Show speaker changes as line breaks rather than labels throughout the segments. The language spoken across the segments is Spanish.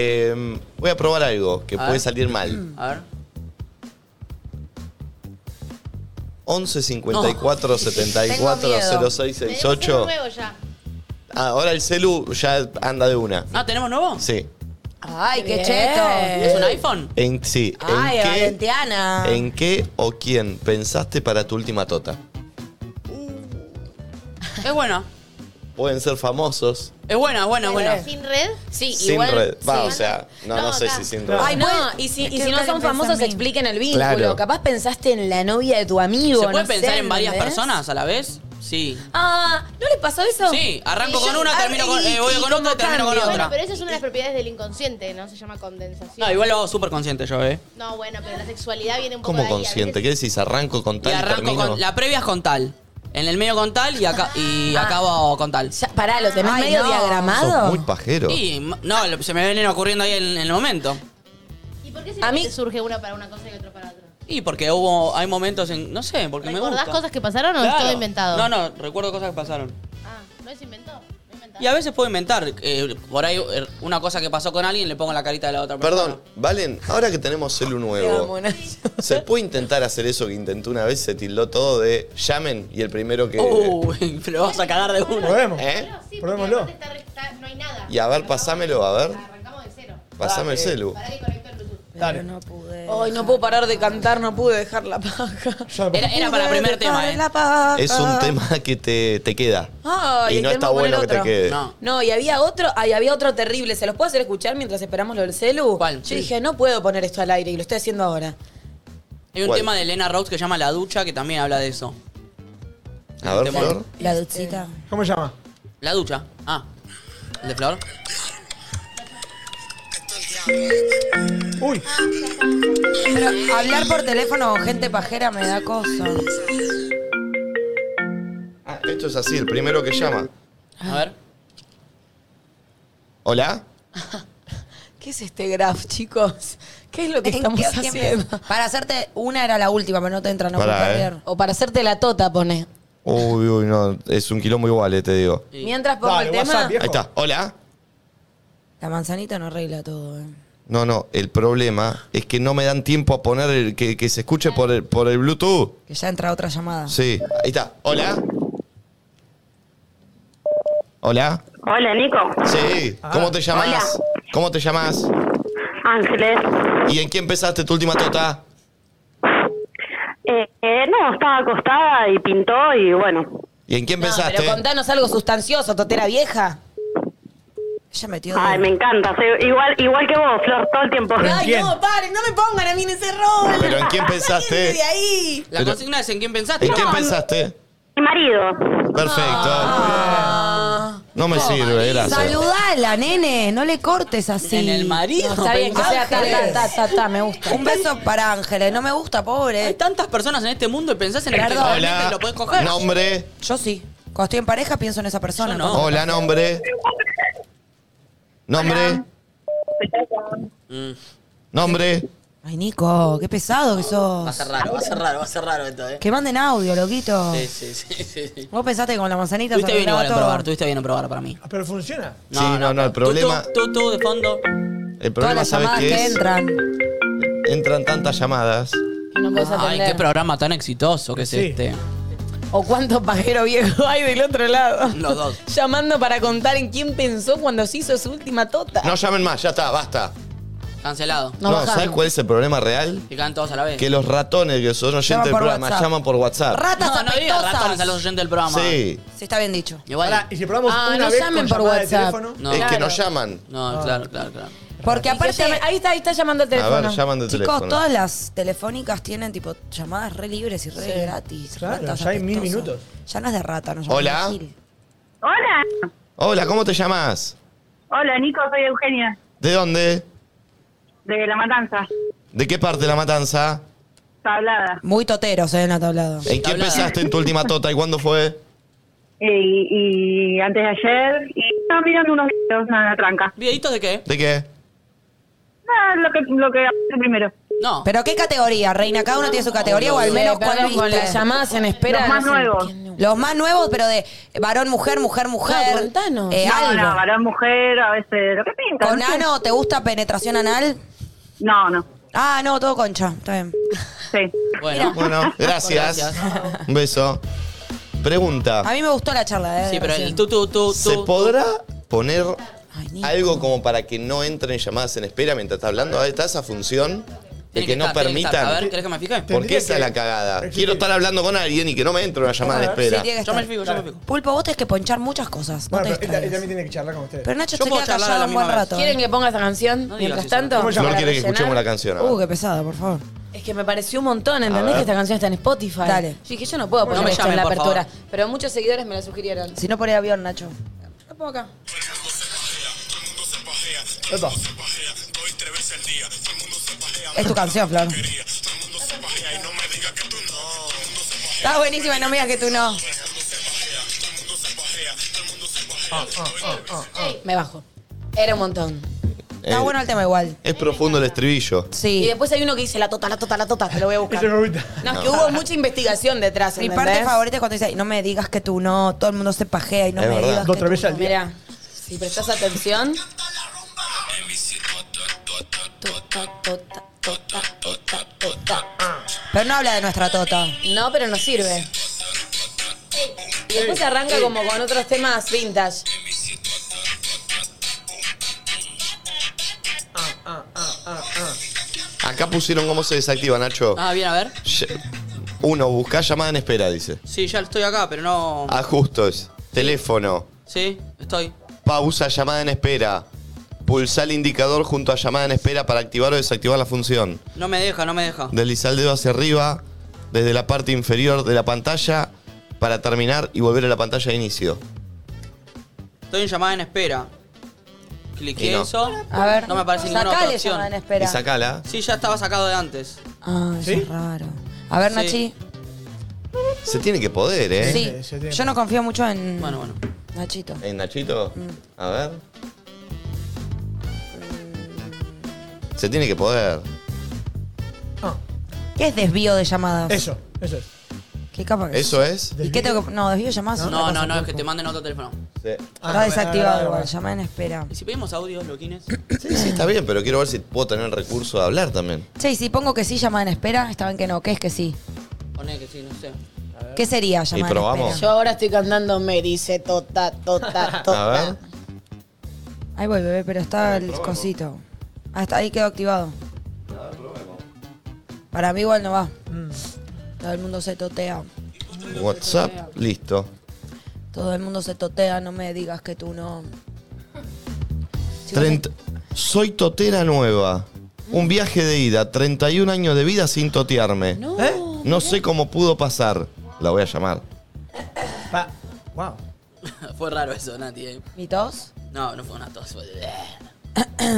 Eh, voy a probar algo que
A
puede
ver.
salir mal.
A ver.
11 54
Tengo miedo.
74 06 68.
Nuevo ya.
Ah, ahora el celu ya anda de una.
Ah, ¿tenemos nuevo?
Sí.
Ay, qué
Bien.
cheto.
¿Es un iPhone?
En, sí.
Ay,
¿En qué,
Valentiana.
¿En qué o quién pensaste para tu última tota?
Es bueno.
Pueden ser famosos.
Es bueno, es bueno, es bueno.
¿Sin red?
Sí,
Sin
igual.
red. Va,
sí.
o sea, no, no,
No,
sé
acá.
si sin red.
Ay, no, y si,
Es
y
que
si no son
nunca le pensé a
famosos,
mí.
expliquen el vínculo.
Claro.
Capaz pensaste en la novia de tu amigo.
¿Se puede
no sé,
pensar en varias
¿entendés?
personas a la vez? Sí.
Ah, ¿no le pasó eso?
Sí, arranco
Sí,
con
yo-
una,
ah,
termino con.
y-
eh, voy
y
con
cómo
otra, termino con
cambia.
otra.
Bueno, pero esa es una de las propiedades del inconsciente, ¿no? Se llama condensación.
No, igual lo hago súper consciente yo, ¿eh?
No, bueno, pero la sexualidad viene un poco
¿Cómo
de ahí, a veces-
consciente? ¿Qué decís? ¿Arranco con
Y
tal y,
arranco
termino?
con. La previa es con tal. En el medio con tal y, acá, y acabo con tal.
Ah. Ya, pará, ¿lo tenés
Ay,
medio
no.
diagramado?
Sos muy pajero.
Y m- no, lo- se me vienen ocurriendo ahí en, en el momento.
¿Y por qué
A
siempre
mí-
te surge una para una cosa y otra para otra?
Y porque hubo. Hay momentos en. No sé, porque me gusta.
¿Recordás cosas que pasaron o es
Claro.
todo inventado?
No, no, recuerdo cosas que pasaron.
Ah, ¿no es invento? ¿No inventado?
Y a veces puedo inventar. eh, por ahí, eh, una cosa que pasó con alguien, le pongo la carita de la otra persona.
Perdón, Valen, ahora que tenemos celu
Te
nuevo,
amo, Nacho.
¿se puede intentar hacer eso que intentó una vez? Se tildó todo de llamen y el primero que.
Oh.
Uy, pero vamos a cagar de una.
Probemos.
¿Eh?
No, sí, porque
Probémoslo.
aparte está re- está- no hay nada.
Y a ver, pasámelo, a ver.
Arrancamos de cero.
Pasame el celu.
Para que conecto el Bluetooth.
Dale.
No pude.
Ay, no puedo parar de cantar, no pude dejar la paja.
Ya,
Era, era para el primer tema,
Dejar
¿eh?
la paja.
Es un tema que te, te queda.
Ah. Ay,
y no
tenemos
está
que
bueno que
poner
te
otro.
quede.
No.
No, y había otro, ay, había otro terrible. ¿Se los puedo hacer escuchar mientras esperamos lo del celu?
¿Cuál?
Yo
Sí.
dije, no puedo poner esto al aire y lo estoy haciendo ahora.
Hay un
¿Cuál?
tema de Elena Rhodes que se llama La Ducha que también habla de eso.
A ver,
Este
Flor.
La duchita.
¿Cómo se llama?
La Ducha. Ah. ¿El de Flor?
Uy,
Ah, Pero hablar por teléfono con gente pajera me da cosa.
Ah, esto es así, el primero que llama.
A ver.
¿Hola?
¿Qué es este graph, chicos? ¿Qué es lo que
¿En
estamos
qué tiempo?
haciendo?
Para hacerte una era la última, pero no te entra, no
Pará,
puedo
eh.
cambiar.
O para hacerte la tota, pone.
Uy, uy, no, es un quilombo igual, eh, te digo.
Sí.
Mientras pongo
Dale,
el tema.
WhatsApp, viejo.
Ahí está, hola.
La manzanita no arregla todo. eh.
No, no, el problema es que no me dan tiempo a poner el que, que se escuche por el, por el Bluetooth.
Que ya entra otra llamada.
Sí, ahí está, hola. Hola.
Hola, Nico.
Sí, ¿cómo te llamas? ¿Cómo te llamas?
Ángeles.
¿Y en qué empezaste tu última tota?
Eh, eh, no, estaba acostada y pintó y bueno.
¿Y en qué
No,
empezaste?
pero contanos algo sustancioso, totera vieja.
Ella metió.
Ay,
dedo.
me encanta. soy igual, igual que vos, Flor, todo el tiempo.
Ay,
quién?
no, paren, no me pongan a mí en ese rol.
Pero ¿en quién
Sáquenme
pensaste?
de ahí.
La
Pero-
consigna es en quién pensaste.
¿En qué
No,
pensaste?
Mi marido.
Perfecto.
Ah.
No me sirve, gracias.
Saludala, nene. No le cortes así.
En el marido.
No, está bien que sea ta, ta,
Ángeles.
ta, ta, ta, me gusta.
Un beso para Ángeles. No me gusta,
Hay
pobre.
tantas personas en este mundo y pensás en el que
Perdón.
realmente
Hola.
lo podés coger.
Nombre.
Yo sí. Cuando estoy en pareja pienso en esa persona.
Yo no.
Hola, nombre. Nombre.
Mm,
Nombre.
Ay, Nico, qué pesado que
va a
sos.
ser raro, va a ser raro, va a ser raro esto, eh.
Que manden audio, loquito.
Sí, sí, sí, sí. sí.
Vos pensaste que con la manzanita se
Tuviste bien
arreglaba
igual en
todo.
probar, tuviste bien en probar para mí.
Ah, pero funciona.
Sí, no, no, el problema-
Tú, tú, tú, de fondo.
El
Todas
problema,
las
¿sabes
llamadas
qué
que
es?
entran.
Entran tantas llamadas.
Que no podés
Ay,
atender.
qué programa tan exitoso que es
Sí.
este.
O cuánto pajero viejo hay del otro lado.
Los dos.
Llamando para contar en quién pensó cuando se hizo su última tota.
No llamen más, ya está, basta.
Cancelado.
No
No,
bajaron.
¿sabes cuál es el problema real?
Y caen todos a la vez.
Que los ratones que son oyentes
Llaman
del
por
programa
WhatsApp.
llaman por WhatsApp.
Ratas
No, no digas
apestosas.
ratones a los oyentes del programa.
Sí,
Sí, está bien dicho.
Igual.
Pará, y si probamos
Ah,
una
no
vez
llamen
con
por
llamada de
WhatsApp.
teléfono.
No,
es que
claro.
no llaman.
Ah.
No, claro, claro, claro.
Porque
Y que
aparte,
llame- ahí está, ahí está llamando al
A
teléfono.
ver, llaman de
chicos,
teléfono.
todas las telefónicas tienen tipo llamadas re libres y re gratis.
Claro,
ratas
ya hay mil
apestosas.
minutos.
Ya no es de rata, no llaman
Hola.
de gil.
Hola.
Hola, ¿cómo te llamas?
Hola, Nico, soy Eugenia,
¿De dónde?
de La Matanza,
¿De qué parte de la matanza?
Tablada.
Muy toteros, eh, en atablado.
¿En qué
Hablada.
empezaste en tu última tota y cuándo fue?
Y, y antes de ayer, y estaba mirando unos videos, una tranca.
¿Videitos de qué?
¿De qué?
Nada, Ah, lo que, lo que primero.
No.
¿Pero qué categoría, reina? Cada uno tiene su categoría o al menos
Sí, perdón,
cuál
con las
viste.
llamadas en espera.
Los más
no sé
nuevos.
quién-
Los más nuevos, pero de varón, mujer, mujer, mujer.
contanos.
Eh,
No,
algo.
no, varón, mujer, a veces lo que pinta.
¿Con
no sé.
ano te gusta penetración anal?
No, no.
Ah, no, todo concha. Está bien.
Sí.
Bueno,
Bueno, gracias. Un beso.
A
Pregunta.
mí me gustó la charla, ¿eh?
sí, pero
recién.
el tú, tú, tú, tú.
¿Se podrá poner
Ay, Nico.
algo como para que no entren llamadas en espera mientras está hablando? ¿Está esa función? De
Tiene
que no
estar, tiene estar. A ver,
permitan.
¿querés que me fije?
Porque
Tendría
esa es
que-
la cagada.
Existe.
Quiero estar hablando con alguien y que no me entre una llamada en
Sí,
espera.
Sí, tiene que
Yo me
estar.
fijo, yo me fijo.
Pulpo, vos tenés que ponchar muchas cosas. No
Bueno,
te
pero ella,
distraigas.
ella me tiene que charlar con ustedes.
Pero Nacho
Yo
se
puedo
queda
charlar a la
callado un
misma
buen
vez.
rato. ¿eh?
¿Quieren que ponga esa canción
No digas
mientras
eso.
tanto?
¿Cómo se llama?
No
Para
quiere que escuchemos la
canción.
canción. ahora.
Uh, qué pesada, por favor.
Es que me pareció un montón,
A
¿entendés?
ver.
Que esta canción está en Spotify.
Dale.
Yo dije, yo no puedo poner
me
esto
llamen,
en la
por
apertura.
favor.
Pero muchos seguidores me la sugirieron.
Si no, poné avión, Nacho.
La pongo acá.
Epa.
Es tu canción, Flor. Está buenísima y no me digas que tú no.
Me bajo. Era un montón.
Está
Eh,
bueno el tema igual.
Es profundo el estribillo.
Y
Sí.
después hay uno que dice la tota, la tota, la tota. Te lo voy a buscar.
Ese me gusta.
No, es que hubo mucha investigación detrás.
Mi
¿entendés?
parte favorita es cuando dice, no me digas que tú no, todo el mundo se pajea y no
Es
me
verdad.
digas
Dos,
que
tres
tú
veces al día.
Mira, si prestas atención. Tota, tota, tota, tota, tota.
Pero no habla de nuestra tota.
No, pero nos sirve. Y después arranca como con otros temas vintage.
Ah,
Ah,
Acá pusieron cómo se desactiva, Nacho.
Ah, bien, a ver.
Ye- Uno, buscar llamada en espera, dice.
Sí, ya estoy acá, pero no.
Ajustos. Teléfono.
Sí, estoy.
Pausa llamada en espera. Pulsar el indicador junto a llamada en espera para activar o desactivar la función.
No me deja, no me deja.
Deslizar el dedo hacia arriba desde la parte inferior de la pantalla para terminar y volver a la pantalla de inicio.
Estoy en llamada en espera. Cliqué
Y no.
eso.
A ver.
No me aparece ninguna otra
Sacale
opción.
llamada en espera.
Y sacala.
Sí, ya estaba sacado de antes.
Ah, eso
¿Sí?
es raro. A ver,
Sí.
Nachi.
Se tiene que poder, ¿eh?
Sí.
Sí, sí.
Yo no confío mucho en
Bueno, bueno.
Nachito.
¿En Nachito? A ver. Se tiene que poder.
Ah,
¿Qué es desvío de llamadas?
eso, eso es.
¿Qué capa que
¿Eso es?
¿Y qué tengo que.? No, desvío de llamadas. es
No,
otra
no,
cosa,
no, es que
Pulpo.
te manden otro teléfono.
Sí.
Ah,
Está
no,
desactivado
no, no, no,
igual,
no.
llamada en espera.
¿Y si pedimos audios, loquines?
Sí, sí, está bien, pero quiero ver si puedo tener el recurso de hablar también.
Che, y si pongo que sí, llamada en espera, estaban que no. ¿Qué es que sí?
Poné que sí, no sé.
¿Qué sería llamada en
probamos.
espera?
Yo ahora estoy cantando Me dice tota,
ah.
tota,
A ver.
tota.
Ahí voy, bebé, pero está el cosito. Hasta ahí quedó activado. Para mí igual no va.
Mm.
Todo el mundo se totea.
WhatsApp, listo.
Todo el mundo se totea, no me digas que tú no. Si vos
Treinta- Soy totera nueva. Un viaje de ida, 31 años de vida sin totearme. No, sé cómo pudo pasar. La voy a llamar.
Pa- Wow.
fue raro eso, Nati. eh.
me- ¿Mi tos?
No, no fue una tos. fue-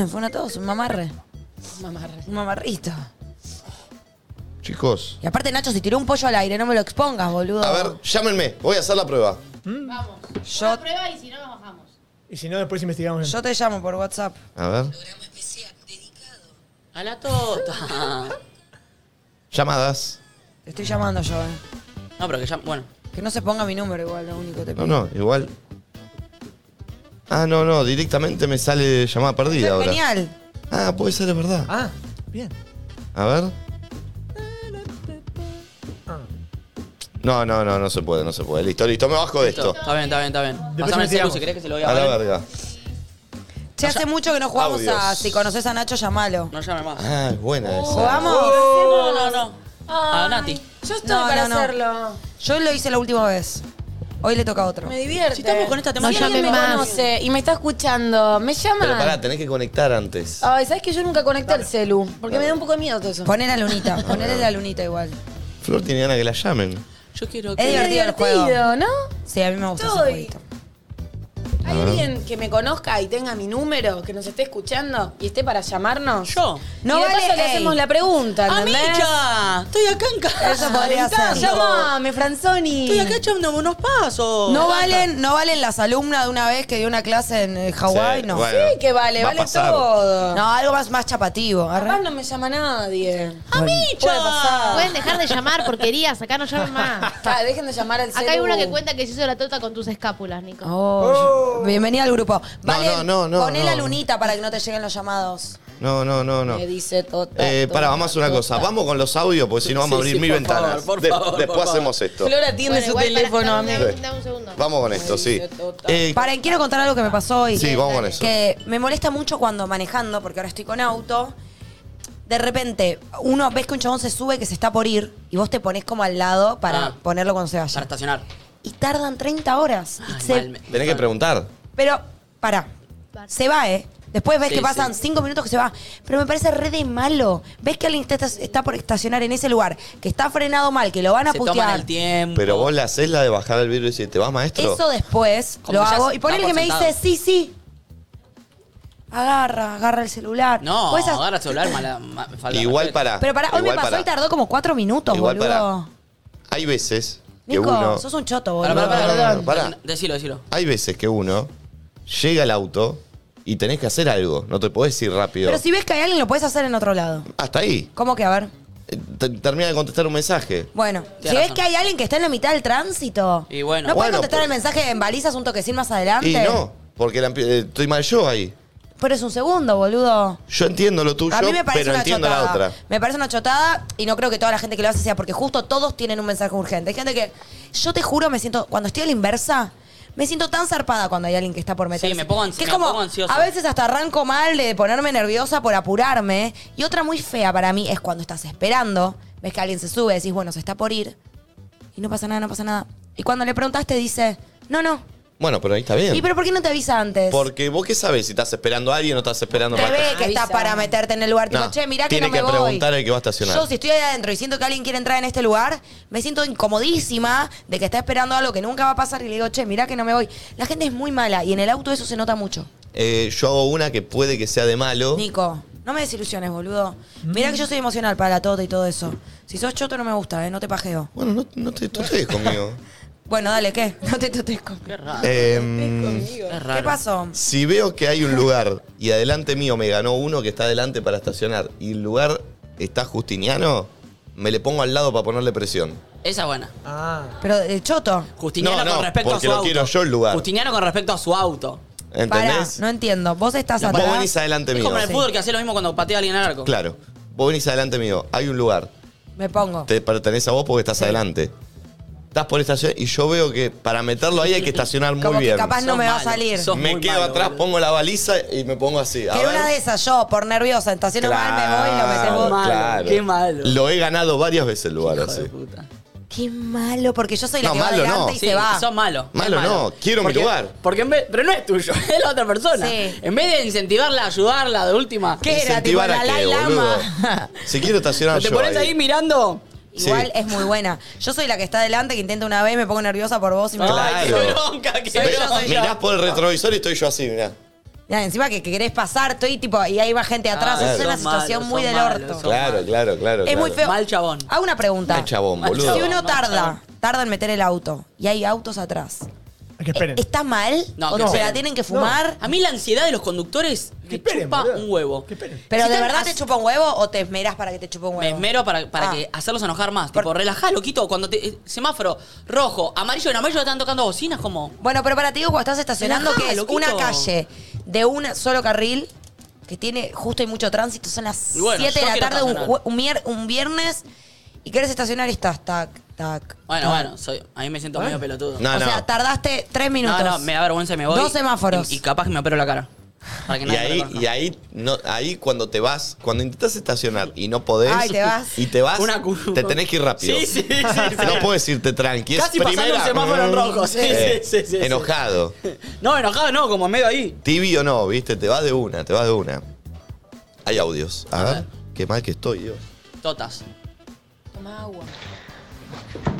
Fue una tos, un mamarre. Un mamarrito.
Chicos,
Y aparte, Nacho, si tiró un pollo al aire, no me lo expongas, boludo. Mm.
a ver, llámenme. Voy a hacer la prueba.
Vamos.
Yo-
Una prueba y si no, nos bajamos.
Y si no, después investigamos. en-
Yo te llamo por WhatsApp.
A ver.
A la tota.
Llamadas.
Te estoy llamando yo, eh.
No, pero que ya. Bueno.
Que no se ponga mi número igual, lo único te
No,
pido.
no, igual. Ah, no, no, directamente me sale llamada perdida
Pero
ahora.
Genial.
Ah, puede ser, es verdad.
Ah, bien.
A ver. No, no, no, no se puede, no se puede. Listo, listo, me bajo de esto.
Está bien, está bien, está bien.
Después
Pasame el celu
investigamos.
si querés que se lo voy a
A la
ver.
verga.
Che, hace mucho que no jugamos a.
Audios.
Si conoces a Nacho, llamalo.
No llame más.
Ah, es buena
Oh,
esa.
¿Jugamos?
Oh.
No, no, no. A Nati.
Yo estoy
No,
para
no, no.
hacerlo.
Yo lo hice la última vez. Hoy le toca a otro.
Me divierte.
Si estamos con
este
esta
Si
temática,
alguien me
no llames más.
conoce y me está escuchando, ¿me llama?
Pero pará, tenés que conectar antes.
Ay, ¿sabes que yo nunca conecté el celu? Porque me da un poco de miedo todo eso.
Poné la lunita, ponele la lunita igual.
Flor tiene ganas que la llamen.
Yo quiero
Es
Qué
que.
divertido el juego.
divertido, ¿no?
Sí, a mí me gusta ese
Estoy.
jueguito.
A ver.
¿Alguien que me conozca y tenga mi número, que nos esté escuchando y esté para llamarnos?
Yo.
No
Y de
vale,
paso
le hacemos la pregunta, ¿entendés?
¡Amicha! Estoy acá en casa.
Eso podría
gritando.
ser.
Llamame, Franzoni.
Estoy acá echando unos pasos.
No valen, no valen las alumnas de una vez que dio una clase en eh, Hawái,
Sí,
no.
bueno.
Sí, que vale,
Va a
vale
pasar.
todo.
No, algo más, más chapativo.
Capaz
arre.
no me llama nadie.
¡Amicha!
Puede pasar.
Pueden dejar de llamar porquerías, acá no llaman más.
Ah, dejen de llamar al
Acá hay una que cuenta que se hizo la torta con tus escápulas, Nico.
Oh, Bienvenida al grupo. Valen,
no, no, no,
Poné
no.
la lunita para que no te lleguen los llamados.
No, no, no, no.
Me dice Tota.
Eh, para, vamos a hacer una cosa. Vamos con los audios porque si no vamos a
Sí,
abrir
sí,
mil
por
ventanas.
favor, por
De-
favor,
después
por favor.
hemos esto.
Flor atiende
Bueno,
su
igual, pará,
teléfono,
dame-
amigo.
Sí.
dame un segundo.
Vamos con esto, sí. Eh,
Paren, quiero contar algo que me pasó hoy.
Sí, vamos con eso.
Que me molesta mucho cuando manejando, porque ahora estoy con auto. De repente, uno ves que un chabón se sube que se está por ir y vos te pones como al lado para
Ah.
ponerlo cuando se
Para
vaya.
estacionar.
Y tardan 30 horas. Y
Ay,
se-
mal me-
tenés que preguntar.
Pero, pará. Se va, ¿eh? Después ves
Sí,
que pasan
sí.
cinco minutos que se va. Pero me parece re de malo. Ves que alguien está, está por estacionar en ese lugar, que está frenado mal, que lo van a
Se toman
putear.
el tiempo.
Pero vos la hacés la de bajar el vidrio y decir, ¿te vas, maestro?
Eso después
Como
lo
que ya
hago.
se-
Y ponele
está
que me
por
dice, sí, sí. Agarra, agarra el celular.
No,
O esas-
agarra el celular, mala, ma- falta de
Igual
respeto.
para.
Pero pará, hoy me
igual
pasó
pará.
y tardó como cuatro minutos,
Igual
boludo.
Hay veces que
Nico,
uno.
sos un choto,
Para,
boludo.
para, para,
No, no, no,
para.
pará.
Decilo, decilo.
Hay veces que uno llega al auto y tenés que hacer algo. No te podés ir rápido.
Pero si ves que hay alguien, lo puedes hacer en otro lado.
Hasta ahí.
¿Cómo que? A ver.
Eh, te- Termina de contestar un mensaje.
Bueno, si
Tienes
ves
razón.
que hay alguien que está en la mitad del tránsito,
Y bueno.
no puedes
Bueno,
contestar
pero-
el mensaje en balizas un toquecín más adelante.
Y no, porque la empie- eh, estoy mal yo ahí.
Pero es un segundo, boludo.
Yo entiendo lo tuyo,
A mí me parece
pero
una
entiendo
chotada.
la otra.
Me parece una chotada y no creo que toda la gente que lo hace sea porque justo todos tienen un mensaje urgente. Hay gente que, yo te juro, me siento, cuando estoy a la inversa, me siento tan zarpada cuando hay alguien que está por meterse.
Sí, me pongo ansi-
Que es
me
como,
pongo ansiosa.
a veces hasta arranco mal de ponerme nerviosa por apurarme. Y otra muy fea para mí es cuando estás esperando, ves que alguien se sube, decís, bueno, se está por ir. Y no pasa nada, no pasa nada. Y cuando le preguntas te dice, no, no.
Bueno, pero ahí está bien.
¿Y pero por qué no te avisa antes?
Porque vos qué sabés si estás esperando a alguien o estás esperando
Te
para
ve que estás
Avisa.
para meterte en el lugar. Tipo,
No,
che, mirá que
tiene
no me
que
voy.
preguntar el que va a estacionar.
Yo, si estoy ahí adentro y siento que alguien quiere entrar en este lugar, me siento incomodísima de que está esperando algo que nunca va a pasar y le digo, che, mirá que no me voy. La gente es muy mala y en el auto eso se nota mucho.
Eh, yo hago una que puede que sea de malo.
Nico, no me desilusiones, boludo. Mirá que yo soy emocional para la tota y todo eso. Si sos choto no me gusta, ¿eh? No te pajeo.
Bueno, no, no te toques conmigo.
Bueno, dale, ¿qué? No te totesco.
Qué raro.
Em,
Es raro.
¿Qué pasó?
si veo que hay un lugar y adelante mío me ganó uno que está adelante para estacionar y el lugar está Justiniano, me le pongo al lado para ponerle presión.
Esa es buena.
Ah.
Pero, eh, choto.
Justiniano
No, no,
con respecto a
porque
su
lo
auto.
quiero yo el lugar.
Justiniano con respecto a su auto.
Pará,
¿Entendés?
no entiendo. Vos estás
Vos
atrás.
venís adelante
Es
mío.
como en el fútbol que hace lo mismo cuando patea a alguien al arco.
Claro. Vos venís adelante mío. Hay un lugar.
Me pongo.
Te pertenece a vos porque estás adelante. Estás por estacionar y yo veo que para meterlo ahí hay que estacionar muy
Como que
bien.
capaz no
Sos
me va a
malo,
salir.
sos
me
muy
quedo
malo,
atrás,
boludo.
pongo la baliza y me pongo así. A
Que
ver.
era una de esas yo, por nerviosa, estaciono mal, me voy y lo metes vos.
Qué malo, qué malo.
Lo he ganado varias veces el lugar
Hijo
así.
de puta.
Qué malo, porque yo soy la
No,
que va
malo no.
adelante y
Sí,
se va.
sos malo. es
Malo no, quiero mi
Porque-
lugar.
Porque en vez, pero no es tuyo, es la otra persona.
Sí.
En vez de incentivarla, ayudarla de última,
¿Qué era? Tipo,
Incentivar
la
a
Lai
qué,
Lama.
boludo. Si quiero estacionar
te
yo
pones ahí,
ahí.
mirando.
Igual
Sí.
es muy buena. Yo soy la que está adelante, que intenta una vez, me pongo nerviosa por vos y me
Claro.
Ay, qué bronca que
Soy
Ve-
yo, soy yo.
mirás por el retrovisor y estoy yo así, mirá.
Mirá, encima que, que querés pasar, estoy tipo, y ahí va gente atrás.
Ah,
es una
sos
situación
malo,
muy
sos
del
malo,
orto.
sos
Claro, claro, claro.
Es muy
claro.
feo.
Mal chabón.
Hago una pregunta.
Mal chabón, boludo.
Si uno
Mal
tarda,
chabón.
tarda en meter el auto y hay autos atrás, ¿e,
Hay que esperen.
¿está mal?
No,
¿O
que
se la
esperen.
tienen que fumar?
A mí la ansiedad de los conductores
Que
me
esperen,
chupa
boludo.
un huevo.
Que esperen.
¿Pero
Si
de
están-
verdad te
haces-
chupa un huevo o te esmerás para que te chupa un huevo?
Me esmero para, para
Ah.
que hacerlos enojar más.
Por-
Tipo, relajá, loquito. Cuando te, eh, semáforo rojo, amarillo, en amarillo están tocando bocinas como.
Bueno, pero para ti, digo, cuando estás estacionando,
Relajá,
que es
loquito.
una calle de un solo carril que tiene justo y mucho tránsito, son las
Y bueno,
7
yo
de la
quiero
tarde, un,
estacionar.
jue- un, mier- un viernes, y querés estacionar y estás, tac, tac.
Bueno,
tac.
bueno, soy, a mí me siento medio pelotudo.
No,
Ah. o
no.
sea, tardaste tres minutos.
no, no, me da vergüenza y me voy.
Dos semáforos.
Y, y capaz que me opero la cara. Para que
Y
nadie me
ahí,
reconozca.
y ahí, no, ahí cuando te vas, cuando intentas estacionar y no podés,
Ay, te vas.
y te vas,
Una curva.
te tenés que ir rápido.
Sí, sí, sí, sí.
No puedes irte tranqui. es
Casi pasando
primera,
un semáforo en
mm,
rojo. Sí,
eh,
sí, sí, sí, sí.
Enojado.
No, enojado no, como medio ahí.
Tibio no, viste, te vas de una, te vas de una. Hay audios. A ver, qué mal que estoy, Dios.
Totas.
Toma agua.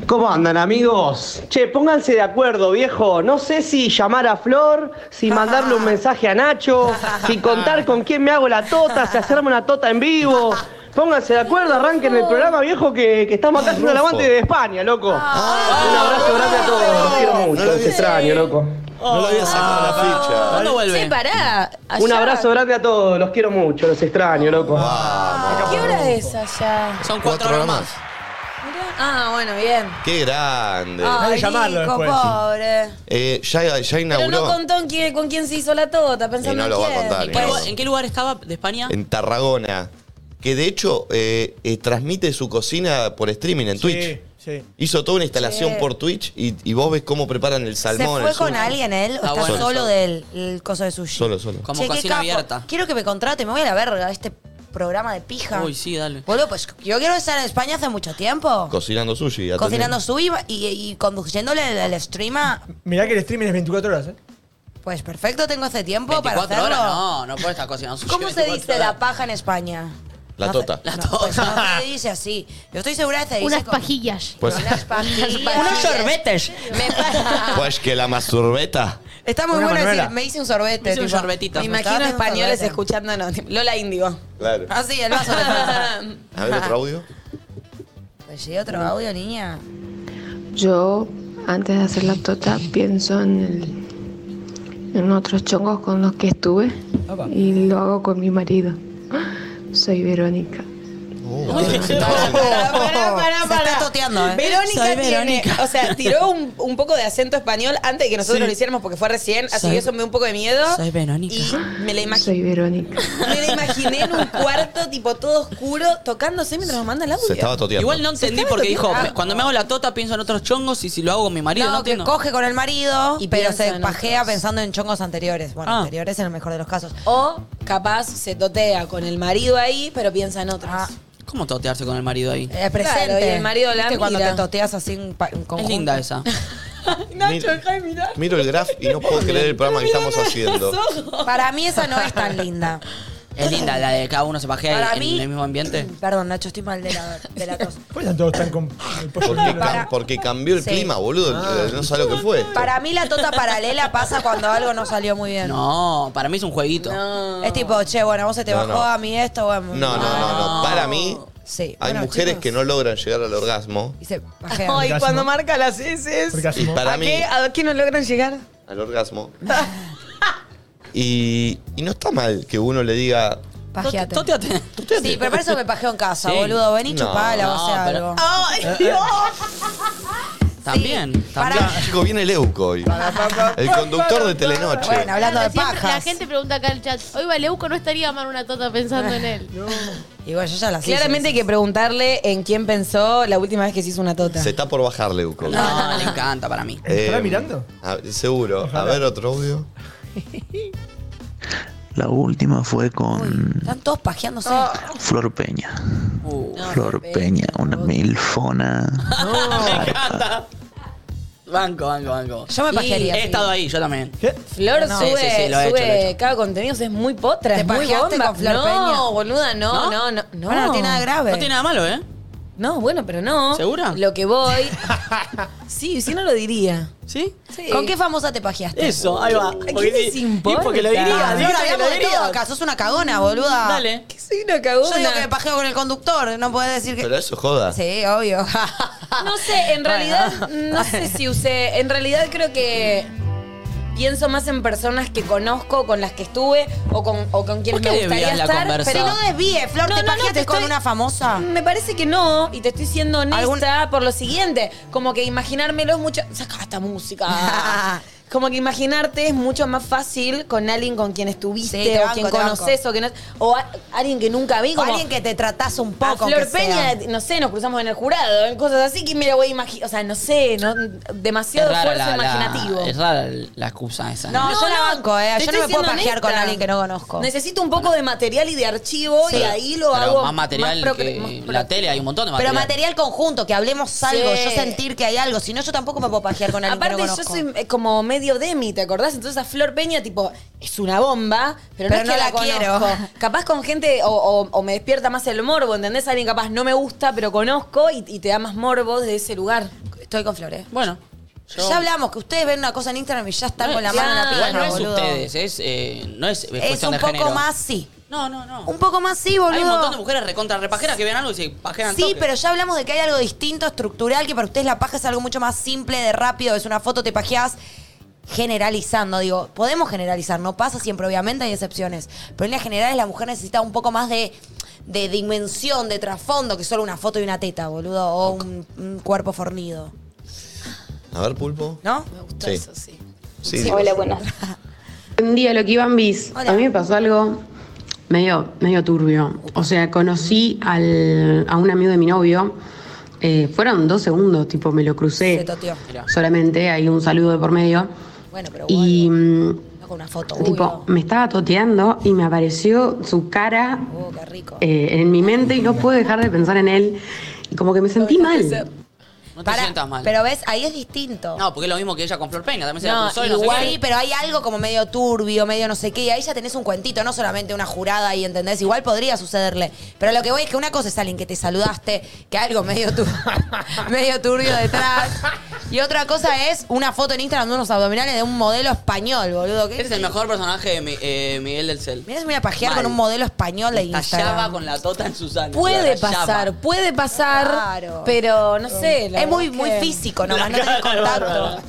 ¿Cómo andan amigos? Che, pónganse de acuerdo, viejo. No sé si llamar a Flor, si mandarle un mensaje a Nacho, si contar con quién me hago la tota, si hacerme una tota en vivo. Pónganse de acuerdo, arranquen el programa, viejo, que, que estamos acá haciendo el
Rufo.
aguante de España, loco. Un
Ah.
abrazo grande a todos, los quiero mucho, los extraño, loco.
No le había sacado la ficha.
¿Cuándo
Sí,
vuelve?
pará. Allá.
Un abrazo grande a todos, los quiero mucho, los extraño, loco.
Ah,
¿Qué hora es allá?
Son cuatro horas más.
Mirá. Ah, bueno, bien.
Qué grande.
Hay que
Ay,
llamarlo
Nico,
después.
pobre.
Eh, ya, ya
Pero
inauguró
no contó en quién- con quién se hizo la tota, pensando
Y no
en
lo va a
quién.
contar,
Y
ni
pues-
modo.
¿En qué lugar estaba de España?
en Tarragona, que de hecho eh, eh, transmite su cocina por streaming en Twitch.
Sí, sí.
Hizo toda una instalación
Sí.
por Twitch y, y vos ves cómo preparan el
¿Se
salmón.
fue
el
con
sushi.
alguien él o
Ah,
está
bueno,
solo
solo.
del el coso de sushi?
Solo, solo.
Como
Che, qué
cocina
capo.
abierta.
Quiero que me contrate, me voy a la verga este programa de pija.
Uy, sí, dale.
Boludo, pues yo quiero estar en España hace mucho tiempo.
Cocinando sushi. atendiendo.
cocinando sushi y, y conduciéndole el, el stream a-
Mirá que el streaming es 24 horas, ¿eh?
Pues perfecto, tengo este tiempo para
24
hacerlo.
horas no, no puede estar cocinando sushi
¿Cómo se
24
dice
horas.
la paja en España?
La
No,
tota.
no,
La tota.
pues no se dice así. Yo estoy segura de que se dice
Unas
con-
pajillas.
Pues,
Unas pajillas.
Unos sorbetes.
Me pa-
pues que la masturbeta.
Está muy
Una
bueno
Manuela.
decir, me hice un sorbete.
Me hice un
tipo,
sorbetito.
me
Me
estaba
imagino
haciendo un
españoles
sorbete.
escuchándonos. tipo, Lola Índigo.
Claro.
Ah, sí, el vaso de fresa.
A ver otro audio.
Pues sí, otro audio, niña.
Yo, antes de hacer la tota, pienso en, el- en otros chongos con los que estuve
Ah,
y lo hago con mi marido. Soy Verónica.
Pará, Oh. pará, pará,
Se
pará.
está toteando, ¿eh?
Verónica
Soy
tiene-
Verónica.
o sea, tiró un, un poco de acento español antes de que nosotros lo hiciéramos porque fue recién, así
Soy-
que eso me da un poco de miedo.
tota.
soy Verónica.
Y me la, imagi-
Soy Verónica.
me la imaginé en un cuarto, tipo todo oscuro, tocándose mientras nos manda el audio.
Se estaba toteando.
Igual no
Se
entendí
estaba
porque dijo,
toteando.
me- cuando me hago la tota pienso en otros chongos y si lo hago con mi marido, no,
No, que
entiendo.
coge con el marido,
Y
pero
piensa
se
en
pajea
otros.
pensando en chongos anteriores. Bueno,
Ah.
anteriores en el mejor de los casos.
O capaz se totea con el marido ahí, pero piensa en otros.
Ah,
¿Cómo totearse con el marido ahí?
eh, presente.
Claro, y el marido la
¿Viste cuando
mira.
te toteas así en, pa- en
Es
conjunto?
linda esa.
Nacho, dejá Miro el graph y no puedo creer el programa que estamos haciendo.
Para mí esa no es tan linda.
Es linda la de cada uno se pajea
Para
en,
mí-
el mismo ambiente.
Perdón, Nacho, estoy mal de la, de la tos.
¿Por qué están todos tan con el pollo?
Porque,
entero?
cam- porque cambió el
Sí.
clima, boludo.
Ah.
Eh, No sabe lo que fue. esto.
Para mí la tota paralela pasa cuando algo no salió muy bien.
No, para mí es un jueguito.
Es tipo, che, bueno, vos se te
No,
bajó
no.
a mí esto, bueno. Ah.
No, no, no, no. Para mí,
Sí.
hay
Bueno,
mujeres
chicos.
que no logran llegar al orgasmo.
Y se pajean.
Ay,
Orgasmo.
cuando marca las heces.
Y
Orgasmo.
para
¿A,
mí,
qué, ¿A qué no logran llegar?
al orgasmo. Y, y no está mal que uno le diga.
Pajeate.
Toteate.
Sí, pero para eso me pajeo en casa,
Sí.
boludo. Vení,
No,
chupala o
no,
sea
pero- ah,
algo.
¡Ay, Dios!
También,
para-
también.
Ya, Chico, viene el Euco hoy. El conductor de Telenoche.
Bueno, hablando de
Claro, siempre
pajas.
La gente pregunta acá en el chat, hoy Valeuco no estaría mal una tota pensando en él.
Igual yo ya las hice.
Claramente hay que preguntarle en quién pensó la última vez que se hizo una tota.
Se está por bajar Leuco. Eh,
No, le encanta para mí.
¿Estará mirando?
a- seguro. A ver otro audio.
La última fue
Uy,
con
Están todos pajeándose.
Flor Peña.
Uh,
Flor Peña, una milfona.
me encanta. Banco, banco, banco.
Yo me pajearía,
He
sí.
estado ahí, yo también.
¿Qué?
Ah,
Flor
No.
sube,
Sí, sí, sí, lo he hecho,
sube
lo he hecho.
cada contenido, es muy potra,
¿Te
es muy
pajeaste
bomba.
con Flor
no,
Peña?
boluda, no, no, no. No,
Bueno, no tiene nada grave.
No tiene nada malo, ¿eh?
No, bueno, pero no.
¿Segura?
Lo que voy. sí, si no lo diría.
¿Sí?
¿Con qué famosa te pajeaste?
Eso, ahí va.
Porque les sí. importa? Y porque lo diría,
Ah,
Dios,
Flor,
que
hablamos
lo
de todo acá. Sos una cagona, boluda.
Dale.
¿Qué soy una
Yo digo
cagona?
que me pajeo con el conductor. No puedes decir que...
Pero eso joda.
Sí, obvio.
No sé, en
Bueno.
realidad, no sé si usé. En realidad creo que pienso más en personas que conozco, con las que estuve o con, o con
¿Por
quienes
qué
me gustaría
desvías la
estar.
conversa?
Pero no desvíe, Flor.
No,
¿Te
no, no,
pajeaste
te
con
estoy-
una famosa?
Me parece que no, y te estoy siendo honesta
¿Algún-
por lo siguiente, como que imaginármelo es mucho... Saca esta música. como que imaginarte es mucho más fácil con alguien con quien estuviste,
Sí, te
o
banco,
quien
te banco.
conoces, o, que no, o a- alguien que nunca vi,
O
como
alguien que te tratás un
a
poco.
Flor
aunque sea.
Peña, no sé, nos cruzamos en el jurado, en cosas así que mira, güey, imagi- o sea, no sé, no, demasiado esfuerzo imaginativo.
es rara la excusa esa.
No,
¿no?
yo la banco, eh.
te
Yo
estoy
no me puedo
siendo
pajear con
honesta.
alguien que no conozco.
Necesito un poco de material y de archivo y ahí lo
Pero
hago.
más material
pro-
que
más pro-
la tele, hay un montón de
Pero
material.
material conjunto, que hablemos algo,
Sí.
yo sentir que hay algo. Si no, yo tampoco me puedo pajear con alguien
Aparte,
que no
yo
conozco.
soy eh, como medio demi, ¿te acordás? Entonces a Flor Peña, tipo, es una bomba, pero, no,
Pero
es
no
que
la
la,
quiero.
conozco. Capaz con gente, o, o- o me despierta más el morbo, ¿entendés? Alguien capaz no me gusta, pero conozco y, y te da más morbo desde ese lugar.
Estoy con Flores.
Bueno. yo-
Ya hablamos, que ustedes ven una cosa en Instagram y ya están
No,
con la mano en la
claro,
pierna,
No es
boludo.
ustedes, es, eh, no es, es
Es
cuestión
un
de
poco
género.
más sí.
No, no, no.
Un poco más sí, boludo.
Hay un montón de mujeres recontra repajeras que ven algo y se pajean
Sí,
toque.
pero ya hablamos de que hay algo distinto, estructural, que para ustedes la paja es algo mucho más simple, de rápido, es una foto, te pajeás. Generalizando, digo, podemos generalizar, no pasa siempre, obviamente hay excepciones. Pero en líneas generales la mujer necesita un poco más de, de dimensión, de trasfondo, que solo una foto y una teta, boludo, o un, un cuerpo fornido.
A ver, pulpo.
¿No?
Me gusta eso, sí. Sí.
buenas.
Buen día, lo que iban bis. A mí me pasó algo medio, medio turbio. O sea, conocí al, a un amigo de mi novio. eh, fueron dos segundos, tipo, me lo
Se
crucé.
toteó.
Solamente hay un saludo de por medio.
Bueno, pero
Y mm,
no con una foto.
tipo, me estaba toteando y me apareció su cara
Oh, qué rico.
eh, en mi mente y no puedo dejar de pensar en él. Y como que me sentí mal.
No te sientas mal.
Pero ves, ahí es distinto.
No, porque es lo mismo que ella con Flor Peña. También se la
No,
cruzó y no sé
igual,
qué.
pero hay algo como medio turbio, medio no sé qué, y ahí ya tenés un cuentito, no solamente una jurada y entendés, igual podría sucederle. Pero lo que voy es que una cosa es alguien que te saludaste, que algo medio turbio, medio turbio detrás. Y otra cosa es una foto en Instagram de unos abdominales de un modelo español, boludo. ¿Qué?
Eres el mejor personaje de Mi- eh, Miguel del Cel.
Mirá, me voy a pajear
Mal.
con un modelo español de
Estallaba
Instagram.
con la tota en Susana.
Puede pasar, puede pasar, pero no sé.
Es muy- muy físico nomás, no tenés contacto.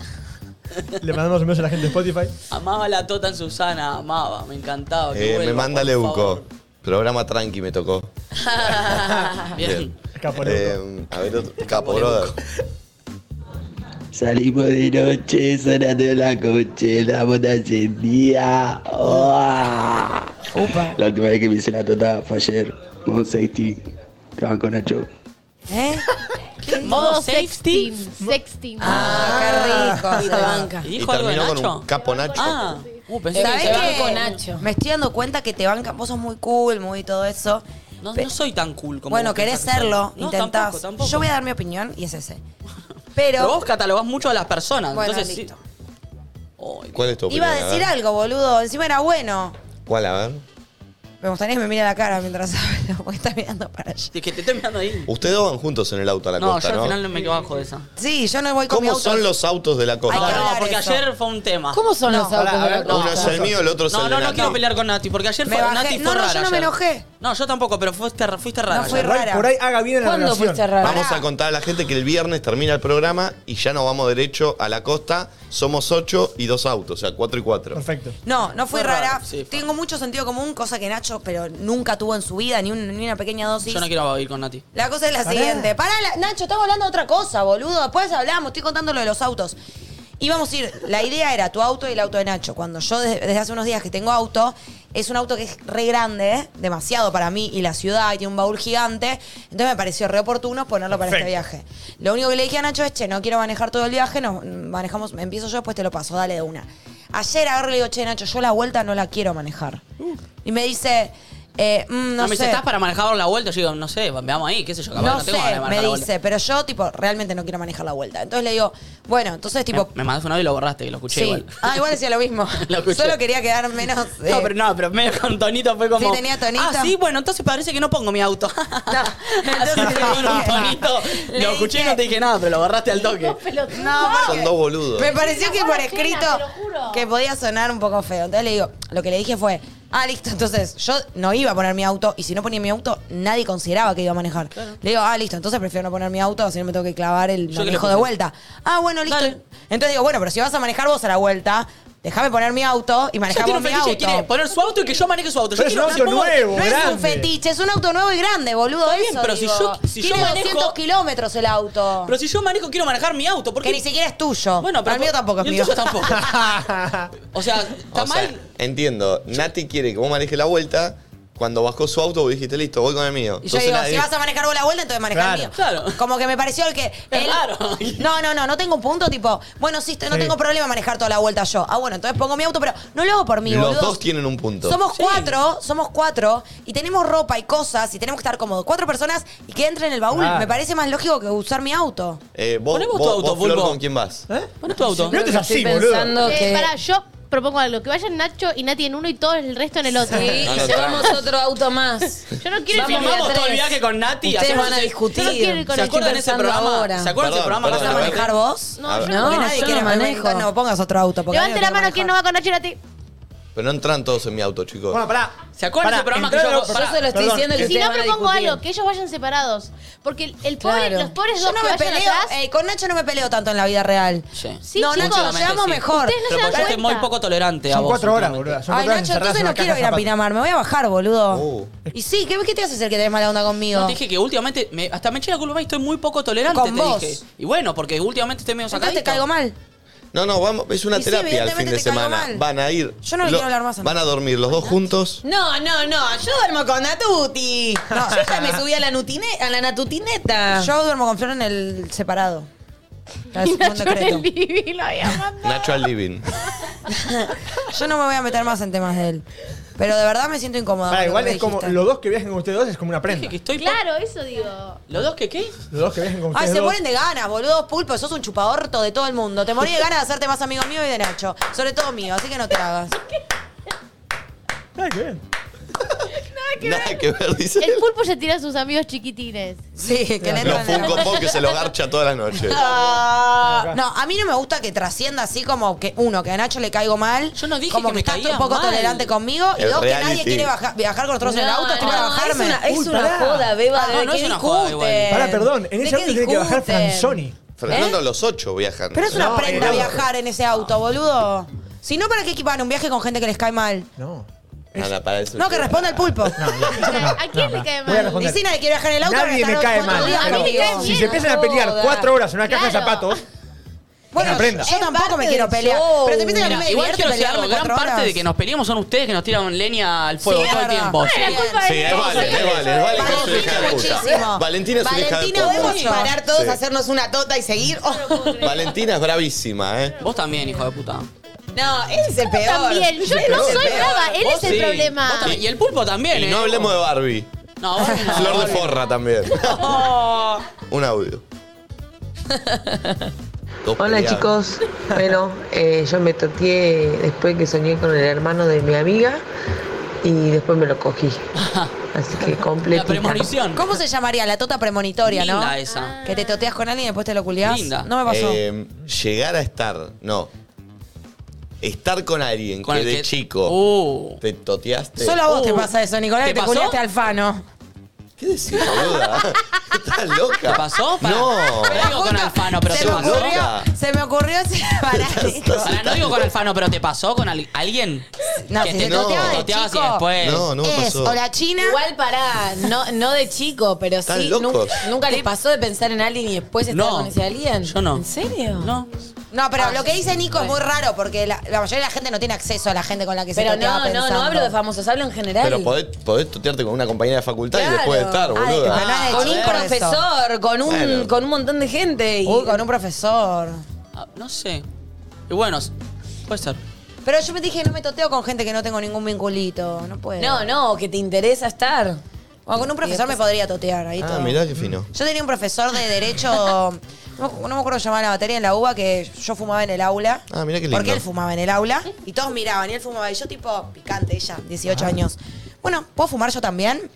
Le mandamos un beso a la gente de Spotify.
Amaba la tota en Susana, amaba, me encantaba. que
Eh, me
vuelva,
manda
por
Leuco.
favor.
Programa tranqui me tocó.
Bien.
Eh, a ver, otro- Caporoda.
Salimos de noche, sonando la cochera, boda encendida.
Ah.
¡Oh! La última vez que me hice la tota fue ayer, con safety, estaban con Nacho.
¿Eh?
Modo sexting. Sexting.
Ah, qué rico, se banca.
¿Y dijo algo de Nacho?
capo Nacho.
Ah, uh, pensé
¿Sabés
que se
qué?
va con
Me estoy dando cuenta que te bancan, vos sos muy cool, muy todo eso.
No,
Pe-
no soy tan cool como
bueno,
vos
querés
pensás que soy.
serlo,
No,
intentás.
tampoco, tampoco.
Yo voy a dar mi opinión y es ese.
Pero
Pero
vos catalogás mucho a las personas.
Bueno,
entonces, sí.
¿Cuál es tu opinión?
iba a decir
ver?
algo, boludo. Encima era bueno.
¿Cuál? A ver.
Me gustaría que me mire la cara mientras hablo, porque está mirando para allá.
Es que te estoy mirando ahí.
Ustedes dos van juntos en el auto a la
No,
costa,
yo
¿no?
al final no me bajo de esa.
Sí, yo no voy con mi
¿Cómo
auto.
son los autos de la costa?
No, no, Ah, porque ayer fue un tema.
¿Cómo son los autos
pará, a
de la
ver,
Uno es el mío, el otro es
No,
el
no,
de
no
Nati.
quiero pelear con Nati, porque ayer
Me
fue,
bajé.
Nati
No,
fue
no,
rara.
yo no me
ayer.
enojé.
No, yo tampoco, pero fuiste, fuiste rara.
No, fui
ayer.
rara.
Por ahí haga bien en la
¿Cuándo
relación.
fuiste rara?
Vamos a contar a la gente que el viernes termina el programa y ya nos vamos derecho a la costa. Somos ocho y dos autos, o sea, cuatro y cuatro.
Perfecto.
No, no fui
Fue raro,
rara.
sí, fue.
Tengo mucho sentido común, cosa que Nacho, pero nunca tuvo en su vida, ni, un- ni una pequeña dosis.
Yo no quiero ir con Nati.
La cosa es la
Pará.
siguiente. Pará, la- Nacho, estamos hablando de otra cosa, boludo. Después hablamos, estoy contando lo de los autos. Íbamos a ir, la idea era tu auto y el auto de Nacho. Cuando yo de- desde hace unos días que tengo auto, es un auto que es re grande, ¿eh? demasiado para mí y la ciudad, y tiene un baúl gigante. Entonces me pareció re oportuno ponerlo para este viaje. Lo único que le dije a Nacho es, che, no quiero manejar todo el viaje, nos manejamos, empiezo yo, después te lo paso, dale de una. Ayer agarro y le digo, che, Nacho, yo la vuelta no la quiero manejar. Y me dice, eh, mm,
No,
no,
me
sé.
dice, ¿estás para manejar la vuelta? Yo digo, no sé, veamos ahí, qué sé yo, capaz
No,
que
sé,
tengo ganas de manejar
me
la
dice,
vuelta.
pero yo, tipo, realmente no quiero manejar la vuelta. Entonces le digo, bueno, entonces, tipo.
Me, me mandaste un audio y lo borraste, que lo escuché
sí.
Eh, igual.
Ah, igual decía lo mismo.
Lo escuché.
Solo quería quedar menos. eh,
No, pero no, pero medio con tonito fue como.
Sí, tenía tonito. Ah,
Ah, sí, bueno, entonces parece que no pongo mi auto. Así
entonces
que con un
dije-
tonito.
Le
Lo escuché y
dije-
no te dije nada, pero lo borraste al toque.
No,
Son dos boludos.
Me pareció que por
Llena,
escrito
te lo juro.
que podía sonar un poco feo. Entonces le digo, lo que le dije fue, ah, listo, entonces yo no iba a poner mi auto y si no ponía mi auto, nadie consideraba que iba a manejar. Le digo, ah, listo, entonces prefiero no poner mi auto, así no me tengo que clavar el
Yo que le
manejo
puse.
de vuelta. Ah, bueno, listo.
Dale.
Entonces digo, bueno, pero si vas a manejar vos a la vuelta, déjame poner mi auto y
Ya tiene
manejamos
un
mi
fetiche, quiere
auto.
poner su auto y que yo maneje su auto. Yo
Pero es un
quiero- tampoco-
auto nuevo,
No es un
grande.
fetiche, es un auto nuevo y grande, boludo.
Está bien,
eso,
pero si
digo.
yo- si yo
Tiene
manejo-
200 kilómetros el auto.
Pero si yo manejo, quiero manejar mi auto. ¿Por
Oh. que
qué?
ni siquiera es tuyo.
Bueno, pero.
el mío tampoco es
y el
mío.
tuyo tampoco. o sea, está
O sea,
mal.
entiendo. Nati quiere que vos manejes la vuelta. Cuando bajó su auto, vos dijiste, listo, voy con el mío.
Y yo
Entonces
digo,
la-
si vas a manejar vos la vuelta, entonces maneja el
Claro.
mío.
Claro.
Como que me pareció el que. el-
raro.
No, no, no, no tengo un punto tipo, bueno, sí, no
Sí.
tengo problema en manejar toda la vuelta yo. Ah, bueno, entonces pongo mi auto, pero no lo hago por mí,
Los
boludo.
dos tienen un punto.
Somos
Sí.
cuatro, somos cuatro, y tenemos ropa y cosas, y tenemos que estar cómodos. Cuatro personas y que entre en el baúl.
Claro.
Me parece más lógico que usar mi auto.
Eh, vos,
Poné vos tu
vos-
auto,
vos, Flor,
Pulpo.
¿con quién vas?
¿Eh?
Bueno, tu auto.
No te es
Estoy
así, boludo.
pensando
Eh,
que...
pará, yo propongo algo. Que vayan Nacho y Nati en uno y todo el resto en el otro.
Sí, y No lo llevamos traen. otro auto más.
Yo no quiero
Vamos,
ir
vamos
a
todo el
tres.
viaje con Nati.
Ustedes
hacemos
van a
ese-
discutir.
Yo no quiero ir con ¿Se acuerdan de ese
Estoy pensando
programa?
ahora.
¿Se acuerdan de ese programa?
¿Vas a manejar vos?
No, yo
no.
no.
Que nadie
Yo
quiere
no
manejar.
manejo.
No, no pongas otro auto. Porque
Levante
nadie
la
quiere
mano quien no va con Nacho y Nati.
Pero no entran todos en mi auto, chicos.
Bueno, pará. ¿Se acuerdan de ese programa que
entrá,
yo
no, yo se lo estoy diciendo que
Si no
ustedes van a
propongo
discutir.
algo, que ellos vayan separados. Porque el, el pobre,
Claro.
los pobres
Yo
dos
no
que
me
vayan
peleo.
atrás.
eh, con Nacho no me peleo tanto en la vida real.
Sí,
no,
chicos,
Nacho, nos llevamos
sí.
mejor.
Ustedes no se
Pero
dan
porque este yo estoy muy
cuenta.
poco tolerante a
Son
vos.
cuatro horas,
últimamente.
boludo. Son
Ay,
cuatro horas
Nacho,
encerradas
entonces
en
no
una
quiero
caja
ir a
zapato.
Pinamar. Me voy a bajar, boludo.
Uh.
Y sí, ¿qué, ¿qué te vas a hacer que tenés mala onda conmigo?
No, te dije que últimamente, me- hasta me eché la culpa y estoy muy poco tolerante,
Con
te
vos.
dije. Y bueno, porque últimamente estoy medio
Entonces
sacadito.
te caigo mal.
No, no, vamos, es una
Y sí,
terapia al fin
evidentemente
de
te caigo
semana.
mal.
Van a ir.
Yo no le quiero hablar más a
Van a dormir los dos juntos.
No, no, no. Yo duermo con Natuti.
No.
Yo ya me subí a la, nutine, a la Natutineta.
Yo duermo con Flor en el separado. La
Y
del segundo
Nacho en
secreto.
el living lo había mandado.
Nacho al living.
Yo no me voy a meter más en temas de él. Pero de verdad me siento incómoda.
Pará,
con lo
Ah, igual
que
es como.
dijiste.
Los dos que viajen con ustedes dos es como una
Dije
prenda.
que estoy po-
Claro, eso digo.
¿Los dos que qué?
Los dos que viajen con ustedes
Ay, Ah, se
dos.
ponen de ganas, boludo, pulpo, sos un chupadorto de todo el mundo. Te morí de ganas de hacerte más amigo mío y de Nacho. Sobre todo mío, así que no te hagas.
Ay, qué bien.
Nada que ver, dice.
El pulpo ya tira a sus amigos chiquitines.
Sí, que le
Los
entran en la-
Funko Pop que se los garcha todas las noches.
Ah, No, a mí no me gusta que trascienda así como que, uno, que a Nacho le caigo mal.
Yo no dije
Como
que
que,
me
estás
caía
un poco
mal.
tolerante conmigo. Y
El
dos, que nadie
reality.
quiere baja- viajar con nosotros en el
No,
auto. estoy para
no,
bajarme.
Es una, es
Uy,
una
pará.
joda, Beba.
Ah,
¿de
no,
qué
es una joda
discuten?
igual.
Pará, perdón. En
¿De
ese
qué
auto tiene que bajar
discuten?
Franzoni.
Fernando, los ocho viajan.
¿Eh? Pero es una
No,
prenda
no.
viajar en ese auto, boludo. Si no, ¿para qué equipan un viaje con gente que les cae mal?
No.
Nada, para eso.
No, que responda el pulpo.
¿A quién le cae
Voy
mal?
a
Y
responder.
si nadie quiere viajar en el auto,
Nadie
van a
me
estar
cae
otro
mal.
día
pero
conmigo.
cae
Si
bien,
se empiezan a pelear
joda.
cuatro horas en una caja de
Claro.
zapatos,
Bueno,
Una prenda.
yo tampoco me quiero pelear. Pero te piensan que a mí
Mira,
me
igual
divierte
quiero decir algo.
pelearme
Gran
cuatro
parte
horas.
de que nos peleamos son ustedes que nos tiran leña al fuego
Sí,
todo el
verdad.
tiempo.
Bueno, la culpa
Sí,
de
es
él.
vale, es vale, es vale que es una hija de puta.
muchísimo.
Valentina es una hija de
Valentina,
puta.
¿podemos
Mucho.
parar todos
Sí.
a hacernos una tota y seguir? Oh.
Valentina es bravísima, ¿eh?
Vos también, hijo de puta.
No, él es el peor.
También, yo no
Él es el
soy
peor.
brava, él
Vos
es el
sí.
problema.
Vos también. Y el pulpo también,
Y
¿eh?
no hablemos de Barbie.
No, vos no.
Flor de forra también. Un audio. Dos
Hola
peleadas.
chicos, bueno, eh, yo me toqué después que soñé con el hermano de mi amiga y después me lo cogí. Así que
La
completita.
premonición.
¿Cómo se llamaría? La tota premonitoria, ¿no?
Linda esa.
Que te toteas con alguien y después te lo culiás.
Linda.
No me pasó.
Eh, llegar a estar, no. Estar con alguien
Con
que
el
de
que-
chico
Uh.
te toteaste.
Solo a vos te
Uh.
pasa eso, Nicolás,
¿Te
que te
pasó?
culiaste al Fano.
¿Qué decís, boluda? Estás
¿Te
loca.
pasó? Pará.
No.
Eh, No digo con Alfano, pero
se
te
me
pasó?
ocurrió, se me ocurrió ese
Estás-
pará.
Pará, no digo con Alfano, pero ¿te pasó con al- alguien?
No,
que
si
te
se toteaba de
toteabas y
chico.
después.
eh, No, no me
es
pasó.
o la China
Igual para, no, no de chico, pero
Están
sí.
locos.
Nunca, nunca les pasó de pensar en alguien y después estar
No,
con ese alguien?
yo no.
¿En serio?
No.
No, pero lo que dice Nico es muy raro porque la, la mayoría de la gente no tiene acceso a la gente con la que
Pero
se toteaba
no, no,
pensando.
no hablo de famosos, hablo en general.
Pero podés, podés totearte con una compañera de facultad y
Claro.
después de estar,
Ah, de-
boluda.
pero no es de
con
chico
un
eso.
profesor, con un,
Bueno.
con un montón de gente. Y,
Uy, con un profesor.
Ah, No sé. Y bueno, puede ser.
Pero yo me dije, no me toteo con gente que no tengo ningún vinculito. No puedo.
No, no, que te interesa estar.
Bueno, con un profesor me podría totear ahí
Ah,
todo.
mirá qué fino.
Yo tenía un profesor de derecho, no, me- no me acuerdo llamar la batería en la UBA, que yo fumaba en el aula.
Ah, mirá qué lindo.
Porque él fumaba en el aula y todos miraban y él fumaba. Y yo tipo, picante, ella, 18 años. Bueno, ¿puedo fumar yo también?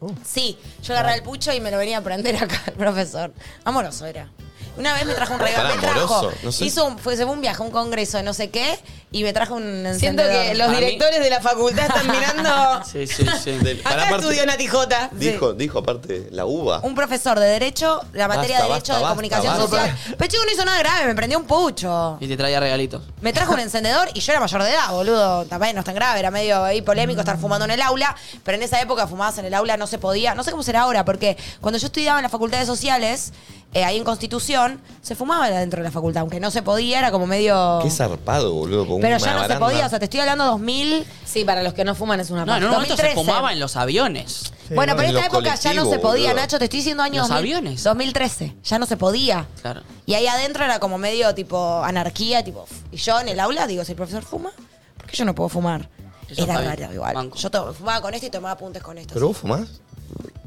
Uh.
Sí, yo agarré
Ah.
el pucho y me lo venía a prender acá el profesor. Amoroso era. Una vez me trajo un regalo,
Pará,
me trajo.
amoroso, no sé.
Hizo un, fue, se fue un viaje, un congreso, no sé qué, y me trajo un
Siento
encendedor.
que los
Para mí-
directores de la facultad están mirando.
Sí, sí, sí.
Del-
Acá
pará, aparte-
estudió Nati Jota.
Dijo, dijo aparte la uva.
un profesor de Derecho, la materia
Basta,
de Derecho
basta,
de
basta,
Comunicación
basta.
Social. Pero chico, no hizo nada grave, me prendió un pucho.
Y te traía regalitos.
Me trajo un encendedor y yo era mayor de edad, boludo. También no es tan grave, era medio ahí polémico estar fumando en el aula. Pero en esa época fumabas en el aula, no se podía. No sé cómo será ahora, porque cuando yo estudiaba en las facultades sociales, eh, ahí en Constitución, se fumaba dentro de la facultad. Aunque no se podía, era como medio...
Qué zarpado, boludo. con
Pero
una
ya no se
baranda.
podía, o sea, te estoy hablando 2000...
Sí, para los que no fuman es una
No, en un momento se
2013.
fumaba en los aviones.
Sí,
bueno,
no,
pero
en
en esta
los
época ya no se
colectivos,
podía,
boludo.
Nacho, te estoy diciendo
Los
años 2000,
aviones.
2013, ya no se podía.
Claro.
Y ahí adentro era como medio tipo anarquía, tipo. f- Y yo en el aula digo, si el profesor fuma, ¿por qué yo no puedo fumar?
Eso
era
está bien,
raro igual.
banco.
Yo to- fumaba con esto y tomaba apuntes con esto.
¿Pero vos fumás?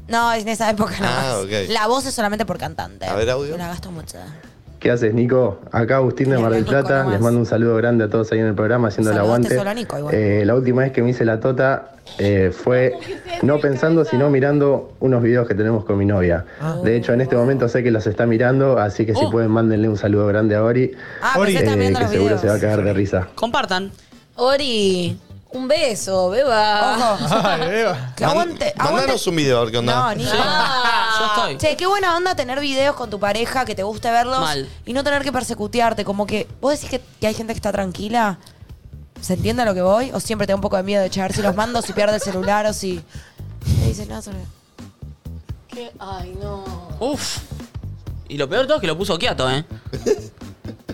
No, en esa época no.
Ah,
más.
ok.
La voz es solamente por cantante.
A ver, audio.
No la gasto mucho.
¿Qué haces, Nico? Acá Agustín de Mar del Plata. Les mando un saludo grande a todos ahí en el programa haciendo el
Saludaste
aguante.
solo a Nico, igual.
Eh, la última vez que me hice la tota eh, fue no pensando, sino mirando unos videos que tenemos con mi novia. De hecho, en este momento sé que los está mirando, así que si pueden, mándenle un saludo grande a Ori.
Ah, pensé que
eh,
estaban viendo
que
los
seguro
videos.
se va a caer de risa.
Compartan.
Ori, un beso, beba.
Que aguante, aguante.
Mandanos un video, a ver qué onda.
No, ni
Ah,
Che, qué buena onda tener videos con tu pareja, que te guste verlos
Mal.
y no tener que persecutearte. Como que, ¿vos decís que, que hay gente que está tranquila? ¿Se entiende a lo que voy? ¿O siempre te da un poco de miedo de che, a ver si los mando, si pierde el celular o si. Me dicen, no, sobre-
¿Qué? Ay, no.
Uf. Y lo peor de todo es que lo puso quieto, ¿eh?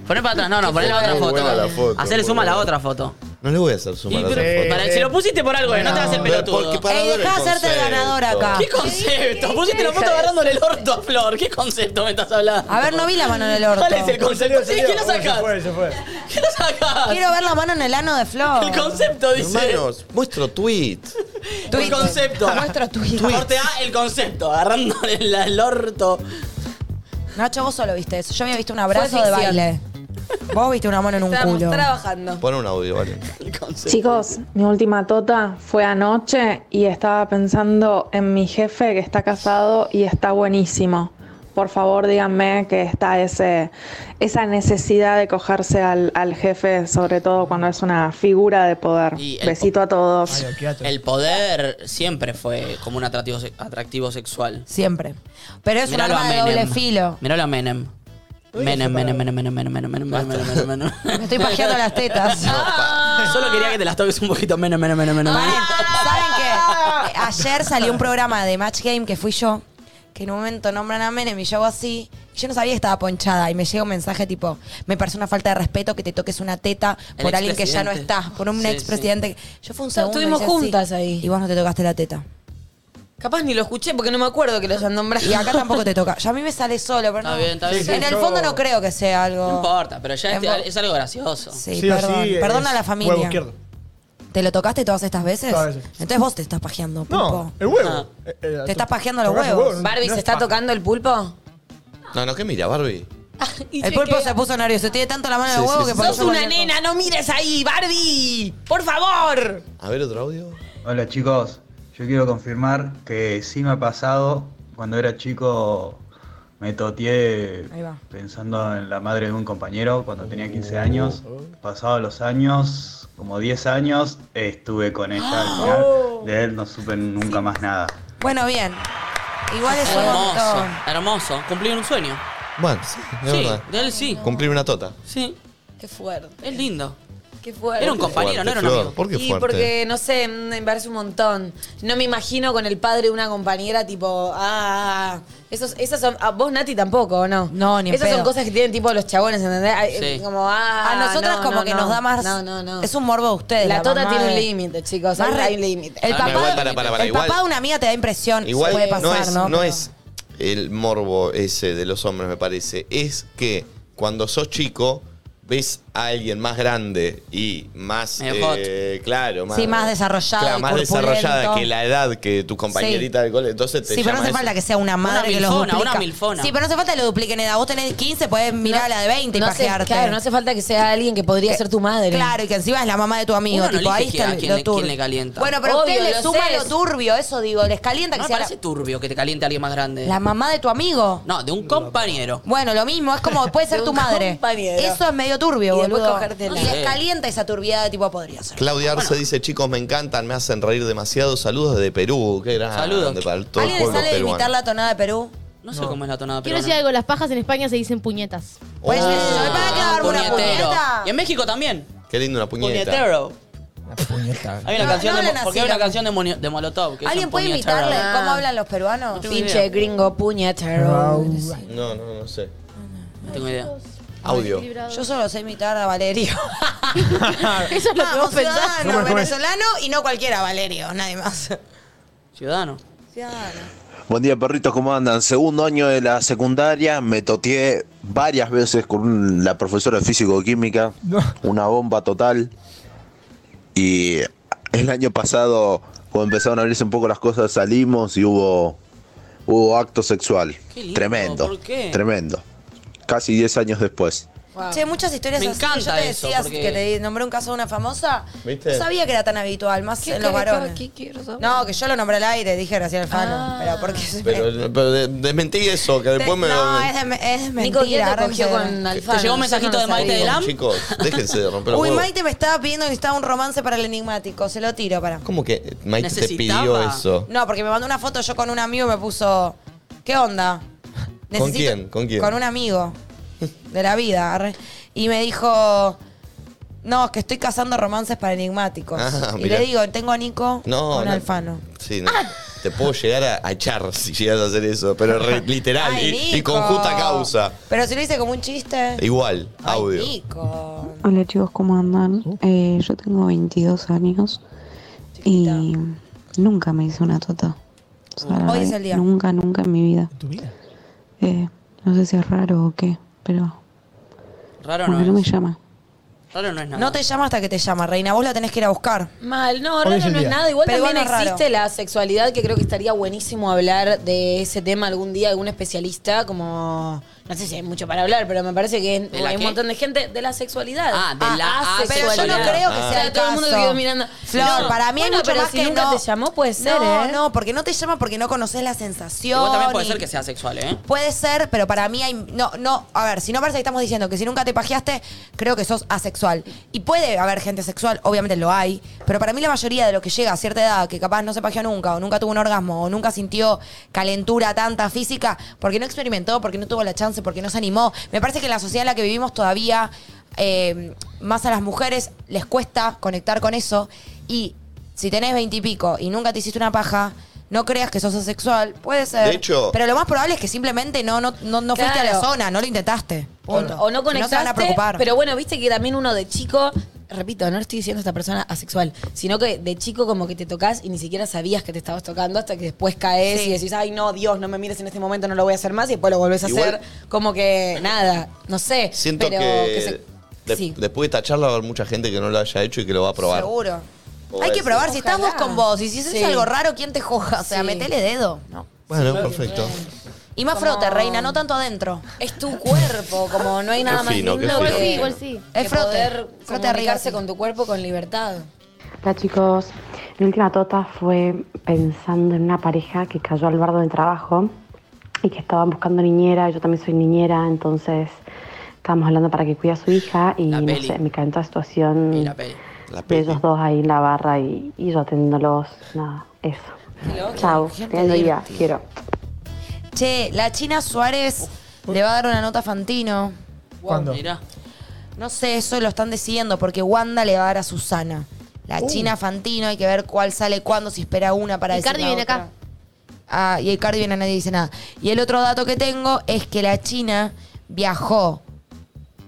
Poné para atrás, no, no, poné la otra
Muy buena la
foto.
foto,
Hacerle
muy
suma a la
buena.
otra foto.
No le voy a hacer sumar a
Y
la
pero-
foto.
para- si lo pusiste por algo, eh, no te hagas el pelotudo.
Porque para
Ey,
dar el
dejá de Eh, hacerte el
concepto.
ganador acá.
¿Qué concepto? Pusiste la foto agarrándole el orto a Flor. ¿Qué concepto me estás hablando?
A ver, no vi la mano en el orto.
¿Cuál es el concepto? Sí, ¿Quién lo
Uy, se
sacás?
fue, se fue.
¿Quién lo sacás?
Quiero ver la mano en el ano de Flor.
El concepto dice.
Hermanos, vuestro tweet.
El concepto.
Muestra tu
Corte A, el concepto. Agarrándole la- el orto.
Nacho, vos solo viste eso. Yo había visto un abrazo
Fue
de
ficción.
baile. Vos viste una mano en un
Estamos
culo.
trabajando.
Pon un audio, vale.
Chicos, mi última tota fue anoche y estaba pensando en mi jefe que está casado y está buenísimo. Por favor, díganme que está ese, esa necesidad de cogerse al, al jefe, sobre todo cuando es una figura de poder.
Y el-
Besito a todos.
El poder siempre fue como un atractivo, se- atractivo sexual.
Siempre. Pero es un
Miralo
arma
a
de doble
Menem.
filo.
Miralo a Menem. Menem, Menem, Menem, Menem, Menem, Menem, Menem, Menem, Menem, Menem.
Me estoy pajeando las tetas.
Ah.
Ah.
Solo quería que te las toques un poquito. Menem, Menem, Menem, Menem.
¿Saben qué? Eh, Ayer salió un programa de Match Game que fui yo, que en un momento nombran a Menem y yo hago así. y Yo no sabía que estaba ponchada y me llega un mensaje tipo, me parece una falta de respeto que te toques una teta
El
por alguien que ya no
expresidente.
está, por un
Sí,
expresidente. que- Yo fui un
No,
segundo.
estuvimos
hice así,
juntas ahí.
Y vos no te tocaste la teta.
Capaz ni lo escuché porque no me acuerdo que los han nombrado.
Y acá tampoco te toca. Ya a mí me sale solo, pero
Está
no.
bien, está bien.
En el fondo no creo que sea algo.
No importa, pero ya
En-
este- es algo gracioso.
Sí, perdón. perdón a la familia. ¿Te lo tocaste todas estas veces?
Todas veces.
Entonces vos te estás pajeando, pulpo.
el huevo.
Ah.
Eh,
Te estás pajeando los huevos.
Barbie, ¿se está tocando el pulpo?
No, no, ¿qué mira, Barbie?
El pulpo se puso nervioso. Tiene tanto la mano en
Sí,
el huevo
sí,
que
sí.
por
Sos
eso
una
cualquier
nena, no mires ahí, Barbie. Por favor.
A ver otro audio.
Hola chicos, yo quiero confirmar que sí me ha pasado, cuando era chico me toteé
Ahí va.
pensando en la madre de un compañero cuando tenía 15
Oh.
años, pasados los años, como 10 años, estuve con ella al final,
Oh.
de él no supe nunca más nada.
Bueno, bien. Igual es un
Hermoso,
montón.
hermoso. Cumplir un sueño.
Bueno, sí, es
Sí,
verdad.
de él sí.
Cumplir una tota.
Sí,
Qué fuerte.
es lindo.
Qué fuerte.
Era un compañero,
Fuerte,
no era un
Flor,
amigo.
¿Por qué
Y
fuerte?
porque, no sé, me parece un montón. No me imagino con el padre de una compañera tipo, ah, esos, esas son, a vos Nati tampoco, ¿o no?
No, ni en
Esas son
pedo.
cosas que tienen tipo los chabones, ¿entendés? Ay,
Sí.
Como, ah,
A nosotras
no,
como
no,
que
no.
nos da más...
No, no, no.
Es un morbo de ustedes.
La tota
mamá
tiene un
de-
límite, chicos,
Más
hay-
re-
hay límite.
El
Ah, no,
papá,
igual, para, para, para,
el
igual.
papá de una amiga te da impresión.
Igual
puede pasar,
no, es,
¿no?
no
Pero-
es el morbo ese de los hombres, me parece. Es que cuando sos chico, ves a alguien más grande y más.
Medio
eh, claro,
Sí, más desarrollado
Claro,
y
más
corpulento.
desarrollada que la edad que tu compañerita del cole. Entonces te
Sí, pero no
llama
hace
eso.
falta que sea una madre que los
milfona,
duplica.
una milfona.
Sí, pero no hace falta que lo dupliquen edad. Vos tenés 15, podés mirar a la de 20 y
no hace-
pajearte.
claro, no hace falta que sea alguien que podría ser tu madre.
Claro, y que encima es la mamá de tu amigo.
Uno no
tipo, ahí
elige
está
a quién
lo
le-
turbio.
quién le calienta.
Bueno, pero a
Obvio,
ustedes les
lo
suma
sé.
lo turbio, eso digo. Les calienta que
No me
sea la-
parece turbio que te caliente alguien más grande.
la mamá de tu amigo.
No, de un compañero.
Bueno, lo mismo, es como puede ser
De
tu
un
madre.
compañero.
Eso es medio turbio,
Y después
boludo.
cogértela.
Y
Sí.
les calienta esa turbiedad de tipo, podría ser.
Claudia Arce dice, chicos, me encantan, me hacen reír demasiado. Saludos desde Perú. Qué grande.
Saludos.
Para todo el
¿Alguien le
pueblo
sale de
peruano.
imitar la tonada de Perú?
No sé cómo es la tonada
Quiero
peruana.
decir algo, las pajas en España se dicen puñetas.
Pues eso, me van a clavar una
Puñetero.
puñeta.
Y en México también.
Qué lindo una puñeta.
Puñetero. Hay una
No,
canción
no
de,
hablan
Mo- porque
así,
hay una
loco.
canción de, Moni- de Molotov. Que es
¿Alguien
un
puede
puñetero.
imitarle cómo hablan los peruanos?
tengo idea.
Pinche gringo puñetero.
No, no, no sé. Ah,
No tengo idea.
Audio.
Yo solo sé imitar a Valerio.
Eso es lo que
Vamos,
vos pensás.
ciudadano
¿Cómo es, cómo es?
venezolano y no cualquiera Valerio, nadie más.
Ciudadano.
Buen día, perritos, ¿cómo andan? Segundo año de la secundaria, me toteé varias veces con la profesora de físico-química. Una bomba total. Y el año pasado, cuando empezaron a abrirse un poco las cosas, salimos y hubo, hubo acto sexual.
Qué lindo,
tremendo.
¿por qué?
Tremendo. casi 10 años después.
Che, muchas historias
Me
así.
encanta
Yo te
eso,
decías
porque-
que te nombré un caso de una famosa.
¿Viste?
No sabía que era tan habitual, más en los varones. No, que yo lo nombré al aire, dije Graciela Alfano. Pero porque
Pero, pero de- desmentí eso, que después me
No,
lo.
es, de- es mentira.
Nico, ¿quién te
ahora
cogió
me-
con
¿Te
Alfano?
llegó un mensajito de Maite
Perdón,
de Lam?
Chicos, déjense de romper los
Uy,
huevos.
Maite me estaba pidiendo que necesitaba un romance para el enigmático. Se lo tiro para.
¿Cómo que Maite te pidió eso?
No, porque me mandó una foto yo con un amigo y me puso. ¿Qué onda?
¿Con
Necesito-
quién? ¿Con quién?
Con un amigo de la vida. arre. Y me dijo. No, es que estoy cazando romances para enigmáticos.
Ah,
y
mirá.
le digo, tengo a Nico
No,
con
no.
Alfano.
Sí, no. Te puedo llegar a, a echar si llegas a hacer eso, pero re- literal
Ay,
y- y,
Nico.
con justa causa.
Pero si lo hice como un chiste.
Igual, audio.
Hola chicos, ¿cómo andan?
Oh.
Eh, yo tengo 22 años y nunca me hice una tota. O sea, la
Hoy es
verdad,
el día.
Nunca, nunca en mi vida. Eh, no sé si es raro o qué, pero
Raro
bueno,
no,
no me
es.
llama.
Raro no es nada.
No te llama hasta que te llama, reina. Vos la tenés que ir a buscar.
Mal, no,
Hoy
raro
es el
no es
día.
nada. Igual
Pero
también
igual no es
existe la sexualidad, que creo que estaría buenísimo hablar de ese tema algún día, algún especialista, como. No sé si hay mucho para hablar, pero me parece que
¿De la
hay
qué?
un montón de gente de la sexualidad. Ah,
de la
Pero yo no
asexualidad.
creo que
Ah.
sea
O sea,
el
todo el mundo quedó
caso.
mirando.
Flor,
No.
para mí
Bueno,
es mucho
pero
más
si
que
nunca
no.
te llamó, puede ser,
No,
¿eh?
no, porque no te llama porque no conoces la sensación.
Igual también puede
y-
ser que sea sexual, ¿eh?
Puede ser, pero para mí hay. No, no. A ver, si no parece que estamos diciendo que si nunca te pajeaste, creo que sos asexual. Y puede haber gente sexual, obviamente lo hay, pero para mí la mayoría de lo que llega a cierta edad, que capaz no se pajeó nunca, o nunca tuvo un orgasmo, o nunca sintió calentura tanta física, porque no experimentó, porque no tuvo la chance, porque no se animó. Me parece que en la sociedad en la que vivimos todavía, eh, más a las mujeres les cuesta conectar con eso. Y si tenés veintipico y, nunca te hiciste una paja. No creas que sos asexual, puede ser.
De hecho-
pero lo más probable es que simplemente no, no, no, no fuiste a la
Claro.
zona, no lo intentaste.
O,
Punto.
o no
Si
conectaste,
se van a preocupar.
pero bueno, viste que también uno de chico, repito, no estoy diciendo esta persona asexual, sino que de chico como que te tocas y ni siquiera sabías que te estabas tocando hasta que después caes
Sí.
y decís, ay no, Dios, no me mires en este momento, no lo voy a hacer más y después lo volvés a
Igual-
hacer. Como que nada, no sé.
Siento
pero
que,
se-
de-
sí.
después de esta charla va a haber mucha gente que no lo haya hecho y que lo va a probar.
Seguro.
O
Hay
va
que
a decir,
probar, si estás vos con vos y si haces
Sí.
algo raro, ¿quién te joja? O sea, metele dedo. No.
Bueno, perfecto.
Y más frote, reina, no tanto adentro.
Es tu cuerpo, como no hay nada
Qué
más
fino, qué
lindo
fino.
que,
Igual
sí, igual sí.
que
Es frote,
poder
frote arriba,
comunicarse
sí.
con tu cuerpo con libertad.
Hola chicos, mi última tota fue pensando en una pareja que cayó al bardo del trabajo y que estaban buscando niñera, yo también soy niñera, entonces estábamos hablando para que cuida a su hija y no
peli.
sé, me cayó en toda situación de ellos dos ahí en la barra y, y yo atendiéndolos, nada, eso. Chao,
gente
lindo día,
divertida.
quiero.
Che, la China Suárez le va a dar una nota a Fantino.
¿Cuándo?
Mirá.
No sé, eso lo están decidiendo porque Wanda le va a dar a Susana. La
Uh.
China Fantino, hay que ver cuál sale cuándo, si espera una para
Y
decir
Cardi
la
viene
otra.
acá.
Ah, y el Cardi viene, nadie dice nada. Y el otro dato que tengo es que la China viajó.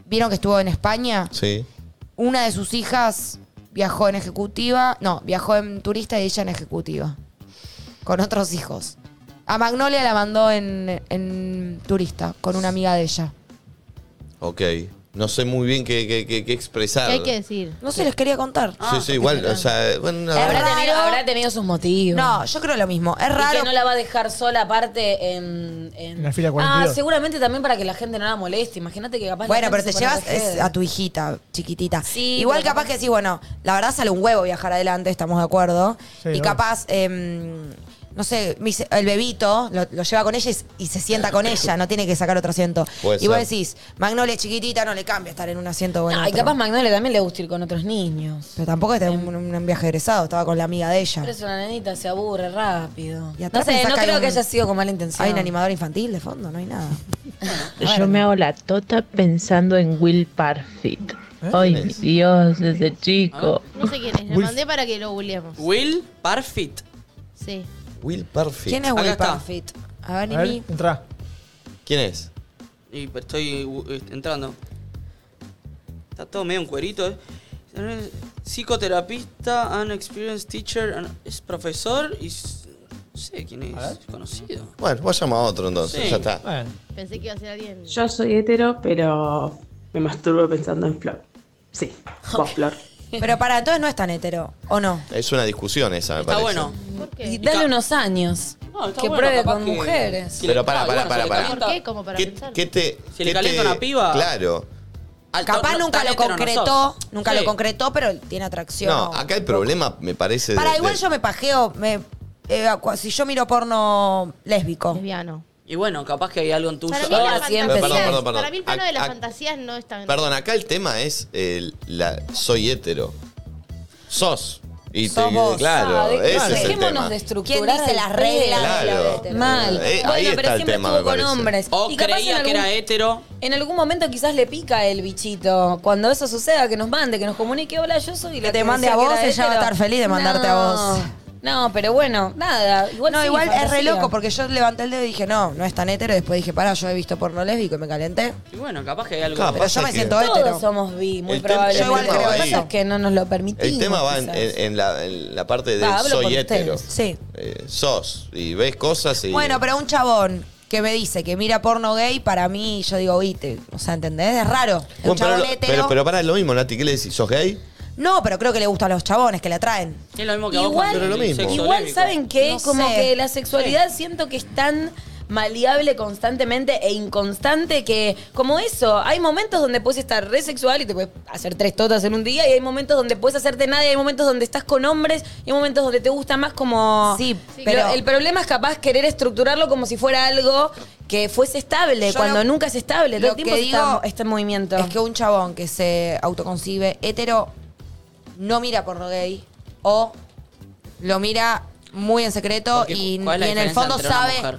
¿Vieron que estuvo en España?
Sí.
Una de sus hijas viajó en ejecutiva. No, viajó en turista y ella en ejecutiva. Con otros hijos. A Magnolia la mandó en, en turista, con una amiga de ella.
Ok. No sé muy bien qué, qué- qué- qué expresar.
decir? No se les quería contar.
Sí, sí, igual. O sea, bueno, nada.
Habrá tenido, habrá tenido sus motivos.
No, yo creo lo mismo. Es
Y
raro.
que no la va a dejar sola aparte en... en-
En la fila
Ah,
42.
seguramente también para que la gente no la moleste. Imagínate que capaz... la
Bueno,
gente
pero
se
te
pone
llevas
re
es,
heavy.
a tu hijita chiquitita.
Sí,
Igual
pero
capaz que decís, bueno, la verdad sale un huevo viajar adelante, estamos de acuerdo.
Sí,
y
obvio.
capaz, em, no sé, mis- el bebito lo, lo lleva con ella y, s- y se sienta con ella, no tiene que sacar otro asiento.
Puede
y vos
ser.
decís, Magnolia chiquitita no le cambia estar en un asiento bueno.
No, Ah, y capaz Magnolia también le gusta ir con otros niños. Em,
Pero tampoco está en un, un viaje egresado, estaba con la amiga de ella.
Pero es una nenita, se aburre rápido.
Y
no
atrás
sé,
pensá
no
hay
creo
un-
que haya sido con mala intención.
Hay un animador infantil de fondo, no hay nada.
Yo me hago la tota pensando en Will Parfit.
¿Eh?
Ay, mi Dios, ese chico.
No sé quién es, lo
Will-
mandé para que lo googleemos.
Will Parfit.
Sí.
Will Parfit.
¿Quién es Will
Acá está.
Parfit? A ver,
A ver,
Nini.
entra.
¿Quién es?
Y pero estoy uh, entrando. Está todo medio un cuerito, ¿eh? Psicoterapista, an experienced teacher, an- es profesor y s- no sé quién es, conocido.
Bueno, vos llama a otro entonces.
Sí.
Ya está.
Pensé que iba a ser alguien.
Yo soy hetero, pero me masturbo pensando en Flor. Sí, vos, Flor.
Pero para entonces no es tan hetero, ¿o no?
Es una discusión esa, me parece.
bueno.
Y dale unos años.
No, está
que
bueno,
pruebe
capaz
con
que-
mujeres.
que le-
Pero pará,
ah, bueno,
pará,
se
pará,
le
pará.
calienta-
¿Por qué? Como para
¿Qué,
pensar.
qué te,
Si le
qué
calienta
te-
una piba-
Claro.
Capaz nunca lo concretó, nunca
Sí.
lo concretó, pero tiene atracción.
No, acá el problema me parece. de-
Para igual
de-
yo me pajeo, me, eh, cu- si yo miro porno lésbico.
Y bueno, capaz que hay algo en tuyo.
Para mí, la fantasía-
Perdón, perdón, perdón.
para mí el plano de las
Ac- ac-
fantasías no es tan...
Perdón, acá el tema es el, la, soy hétero. Sos. Y te-
Sos vos.
Claro,
Ah, de-
ese es el
dejémonos
tema.
de estructurar
¿Quién dice
al
las
pedo?
reglas?
Claro.
Mal.
Eh,
bueno,
ahí
pero
está el
siempre
tema, me
estuvo con
parece.
hombres.
O
Y capaz
creía
en
que
algún-
era hétero.
En algún momento quizás le pica el bichito. Cuando eso suceda, que nos mande, que nos comunique, hola, yo soy la
te
decía
mande a vos,
era
ella va a
hetero".
estar feliz de mandarte a vos.
No, pero bueno, nada. Igual
no,
sí,
igual es re
fantasía.
loco porque yo levanté el dedo y dije, no, no es tan hétero. Y después dije, pará, yo he visto porno lésbico y me calenté.
Y bueno, capaz que hay algo.
Claro,
en-
Pero yo pasa me que- siento
Todos
hétero.
somos bi, muy
El tem-
probablemente.
el tema
Lo que
va
pasa
ahí.
es que no nos lo permitimos.
El tema va en,
quizás.
en- en la, en la parte de
Va, hablo por
soy
ustedes.
hétero.
Sí.
Eh, sos. Y ves cosas y.
Bueno, pero un chabón que me dice que mira porno gay, para mí, yo digo, uy, te- o sea, ¿entendés? Es raro. Es un
Bueno, pero,
chabón
lo-
hétero.
pero, pero para lo mismo, Nati, ¿qué le decís? ¿Sos gay?
No, pero creo que le gustan los chabones, que le atraen.
Es lo mismo que
Igual,
vos con
Pero lo
el
mismo.
sexo
Igual,
lésbico.
¿saben qué?
No
Como
sé.
que la sexualidad siento que es tan maleable constantemente e inconstante que, como eso, hay momentos donde puedes estar re sexual y te puedes hacer tres totas en un día, y hay momentos donde puedes hacerte nada, y hay momentos donde estás con hombres, y hay momentos donde te gusta más como.
Sí,
Lo-
pero-
El problema es capaz querer estructurarlo como si fuera algo que fuese estable,
Yo
cuando
lo-
nunca es estable. Todo
Lo
el tiempo
que
se está-
digo
está en este movimiento.
es que un chabón que se autoconcibe hétero no mira porno gay o lo mira muy en secreto
Porque,
Oh, y,
¿cuál es la
y en el
diferencia
fondo
entre una
sabe...
mujer?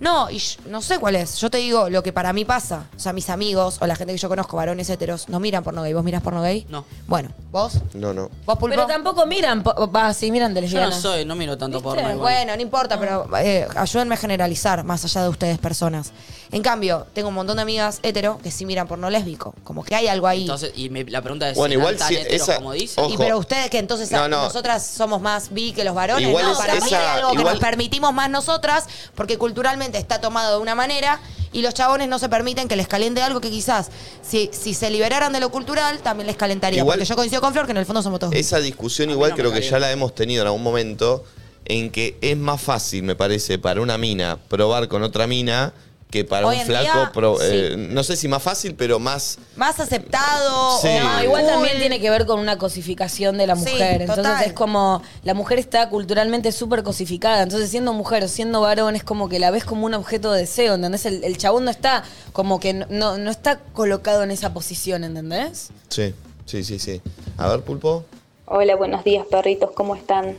No, y yo- no sé cuál es. Yo te digo lo que para mí pasa. O sea, mis amigos o la gente que yo conozco, varones heteros, no miran porno gay. ¿Vos mirás porno gay?
No.
Bueno, ¿vos?
No, no.
¿Vos pulpo?
Pero tampoco miran, po- va, sí, miran de
Yo no
lesbianas.
soy, no miro tanto porno.
Sí,
igual.
Bueno, no importa, pero eh, ayúdenme a generalizar más allá de ustedes personas. En cambio, tengo un montón de amigas hetero que sí miran porno lésbico. Como que hay algo ahí.
Entonces, y me- la pregunta es si
Bueno,
eran
igual
tan
si
heteros
esa-
este como dice.
ojo.
Y pero ustedes que entonces
No, no.
nosotras somos más bi que los varones,
Igual
¿no?
es
Para mí
esa-
hay algo que
igual-
nos permitimos más nosotras, porque culturalmente está tomado de una manera y los chabones no se permiten que les caliente algo que quizás si, si se liberaran de lo cultural también les calentaría.
Igual-
porque yo coincido con Flor que en el fondo somos todos.
Esa discusión igual
no me
creo que
calienta.
ya la hemos tenido en algún momento en que es más fácil, me parece, para una mina probar con otra mina que para
Hoy
un
en
flaco.
día,
pro-
sí.
eh, no sé si más fácil, pero más...
Más aceptado.
Sí.
o más
No, igual
cool.
también tiene que ver con una cosificación de la
Sí,
mujer. Entonces
total.
es como, la mujer está culturalmente súper cosificada. Entonces siendo mujer o siendo varón es como que la ves como un objeto de deseo, ¿entendés? El, el chabón no está como que no- no, no está colocado en esa posición, ¿entendés?
Sí, sí, sí, sí. A ver, pulpo.
Hola, buenos días perritos, ¿cómo están?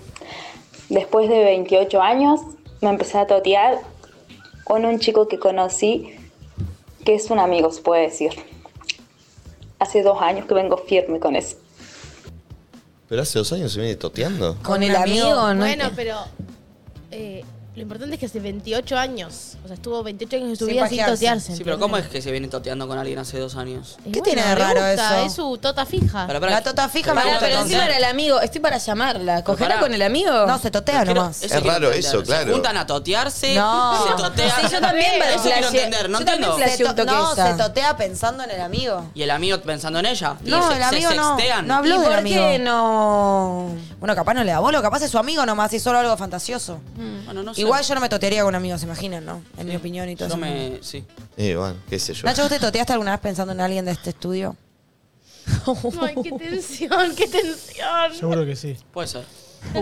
Después de 28 años me empecé a totear con un chico que conocí, que es un amigo, se puede decir. Hace dos años que vengo firme con eso.
Pero hace dos años se viene toteando.
Con el amigo, ¿no?
Bueno, pero eh, lo importante es que hace 28 años. O sea, estuvo 28 años de su vida sin totearse.
Sí, pero ¿cómo es que se viene toteando con alguien hace dos años?
Y
¿Qué
bueno,
tiene de
le
raro
gusta,
eso?
Es su tota fija.
Pará, pará. La tota fija me
Pará,
gusta
pero
tanto.
encima era el amigo. Estoy para llamarla. ¿Cogerá
pará.
con el amigo?
No, se totea
Quiero-
nomás.
eso quiero entender. Se juntan a totearse,
No.
se totean.
Sí, yo también me
Eso quiero
flasheé.
entender, no
Yo también
entiendo.
flasheé un toque No, esa. se totea pensando en el amigo.
Y el amigo pensando en ella. Y
No,
se-
el
se
amigo no.
sextean.
No habló
¿Y
del
por
amigo.
qué
no? Bueno, capaz no le da bolo, capaz es su amigo nomás y es solo algo fantasioso.
Bueno, no sé.
Mm. Igual yo no me totearía con un amigo, se imaginan, ¿no? En mi opinión y todo
Yo
eso.
me. Sí.
Eh, bueno, qué sé yo.
Nacho, ¿vos te toteaste alguna vez pensando en alguien de este estudio?
Ay, qué tensión, qué tensión.
Seguro que sí.
Puede ser.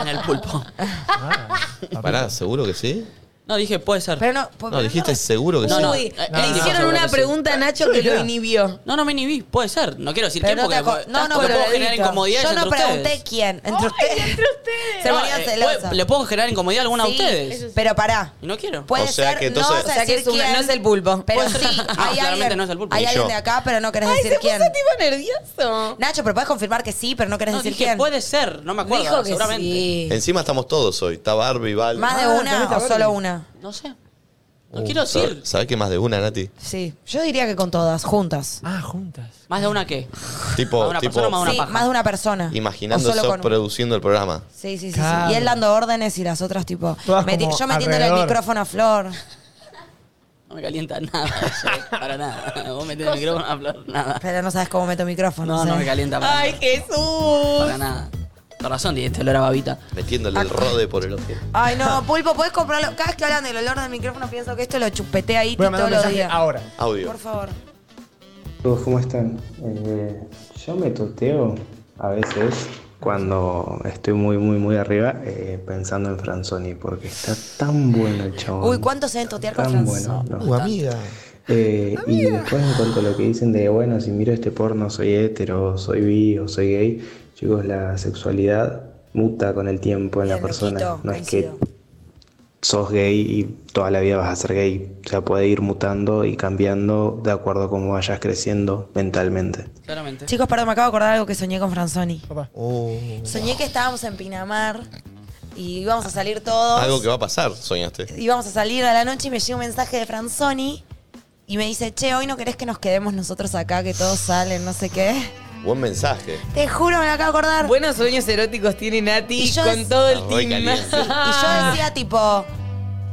En el pulpo.
Pará, ¿seguro que sí?
No, dije puede ser.
Pues, Pero no,
No, dijiste seguro que
No,
sí.
no.
Uy,
Eh,
le
eh,
hicieron
seguro
una
que sí.
pregunta a Nacho que lo
Yo-
inhibió.
No, no me inhibí. Puede ser. No quiero decir
Pero
quién
no te
porque
aco-
puedo-
no, no,
puedo
pero
generar incomodidades
Yo no
entre
pregunté
ustedes.
quién. Entre ustedes. Se
No,
ponían
eh,
celosas.
puede- ¿Le puedo generar incomodidad a alguna
Sí,
a ustedes?
Pero pará.
Y no quiero.
Puede ser, no vas a
O sea, que
decir
es una-
quién,
no es el pulpo.
Pero
Puede ser.
sí,
No,
hay
claramente
alguien,
no es el pulpo.
hay
Ni
alguien
yo.
de acá, pero no querés
Ay,
decir
se
quién.
puso tipo nervioso.
Nacho, pero puedes confirmar que sí, pero no querés
No,
decir
dije,
quién.
puede ser. No me acuerdo,
Dijo que
seguramente.
sí.
Encima estamos todos hoy. Está Barbie, Val.
¿Más Ah, de
Ah,
Ah,
una o solo una?
No sé. No quiero
¿sab-
decir.
¿Sabés que más de una, Nati?
Sí, yo diría que con todas, juntas.
Ah, juntas.
¿Más de una qué?
Tipo,
¿Más de una
tipo
persona o más de una
Sí,
paja?
más de una persona.
imaginando
O solo
sos
con un-
produciendo el programa.
Sí, sí, sí, sí.
Claro.
Y él dando órdenes y las otras tipo...
Todas
meti-
como
yo metiéndole el
alrededor.
micrófono a Flor.
No me calienta nada, yo, para nada. Vos metés el micrófono a hablar nada.
Pero no sabes cómo meto micrófono.
No,
sé.
no me calienta para
Ay,
nada.
Jesús.
Para nada. Con razón tiene este olor a babita.
Metiéndole el rode por el ojo.
Ay, no, Pulpo, puedes comprarlo. Cada vez que hablan del olor del micrófono pienso que esto lo chupetea ahí
Voy a mandar
todos
un
los
mensaje
días.
ahora. Audio.
Por favor.
Todos, ¿cómo están? Eh, yo me tuteo a veces cuando estoy muy, muy, muy arriba eh, pensando en Franzoni porque está tan bueno el chabón.
Uy, ¿cuántos se deben totear con
tan
Franzoni?
bueno. no. Eh, y después en cuanto a lo que dicen de, bueno, si miro este porno soy hetero, soy bi o soy gay, chicos, la sexualidad muta con el tiempo en la persona. no es que sos gay y toda la vida vas a ser gay. O sea, puede ir mutando y cambiando de acuerdo a cómo vayas creciendo mentalmente.
Claramente.
Chicos, perdón, me acabo de acordar algo que soñé con Franzoni.
Soñé
que estábamos en Pinamar y íbamos a salir todos.
Algo que va a pasar, soñaste.
íbamos a salir a la noche y me llega un mensaje de Franzoni y me dice, che, hoy no querés que nos quedemos nosotros acá, que todos salen, no sé qué.
Buen mensaje.
Te juro, me lo acabo de acordar.
Buenos sueños eróticos tiene Nati
Y yo
con
es-
todo el
Está re
team.
caliente.
Y yo
Ah.
decía, tipo,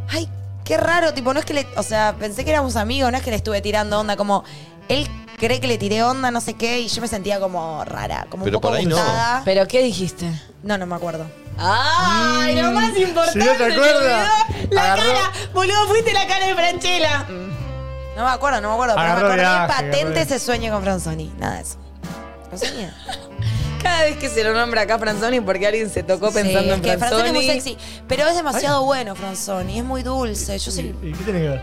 ay, qué raro, tipo, no es que le, o sea, pensé que éramos amigos, no es que le estuve tirando onda, como, él cree que le tiré onda, no sé qué, y yo me sentía como rara, como
Pero
un poco
por ahí no.
gustada.
¿Pero qué dijiste?
No, no me acuerdo.
¡Ay, lo más importante!
Si no se acuerda,
me olvidó La cara, boludo, fuiste la cara de Franchella.
No me acuerdo, no me acuerdo, pero
Agarró
me acordé
viaje, agarró
patente
viaje.
ese sueño con Franzoni, nada de eso. ¿Lo soñé?
Cada vez que se lo nombra acá Franzoni porque alguien se tocó pensando
Sí, es
en
que
Franzoni.
Franzoni es muy sexy, pero es demasiado bueno Franzoni, es muy dulce, yo soy...
¿Y qué tiene que ver?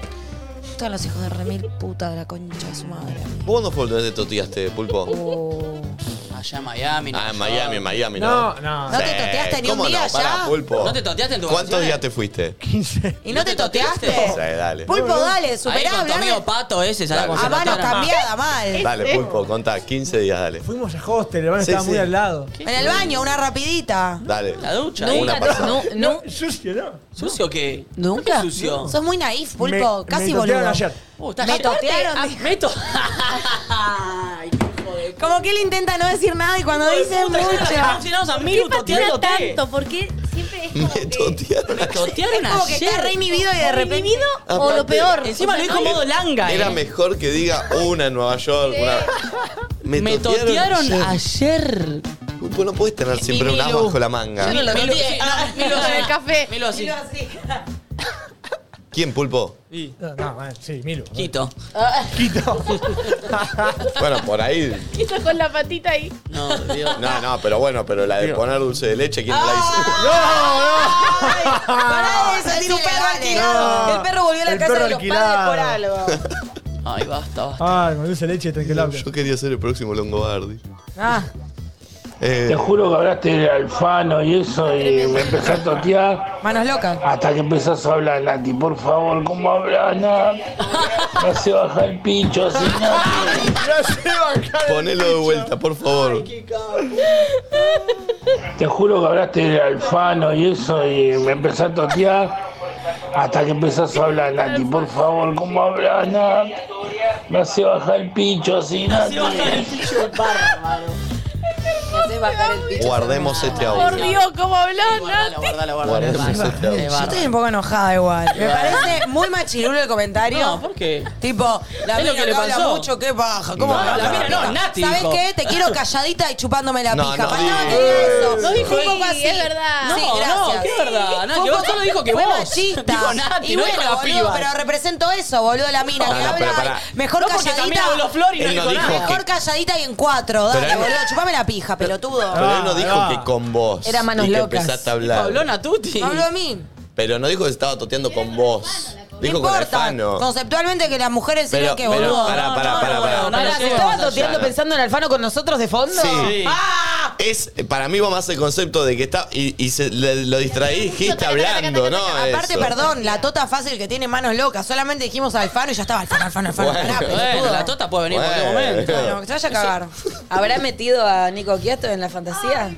Todos los hijos de remil puta de la concha de su madre.
¿Vos cuándo fue donde te toteaste,
Uh,
Pulpo?
Oh. Allá en Miami.
Ah, en Miami, en Miami,
No,
¿no?
no. ¿No te
Sí,
toteaste ni un
¿cómo
día
no? Pará,
allá?
Pulpo.
¿No te toteaste en tu
¿Cuántos
vacaciones?
días te fuiste?
15.
¿Y no te toteaste?
Sí, dale.
Pulpo, dale,
Ahí
superá,
con tu
hablar
amigo Pato ¿eh? ese, ¿sabes
Dale.
cómo se
A mano
totearon?
cambiada, mal.
Dale,
pues.
Pulpo, contá, 15 días, dale.
Fuimos a hostel, el hermano
Sí,
estaba
sí.
muy al lado.
En el baño, una rapidita.
Dale. La
ducha.
Una pasada.
No, sucio, ¿no.
¿Sucio qué?
¿Nunca?
¿Qué sucio?
Sos muy naif, Pulpo,
Me-
casi
me totearon
boludo.
ayer.
Uh, está-
me
aparte,
totearon.
ah, me to-
Como que él intenta no decir nada y cuando dice mucho.
Llenamos a
¿Por
Miru
qué patina
toteándote.
tanto? ¿Por qué siempre es como que...
Me totearon
Es como que
ayer.
está reinibido y de repente... ¿Reinibido o lo
Ah, Aparte,
peor?
Encima lo dijo modo langa,
Era
eh.
mejor que diga una en Nueva York. una-
Me totearon ayer.
Pulpo, no puedes tener siempre un as
Milu.
bajo la manga.
Yo no lo
Milo,
toteé.
sí,
Ah,
no, Milo,
sí.
el café.
Milo, sí.
Milo, sí.
¿Quién, Pulpo?
No, no, man, sí, Milo.
Quito.
Ah.
Bueno, por ahí.
Hizo con la patita ahí.
No, Dios.
No, no, pero bueno, pero la de poner dulce de leche, ¿quién la hizo?
Pará de eso, tiene un perro alquilado.
No.
El perro volvió a la
El
casa
perro
de los padres por
alquilado.
algo.
Ay, basta, basta.
Ay, con dulce de leche, tranquilo.
Yo quería ser el próximo Longobardi.
Ah.
Eh,
¿Ah?
Te juro que hablaste de Alfano y eso y me empecé a totear.
Manos locas.
Hasta que empezás a hablar, Nati, por favor, ¿cómo hablas? No, no se baja el pincho así, Nati.
ponelo de vuelta, por favor.
Te juro que hablaste de Alfano y eso y me empecé a totear. Hasta que empezás a hablar, Nati, por favor, ¿cómo hablas? No, no se baja el pincho así, Nati.
Hacés bajar el piso.
Guardemos este
Por
audio.
Dios, ¿cómo hablás, Nati?
Guardala, guardala.
Guardemos este audio.
Yo estoy un poco enojada igual. Me parece muy machirulo el comentario.
No, ¿por qué?
Tipo, la
Es lo
mina
que le
habla
pasó.
mucho, qué baja, cómo
No,
habla
la mina no,
pija?
Nati
¿Sabes
dijo.
qué? Te quiero calladita y chupándome la
No,
pija.
no
Faltaba
dijo
que diga
eso.
eso.
No dijo
Fue un poco
eso.
así.
Es verdad.
Sí,
No,
gracias.
no, qué verdad. Nati,
Fue
vos
un poco-
solo dijo que
fue
vos.
machista.
Dijo Nati,
y
no
bueno,
dijo la
boludo,
piba.
pero represento eso, boludo, la mina
No,
que
no,
habla.
pero pará.
Mejor
No, porque también
calladita.
habló Flor y no
Él no
dijo
dijo
nada.
que-
Mejor calladita y en cuatro,
Pero
dale,
él-
boludo, chupame la pija, pelotudo.
Pero él no dijo
Ah,
que con vos.
Era manos
y que
locas.
empezaste a hablar.
Habló Natuti.
No habló a mí.
Pero no dijo que estaba toteando con vos.
No
Dijo con
importa.
Alfano.
Conceptualmente que las mujeres sí
Pero-
que
pero,
boludo.
pará,
No,
pará,
no,
pará,
no,
pará.
no, no,
Pará,
no,
se
no.
va.
¿Estaba toteando
Allá.
pensando en Alfano con nosotros de fondo?
Sí.
¡Ah!
Es, para mí vos más el concepto de que está. Y, y se- le- lo distraí, dijiste hablando, ¿no?
Aparte,
Eso.
perdón, la tota fácil que tiene manos locas. Solamente dijimos Alfano y ya estaba Alfano, Alfano, Alfano.
Bueno.
Pará,
Bueno,
pelotudo.
la tota puede venir en cualquier
Bueno.
momento.
No, que se vaya a cagar.
¿Habrá metido a Nico Quieto en la fantasía?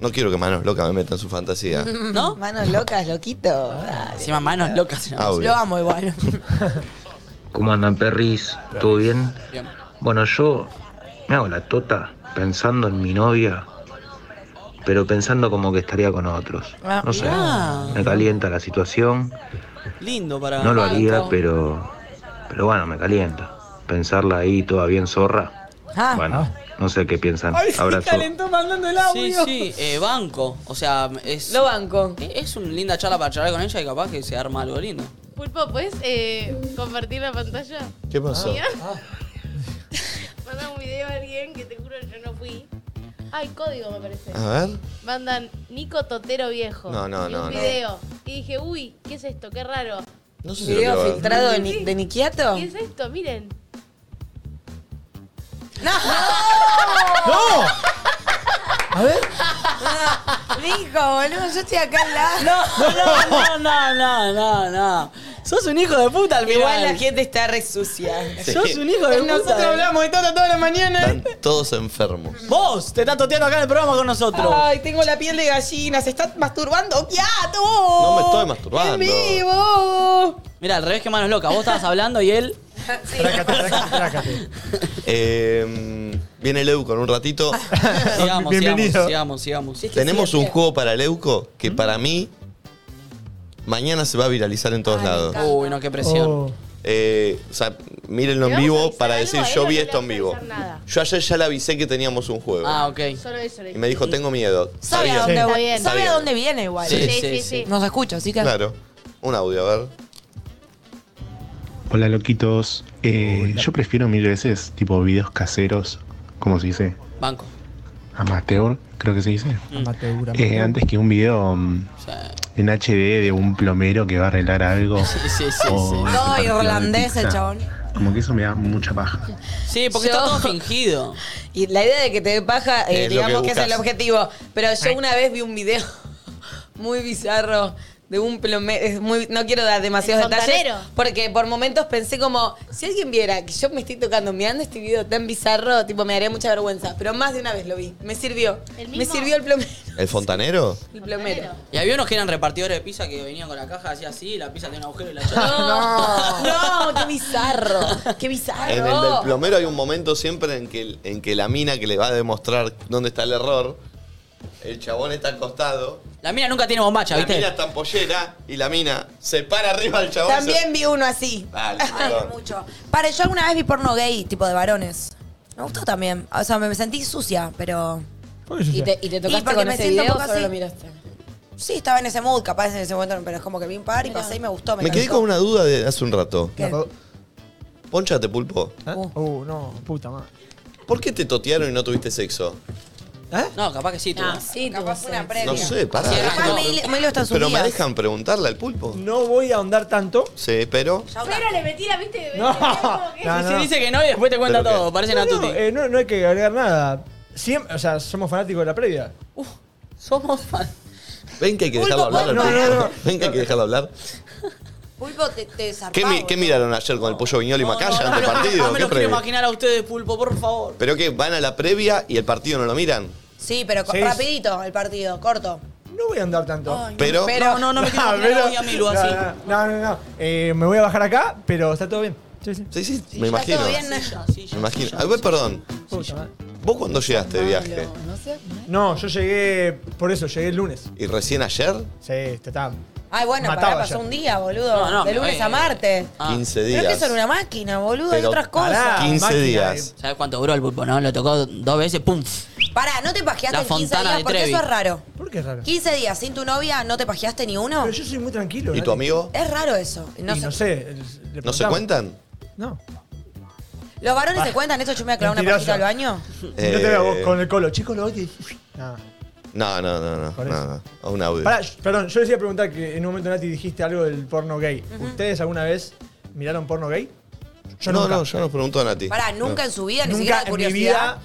No quiero que manos locas me metan su fantasía.
¿No? Manos locas, loquito.
Ah,
Encima manos locas. ¿no?
Audio.
Lo amo igual.
¿Cómo andan perris? ¿Todo bien?
Bien.
Bueno, yo me hago la tota pensando en mi novia, pero pensando como que estaría con otros.
Ah,
No sé,
mirá.
me calienta la situación,
Lindo para.
no lo haría, pero, pero bueno, me calienta. Pensarla ahí toda bien zorra,
Ah.
Bueno, no sé qué piensan. Abrazo.
mandando el
Sí, sí, eh, banco. O sea, es. Eh,
Lo banco.
Es una linda charla para charlar con ella y capaz que se arma algo lindo.
Pulpo, ¿puedes eh, compartir la pantalla?
¿Qué pasó?
Mía. Manda un video a alguien que te juro yo no fui. Ay, código me parece.
A ver.
Mandan Nico Totero Viejo.
No, no,
y
no,
Un
no.
video. Y dije, uy, ¿qué es esto? Qué raro.
No sé si lo quiero
¿Video
ver.
filtrado de, Ni- de Nikiato?
¿Qué es esto? Miren.
¡No! A ver.
Dijo, Ah, boludo, yo estoy acá al lado.
No, no, no, no, no, no. Sos un hijo de puta al final.
Igual la gente está re sucia.
Sí.
Sos un hijo de puta.
Nosotros hablamos de Tota toda la mañana.
Están todos enfermos.
Vos, te estás toteando acá en el programa con nosotros.
Ay, tengo la piel de gallina. ¿Se está masturbando? ¡Kiato!
No
No
me estoy masturbando.
¡En vivo!
Mira, al revés que manos locas. Vos estabas hablando y él.
Eh, viene el Euco en un ratito.
Ah,
Sigamos,
Bienvenido.
sigamos, sigamos, sigamos.
Tenemos un juego para el Euco que
Mm.
para mí mañana se va a viralizar en todos lados.
Uy, no, qué presión.
Eh, o sea, mírenlo en vivo para decir
eh,
yo vi esto en vivo. Yo ayer ya le avisé que teníamos un juego.
Ah, ok.
Solo eso.
Y me dijo, tengo miedo.
Sabe a
Está
dónde,
bien.
voy-
Está
sabe a
bien.
dónde viene igual.
Sí,
Sí,
sí,
sí,
sí.
sí. Nos escucha, así que.
Claro. Un audio, a ver.
Hola loquitos. Eh, yo prefiero mil veces tipo videos caseros, como se dice,
Banco. Mm.
amateur, creo que se dice.
Amateur,
Eh, antes que un video mm, en HD de un plomero que va a arreglar algo.
sí, sí,
o
sí.
un
No,
partido de
irlandés el
pizza.
chabón.
Como que eso me da mucha paja.
Sí, porque
Yo-
está todo fingido.
Y la idea de que te dé paja, eh,
Es lo
digamos
que
que, es el
buscas.
objetivo. Pero yo una vez vi un video muy bizarro de un plomero. es muy- no quiero dar demasiados
El
detalles.
fontanero.
Porque por momentos pensé como, si alguien viera que yo me estoy tocando mirando este video tan bizarro, tipo, me daría mucha vergüenza. Pero más de una vez lo vi. Me sirvió. Me sirvió el plomero.
¿El fontanero?
El plomero.
Y había unos que eran repartidores de pizza que venían con la caja, hacía así, la pizza tenía un agujero y la
No, no, qué bizarro. Qué bizarro.
En el del plomero hay un momento siempre en que, en que la mina que le va a demostrar dónde está el error, el chabón está acostado,
La mina nunca tiene bombacha,
la mina
¿viste?
está en pollera y la mina se para arriba del chabón.
También
vi uno así.
Dale, perdón.
Mucho. Para, yo alguna vez vi porno gay, tipo de varones. Me gustó también. O sea, me, me sentí sucia, pero.
Y te, y te tocaste
porque
con
me
ese
siento un
video,
poco
solo
así.
lo miraste.
Sí, estaba en ese mood, capaz en ese momento, pero es como que vi un par y pasé y me gustó. Me,
Me quedé
encantó.
con una duda de hace un rato.
¿Qué?
Ponchate, pulpo.
Uh, no, puta madre.
¿Por qué te totearon y no tuviste sexo?
¿Eh?
No, capaz que sí, tú.
Ah, sí, capaz fue una previa.
No sé, pará.
Capaz Milo- Milo está
Pero me
subida.
dejan preguntarle al pulpo.
No voy a ahondar tanto.
Sí, pero.
Pero le metí la, viste.
No.
Y si dice que no y después te cuenta
¿Pero qué?
todo, parece
no,
Natuti.
no, eh, no, no hay que agregar nada. Siempre, o sea, somos fanáticos de la previa.
Somos
Ven que hay que dejarlo
Pulpo,
hablar. al
no,
pulpo.
no, no.
Ven que hay que dejarlo hablar.
Pulpo te, te zarpá,
¿Qué, mi-
boludo.
qué miraron ayer con el pollo viñolo y Macaya ante partido?
No me
¿Qué
lo quiero
previo?
imaginar a ustedes, Pulpo, por favor.
¿Pero qué? ¿Van a la previa y el partido no lo miran?
Sí, pero co-
Sí.
rapidito el partido, corto.
No voy a andar tanto.
Pero- Pero-
no, no me quiero imaginar a mí, a Milu, así.
Ah, No, no, no. no. Eh, me voy a bajar acá, pero está todo bien. Sí, sí.
Sí, sí, me imagino.
Ah,
Me imagino. Ay, vos, perdón.
Puta madre.
¿Vos cuándo llegaste de viaje?
No, yo llegué, por eso, llegué el lunes.
¿Y recién ayer?
Sí, te estaba.
Ay, bueno,
Mataba
pará, pasó
ya.
un día, boludo.
No, no,
de lunes
eh,
a martes.
15
ah. Pero que
días.
eso era una máquina, boludo, hay
Pero
otras cosas.
pará, 15 máquina, días.
¿Sabes cuánto duró el pulpo? No, lo tocó dos veces, ¡pum!
Pará, no te pajeaste
La
en 15
Fontana
días
de
porque
Trevi.
eso es raro.
¿Por qué es raro?
15 días sin tu novia, ¿no te pajeaste ni uno? Pero
yo soy muy tranquilo.
¿Y tu amigo?
Es raro eso. No
Y
sé.
no sé. el- le
¿No se
preguntamos.
cuentan?
¿Los varones se cuentan eso? Yo me voy a clavar una
Mentiroso.
pajita al baño.
Yo te veo
Eh,
vos con el colo. Chicos, lo oye. Nada.
No, no, no, no.
Por
no, no. O Un audio.
Pará, sh- perdón, yo les iba a preguntar que en un momento Nati dijiste algo del porno gay. ¿Ustedes alguna vez miraron porno gay? Yo
no,
nunca.
no, yo no pregunto a Nati.
Pará, nunca
No.
en su vida, ni
Nunca
siquiera de
en mi
curiosidad.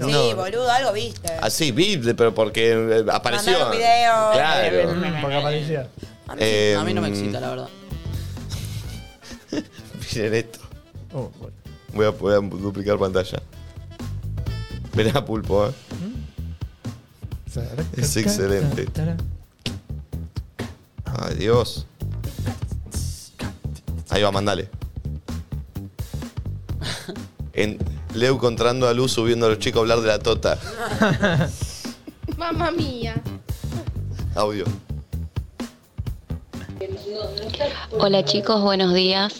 vida,
Sí,
no.
boludo, algo viste.
Ah, sí, vi, pero porque eh, apareció.
Mandaron video.
Claro.
Porque aparecía.
Eh,
a mí no me excita, la verdad.
Miren esto.
Oh, bueno.
Voy a, voy a duplicar pantalla. Verá pulpo, ¿eh? Es excelente. Ay, Dios. Ahí va, mandale. En Leu encontrando a Luz subiendo a los chicos a hablar de la tota.
Mamma mía.
Audio.
Hola chicos, buenos días.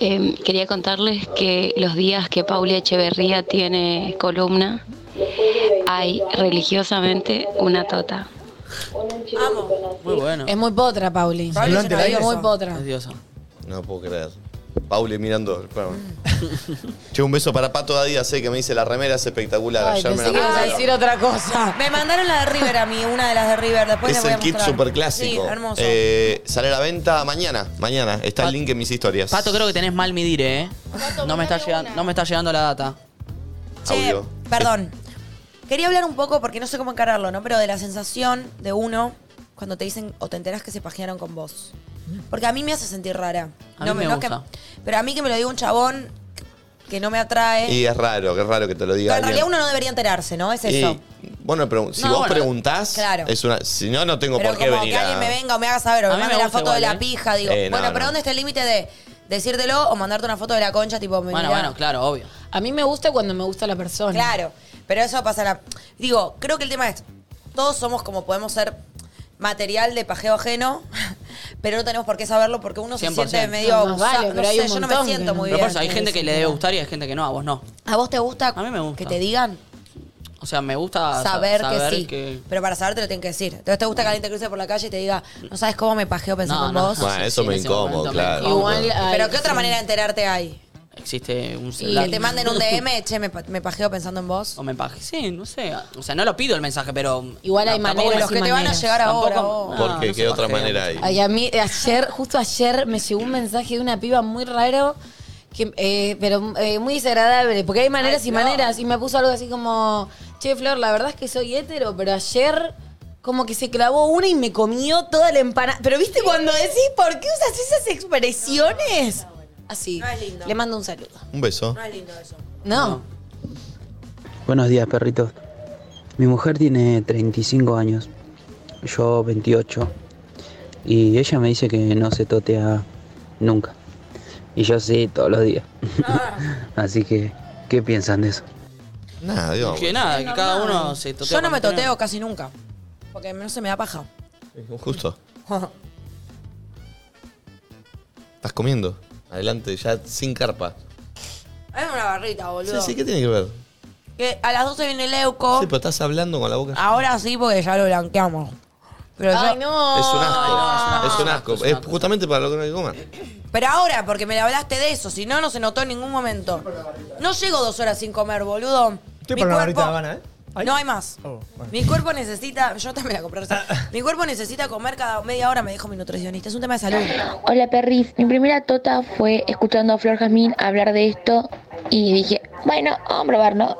Eh, quería contarles que los días que Pauli Echeverría tiene columna, hay religiosamente una tota.
Muy bueno.
Es muy potra, Pauli. Pauli
Semblante
se la
de
veo
eso.
muy potra.
Es diosa.
No puedo creer. Pauli mirando. el programa. che, un beso para Pato Díaz, eh, que me dice la remera es espectacular.
Ay,
Ayer me
pensé
la
que ibas a
mandaron.
decir otra cosa. Me mandaron la de River a mí, una de las de River. Después les
es
voy a
el kit
mostrar.
superclásico.
Sí, hermoso.
Eh, sale a la venta mañana. Mañana. Está el link en mis historias.
Pato, creo que tenés mal medir, eh. No me está llegando, no me está llegando la data.
Che,
Audio.
Perdón. Quería hablar un poco, porque no sé cómo encararlo, ¿no? Pero de la sensación de uno cuando te dicen o te enteras que se pajearon con vos. Porque a mí me hace sentir rara.
A mí me
que-
gusta.
pero a mí que me lo diga un chabón que no me atrae.
Y es raro, que es raro que te lo
eh.
diga.
Pero en realidad
alguien.
uno no debería enterarse, ¿no? Es
Y,
eso.
bueno, pero si
No,
vos
bueno,
preguntás,
claro.
es una, si no, no tengo
Pero
por qué
como
venir
que
a.
alguien me venga o me haga saber o
A
me
mí me
mande la
gusta
foto de
igual,
la
¿eh?
pija, digo,
Eh, no,
bueno, pero
no.
¿dónde está el límite de decírtelo o mandarte una foto de la concha tipo me
Bueno,
mirá?
bueno, claro, obvio.
A mí me gusta cuando me gusta la persona.
Claro, pero eso pasará. Digo, creo que el tema es, todos somos como podemos ser material de pajeo ajeno, pero no tenemos por qué saberlo porque uno se
100%.
siente medio...
No, más vale,
no
pero hay
sé,
un
yo no me
montón
siento
que no.
muy
Pero
bien.
por eso, hay gente que le debe gustar y hay gente que no, a vos no.
¿A vos te gusta?
A mí me gusta.
Que te digan
O sea, me gusta sa-
saber, que sí,
que-
pero para saber te lo tienen que decir. Entonces te gusta que alguien te cruce por la calle y te diga, no sabes cómo me pajeo pensando
No,
en
no,
vos.
Bueno, eso me
en ese
incomodo,
momento me
claro.
incomoda.
pero ¿qué otra manera de enterarte hay?
Existe un
Y
celular.
que te manden un DM, che, me, pa- me pajeo pensando en vos.
O mensaje. Sí, no sé. O sea, no lo pido el mensaje, pero.
Igual hay
Tampoco
maneras
me-
y maneras. Tampoco-
Oh.
¿Por qué? ¿Qué otra manera hay?
Ay, a mí, eh, ayer, justo ayer, me llegó un mensaje de una piba muy raro, que, eh, pero eh, muy desagradable, porque hay maneras y maneras. Y me puso algo así como, che, Flor, la verdad es que soy hétero, pero ayer como que se clavó una y me comió toda la empanada. Pero viste cuando decís, ¿por qué usas esas expresiones? Así. Le mando un saludo.
Un beso.
No.
Buenos días, perritos. Mi mujer tiene 35 años, yo 28. Y ella me dice que no se totea nunca. Y yo sí, todos los días. Así que, ¿qué piensan de eso?
Nada, digo.
Que nada, que cada uno se totea.
Yo no me
cuando
toteo casi nunca. Porque no se me da paja.
Justo. Estás comiendo. Adelante, ya sin carpa.
Es una barrita,
Sí,
boludo.
sí, ¿qué tiene que ver?
Que a las 12 viene Leuco.
Sí, pero estás hablando con la boca.
Ahora sí, porque ya lo blanqueamos. Pero
Ay,
yo-
no.
es un
Ay,
asco.
no,
Es un asco. Es justamente para lo que no hay que comer.
Pero ahora, porque me hablaste de eso, si no, no se notó en ningún momento. No llego dos horas sin comer, boludo.
Estoy
Mi
para una
cuerpo-
barrita Habana, Oh, ¿eh?
No hay más. Mi cuerpo necesita. Yo también la compré. o sea, mi cuerpo necesita comer cada media hora, me dijo mi nutricionista. Es un tema de salud.
Hola perris, mi primera tota fue escuchando a Flor Jazmín hablar de esto y dije, bueno, vamos a probar, ¿no?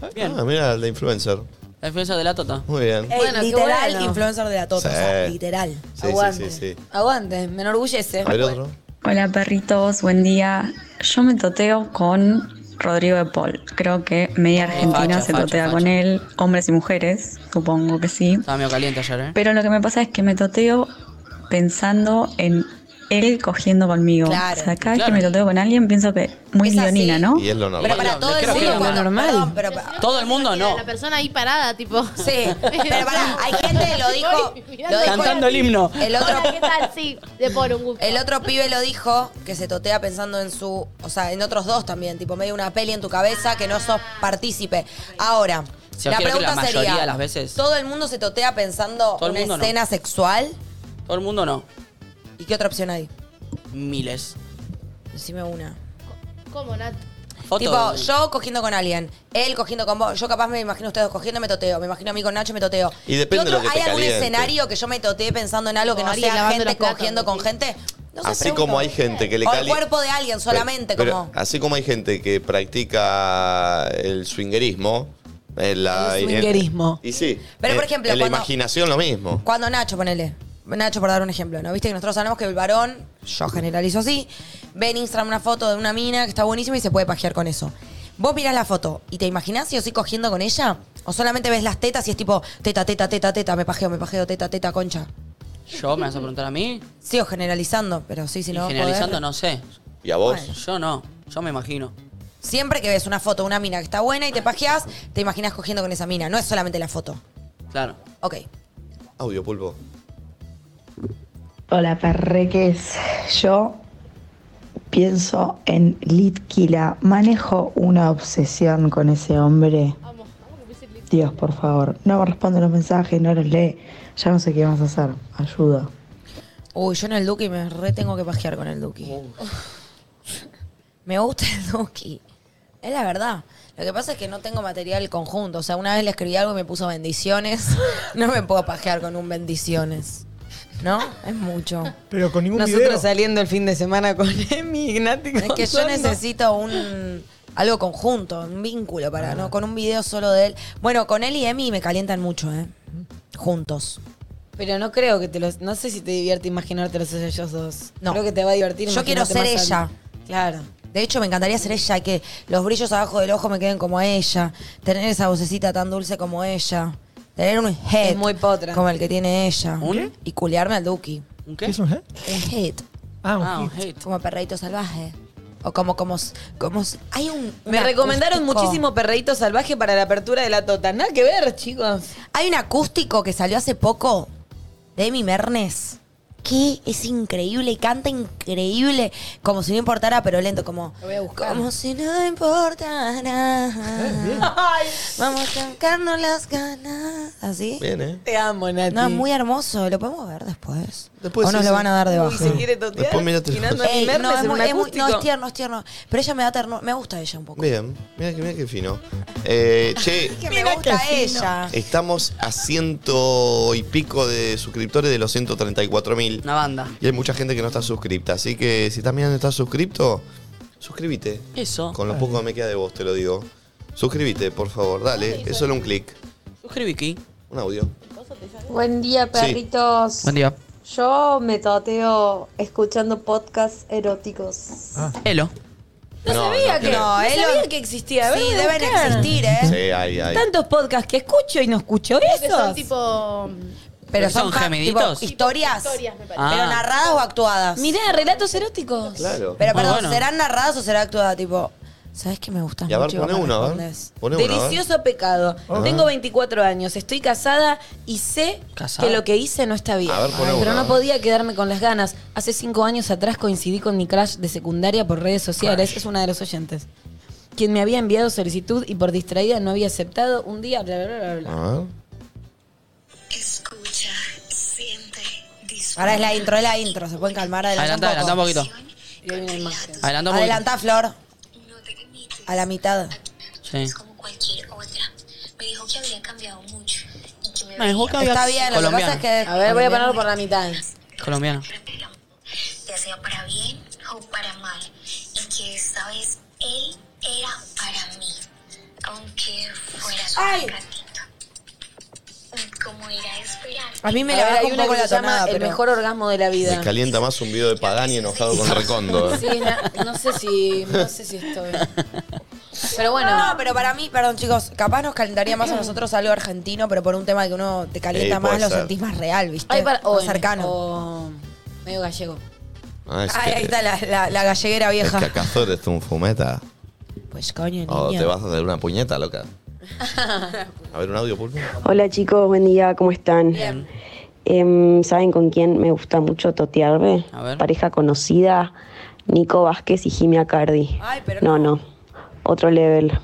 Ah, mira la influencer.
La influencia de la tota.
Muy bien.
Ey,
Bueno, qué
literal
bueno.
influencer de la tota.
Sí.
o sea, literal.
Sí, sí, sí, sí.
Aguante, me enorgullece.
A ver otro.
Hola perritos, buen día. Yo me toteo con Rodrigo de Paul. Creo que media Argentina
Oh, facha,
se
facha,
totea
facha.
con él, hombres y mujeres, supongo que sí.
Estaba medio caliente ayer, ¿eh?
Pero lo que me pasa es que me toteo pensando en él cogiendo conmigo.
Claro,
o sea, cada vez
claro.
que me toteo con alguien pienso que muy guionina, ¿no?
Y es lo normal.
para
todo
el
creo que
mundo,
es
lo
normal.
pero,
Todo el mundo no.
La persona ahí parada, tipo.
Sí, pero pará, hay gente que lo dijo- lo dijo-
Cantando el himno.
El otro,
¿Qué tal? Sí, de por un gusto.
el otro pibe lo dijo que se totea pensando en su. O sea, en otros dos también. Tipo, medio una peli en tu cabeza que no sos partícipe. Ahora,
Si yo
la
quiero que la
pregunta
mayoría
sería:
de las veces-
¿todo el mundo se totea pensando
Todo el
una
mundo no.
escena sexual?
Todo el mundo no.
¿Y qué otra opción hay?
Miles.
Decime una.
¿Cómo, Nat?
Tipo,
Fotos.
yo cogiendo con alguien, él cogiendo con vos. Yo capaz me imagino a ustedes cogiendo, me toteo. Me imagino a mí con Nacho, me toteo.
Y depende
¿Qué
de lo que
¿Hay
te
algún
caliente.
escenario que yo me totee pensando en algo que no
Alguien
sea
lavando
gente
los platos,
cogiendo con gente? No sé,
Así
pregunto.
como hay gente que le
O el
calienta.
cuerpo de alguien solamente,
Pero-
como.
Así como hay gente que practica el swingerismo. El, la- eh,
El swingerismo.
y sí.
Pero, por
eh,
ejemplo,
En la
cuando-
imaginación lo mismo.
Cuando Nacho, ponele. Nacho, por dar un ejemplo, ¿no? Viste que nosotros sabemos que el varón, yo generalizo así, ve en Instagram una foto de una mina que está buenísima y se puede pajear con eso. Vos mirás la foto y te imaginás si yo estoy cogiendo con ella, o solamente ves las tetas y es tipo, teta, teta, teta, teta, me pajeo, me pajeo, teta, teta, concha.
¿Yo me vas a preguntar a mí?
Sigo generalizando, pero sí, si
Y
no. podés.
generalizando, no sé.
¿Y a vos?
Yo no. Yo me imagino.
Siempre que ves una foto de una mina que está buena y te pajeás, te imaginas cogiendo con esa mina. No es solamente la foto.
Claro.
Ok.
Audio pulpo.
Hola, perreques. Yo
Pienso en Litquila. Manejo una obsesión con ese hombre. Dios, por favor. No me responde los mensajes, no los lee. Ya no sé qué vamos a hacer. Ayuda.
Uy, yo en el Duki me re tengo que pajear con el Duki. me gusta el Duki. Es la verdad. Lo que pasa es que no tengo material conjunto. O sea, una vez le escribí algo y me puso bendiciones. No me puedo pajear con un bendiciones. ¿No? Es mucho.
Pero con ningún
Nosotros
video.
saliendo el fin de semana con Emi, Ignati. Es que yo necesito un algo conjunto, un vínculo para, ¿no? Con un video solo de él. Bueno, con él y Emi me calientan mucho, ¿eh? Juntos.
Pero no creo que te los. No sé si te divierte imaginártelos a ellos dos.
No.
Creo que te va a divertir.
Yo quiero ser
imaginarte más
ella.
al- Claro.
De hecho, me encantaría ser ella, que los brillos abajo del ojo me queden como ella, tener esa vocecita tan dulce como ella, tener un head
muy potra.
como el que tiene ella
¿Un qué?
y culearme al Duki.
¿Un qué?
es un head? Un head.
Ah,
un Ah, un head.
Como perreito salvaje. O como, como, como, hay un...
Me
un
recomendaron
acústico.
muchísimo Perreíto Salvaje para la apertura de la Tota. Nada que ver, chicos.
Hay un acústico que salió hace poco de Emi Mernes. Que es increíble y canta increíble, como si no importara, pero lento, como.
Lo voy a buscar.
Como si no importara. Vamos a sacarnos las ganas. Así.
Bien, ¿eh?
Te amo, Nati.
No, es muy hermoso. Lo podemos ver después.
Después
o nos
Pues sí,
lo
sí.
van a dar de
Uy,
baja.
si quiere totear, Después mirate los- mirando a Emi
Ey,
Mernes
no, es
en
muy-
un
es muy- no,
acústico.
es tierno, es tierno. Pero ella me da terno. Me gusta ella un poco.
Bien, mira que, mirá que fino. Eh, che,
Que me gusta ella.
estamos a ciento y pico de suscriptores de los 134 mil.
Una banda.
Y hay mucha gente que no está suscripta, así que si estás mirando y estás suscripto, suscríbete.
Eso.
Con lo poco que me queda de vos, te lo digo. Suscríbete, por favor, dale, es solo un clic.
Suscribí aquí.
Un audio.
Buen día, perritos.
Buen día.
Yo me toteo escuchando podcasts eróticos.
Ah.
Elo.
No,
sabía que-
No,
No
él
sabía que existía.
Sí, deben existir, ¿eh?
Sí, hay, hay.
Tantos podcasts que escucho y no escucho
Creo que
esos.
son tipo.
Pero
¿Son
son, fan-
gemiditos?
tipo, historias.
Historias, me parece.
Pero
Ah.
narradas o actuadas.
Mirá, relatos eróticos.
Claro.
Pero
Muy
perdón,
bueno.
¿serán narradas o será actuada? Tipo, ¿sabes qué me gusta?
Y a ver,
mucho?
pone
¿Cómo
uno, a ver.
respondés?
Pone uno, a ver.
Delicioso pecado.
Ah.
Tengo 24 años, estoy casada y sé
¿Casada?
que lo que hice no está bien.
A ver, pone
Ay, pero
uno, a
no
ver.
podía quedarme con las ganas. Hace 5 años atrás coincidí con mi crush de secundaria por redes sociales. Es una de los oyentes. Quien me había enviado solicitud y por distraída no había aceptado. Un día, bla, bla, bla, bla.
A ver.
Ahora es la intro, es la intro. Se pueden calmar, adelantá
Adelantá, adelantá un poquito.
Y hay una imagen.
Ah,
Adelantá un poquito.
Adelantá, Flor. A la mitad.
Sí.
Me dijo que había cambiado mucho.
Me dejó que había-
Está bien, lo que pasa
Colombiana.
es que...
A ver, voy a ponerlo por la mitad.
Colombiana.
Ya sea para bien o para mal. Y que esta vez él era para mí. Aunque fuera su gatito. Como era de esperar.
A mí me
A
la
ver,
baja
hay
un
una
poco
que
la
se llama
tonada,
El
pero-
mejor orgasmo de la
Me
vida.
calienta más un video de Pagani enojado con Recondo. eh.
Sí, na- no sé si, no sé si estoy. Pero bueno.
No, pero para mí, perdón chicos, capaz nos calentaría más a nosotros algo argentino, pero por un tema de que uno te calienta
Eh, puede
más, lo
ser.
sentís más real, ¿viste?
Ay, para- o
más
en-
cercano.
o medio gallego.
Ah, es
Ay,
que-
ahí está la, la- la galleguera
Es
vieja.
que Oh. acaso eres un fumeta.
Pues coño,
O
niña.
te vas a hacer una puñeta, loca. A ver, un audio, pulpo.
Hola chicos, buen día, ¿cómo están? Em, ¿Saben con quién me gusta mucho totearme?
A ver.
Pareja conocida, Nico Vázquez y Jimmy Acardi.
Ay, pero
no, no, otro level.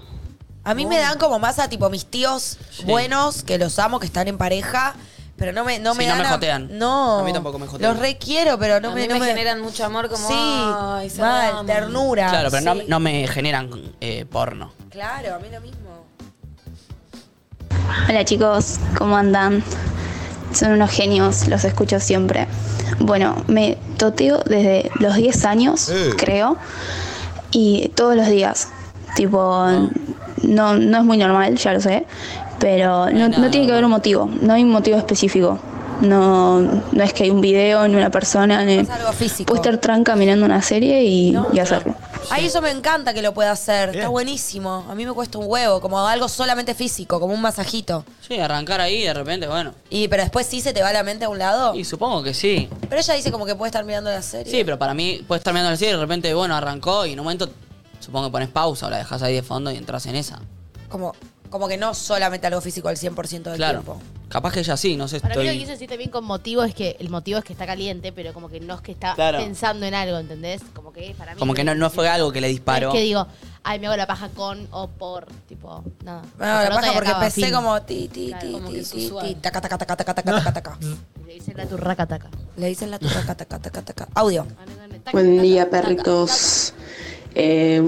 A mí me dan como más a tipo mis tíos buenos, que los amo, que están en pareja, pero no me, no
Sí,
me
no
dan.
me
a-
jotean.
No.
A mí tampoco me jotean.
Los requiero, pero no
a
me.
mí
no
me,
me-
generan mucho amor como
Sí,
ay, se
mal,
aman.
ternura.
Claro, pero no,
Sí.
no me generan eh, porno.
Claro, a mí lo mismo.
Hola chicos, ¿cómo andan? Son unos genios, los escucho siempre. Bueno, me toteo desde los 10 años,
Eh.
creo, y todos los días. Tipo, no, no es muy normal, ya lo sé, pero no, no tiene que haber un motivo, no hay un motivo específico. No, no es que hay un video ni una persona, ni... Puedo estar tranca mirando una serie y, y hacerlo.
Ay, eso me encanta que lo pueda hacer. Está buenísimo. A mí me cuesta un huevo, como algo solamente físico, como un masajito.
Sí, arrancar ahí de repente, bueno.
Y pero después sí se te va la mente a un lado.
Y supongo que sí.
Pero ella dice como que puede estar mirando la serie.
Sí, pero para mí puedes estar mirando la serie y de repente, bueno, arrancó y en un momento supongo que pones pausa o la dejas ahí de fondo y entras en esa.
Como, como que no solamente algo físico al 100% del
Claro.
tiempo.
Capaz que ella sí, no sé,
Para mí lo que
estoy...
quise decir también con motivo es que el motivo es que está caliente, pero como que no es que está
Claro.
pensando en algo, ¿entendés? Como que es para mí.
Como que no, no fue algo que le disparó.
Es que digo, ay, me hago la paja con o por, tipo, nada.
Me hago la
Pelota
paja
y
Ah, porque
acaba,
empecé
fin.
como ti, ti,
Claro,
ti,
como
ti,
que
ti,
suave.
ti, taca, taca, taca, taca, taca, taca, taca.
Le dicen la turraca, taca.
Le dicen la turraca, taca, taca, taca. Audio.
Buen día, perritos. Eh,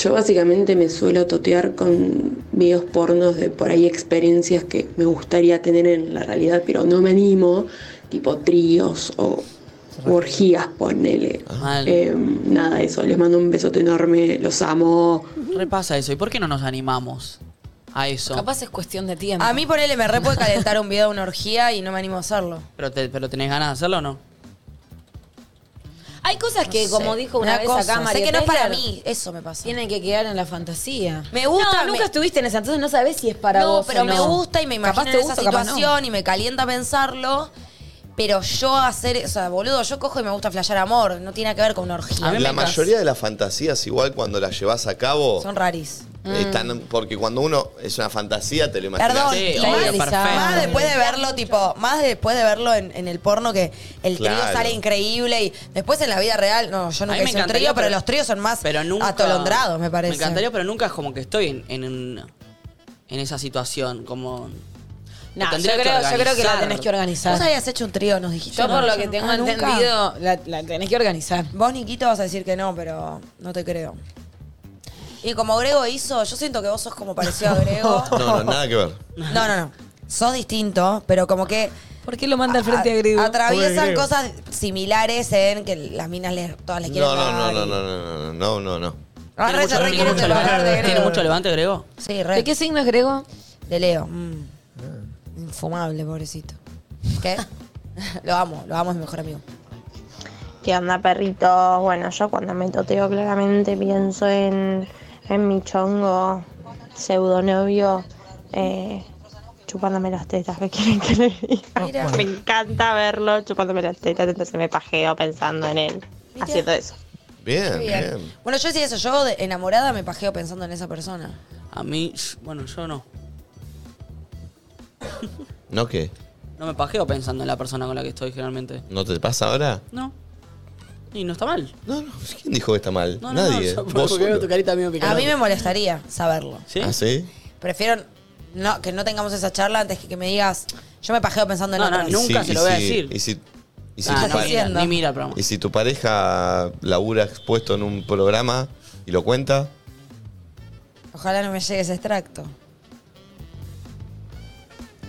yo básicamente me suelo totear con videos pornos de por ahí experiencias que me gustaría tener en la realidad, pero no me animo, tipo tríos o u orgías, ponele. Eh, nada, eso. Les mando un besote enorme, los amo.
Repasa eso. ¿Y por qué no nos animamos a eso?
Capaz es cuestión de tiempo.
A mí por él me re puede calentar un video de una orgía y no me animo a hacerlo.
Pero, te- pero tenés ganas de hacerlo o no?
Hay cosas que,
No
como
sé,
dijo
me
una
da
vez
cosa.
acá María
Sé que no es para
Taylor,
mí, eso me pasa.
Tienen que quedar en la fantasía.
Me gusta,
No, nunca
me-
estuviste en esa, entonces no sabes si es para
no,
vos.
pero
o
me
no.
gusta y me imagino
Capaz te
en esa
gusta, capaz no.
situación y me calienta pensarlo. Pero yo hacer, o sea, boludo, yo cojo y me gusta flashear amor, no tiene nada que ver con una orgía.
La mayoría de las fantasías, igual cuando las llevas a cabo,
son raris. Mm.
están. Porque cuando uno es una fantasía, te lo imaginas.
Perdón,
Sí,
y
obvio,
más, más
perfecto.
después de verlo, tipo, más después de verlo en, en el porno que el trío
Claro.
sale increíble y después en la vida real, no, yo
A mí
nunca
me
hice un
encantaría,
trío, pero,
pero-
los tríos son más
Pero nunca.
atolondrados, me parece.
Me encantaría, pero nunca es como que estoy en, en, un- en esa situación. Como.
No,
Lo
yo
tendría que
creo, yo creo que la
organizar.
tenés que organizar.
Vos habías hecho un trío, nos dijiste.
Yo
¿no?
por lo
Yo
que
no.
tengo
Ah, ¿nunca?
entendido, la, la tenés que organizar.
Vos, Niquito, vas a decir que no, pero no te creo. Y como Grego hizo, yo siento que vos sos como parecido a Grego.
No, no, nada que ver.
No, no, no. Sos distinto, pero como que.
¿Por qué lo manda al frente a Grego?
Atraviesan
Pobre Grego.
cosas similares en que las minas les, todas les quieren.
No, no, no,
dar
no, no,
y-
no, no, no, no, no.
Ahora
Tiene
se
mucho-
re
tiene
quieren
mucho
separar
levante.
de
¿Tiene
Grego.
mucho levante, Grego?
Sí, re.
¿De qué signo es Grego?
De Leo. Mm. Infumable, pobrecito. ¿Qué? lo amo, lo amo, es mi mejor amigo.
¿Qué onda, perritos? Bueno, yo cuando me toteo claramente pienso en, en mi chongo pseudonovio eh, chupándome las tetas. ¿Qué quieren que le diga?
Mira.
Ah, Me encanta verlo chupándome las tetas, entonces me pajeo pensando en él haciendo eso.
Bien,
Qué
bien.
Bueno, yo decía eso, yo de enamorada me pajeo pensando en esa persona.
A mí, sh- bueno, yo no.
¿No qué?
No me pajeo pensando en la persona con la que estoy generalmente.
¿No te pasa ahora?
No. Y no está mal.
No, no. ¿Quién dijo que está mal?
No, no,
Nadie.
no, yo-
¿Vos
porque veo
solo?
tu carita medio
A
picada.
mí me molestaría saberlo.
¿Ah, sí?
Prefiero no, que no tengamos esa charla antes que que me digas, yo me pajeo pensando en
No,
otra.
no, nunca se
Y si-
lo voy a
y si-
decir.
Y si, y si
Ah,
tu
no,
pa-
ni mira, ni mira el programa.
y si tu pareja labura expuesto en un programa y lo cuenta,
Ojalá no me llegue ese extracto.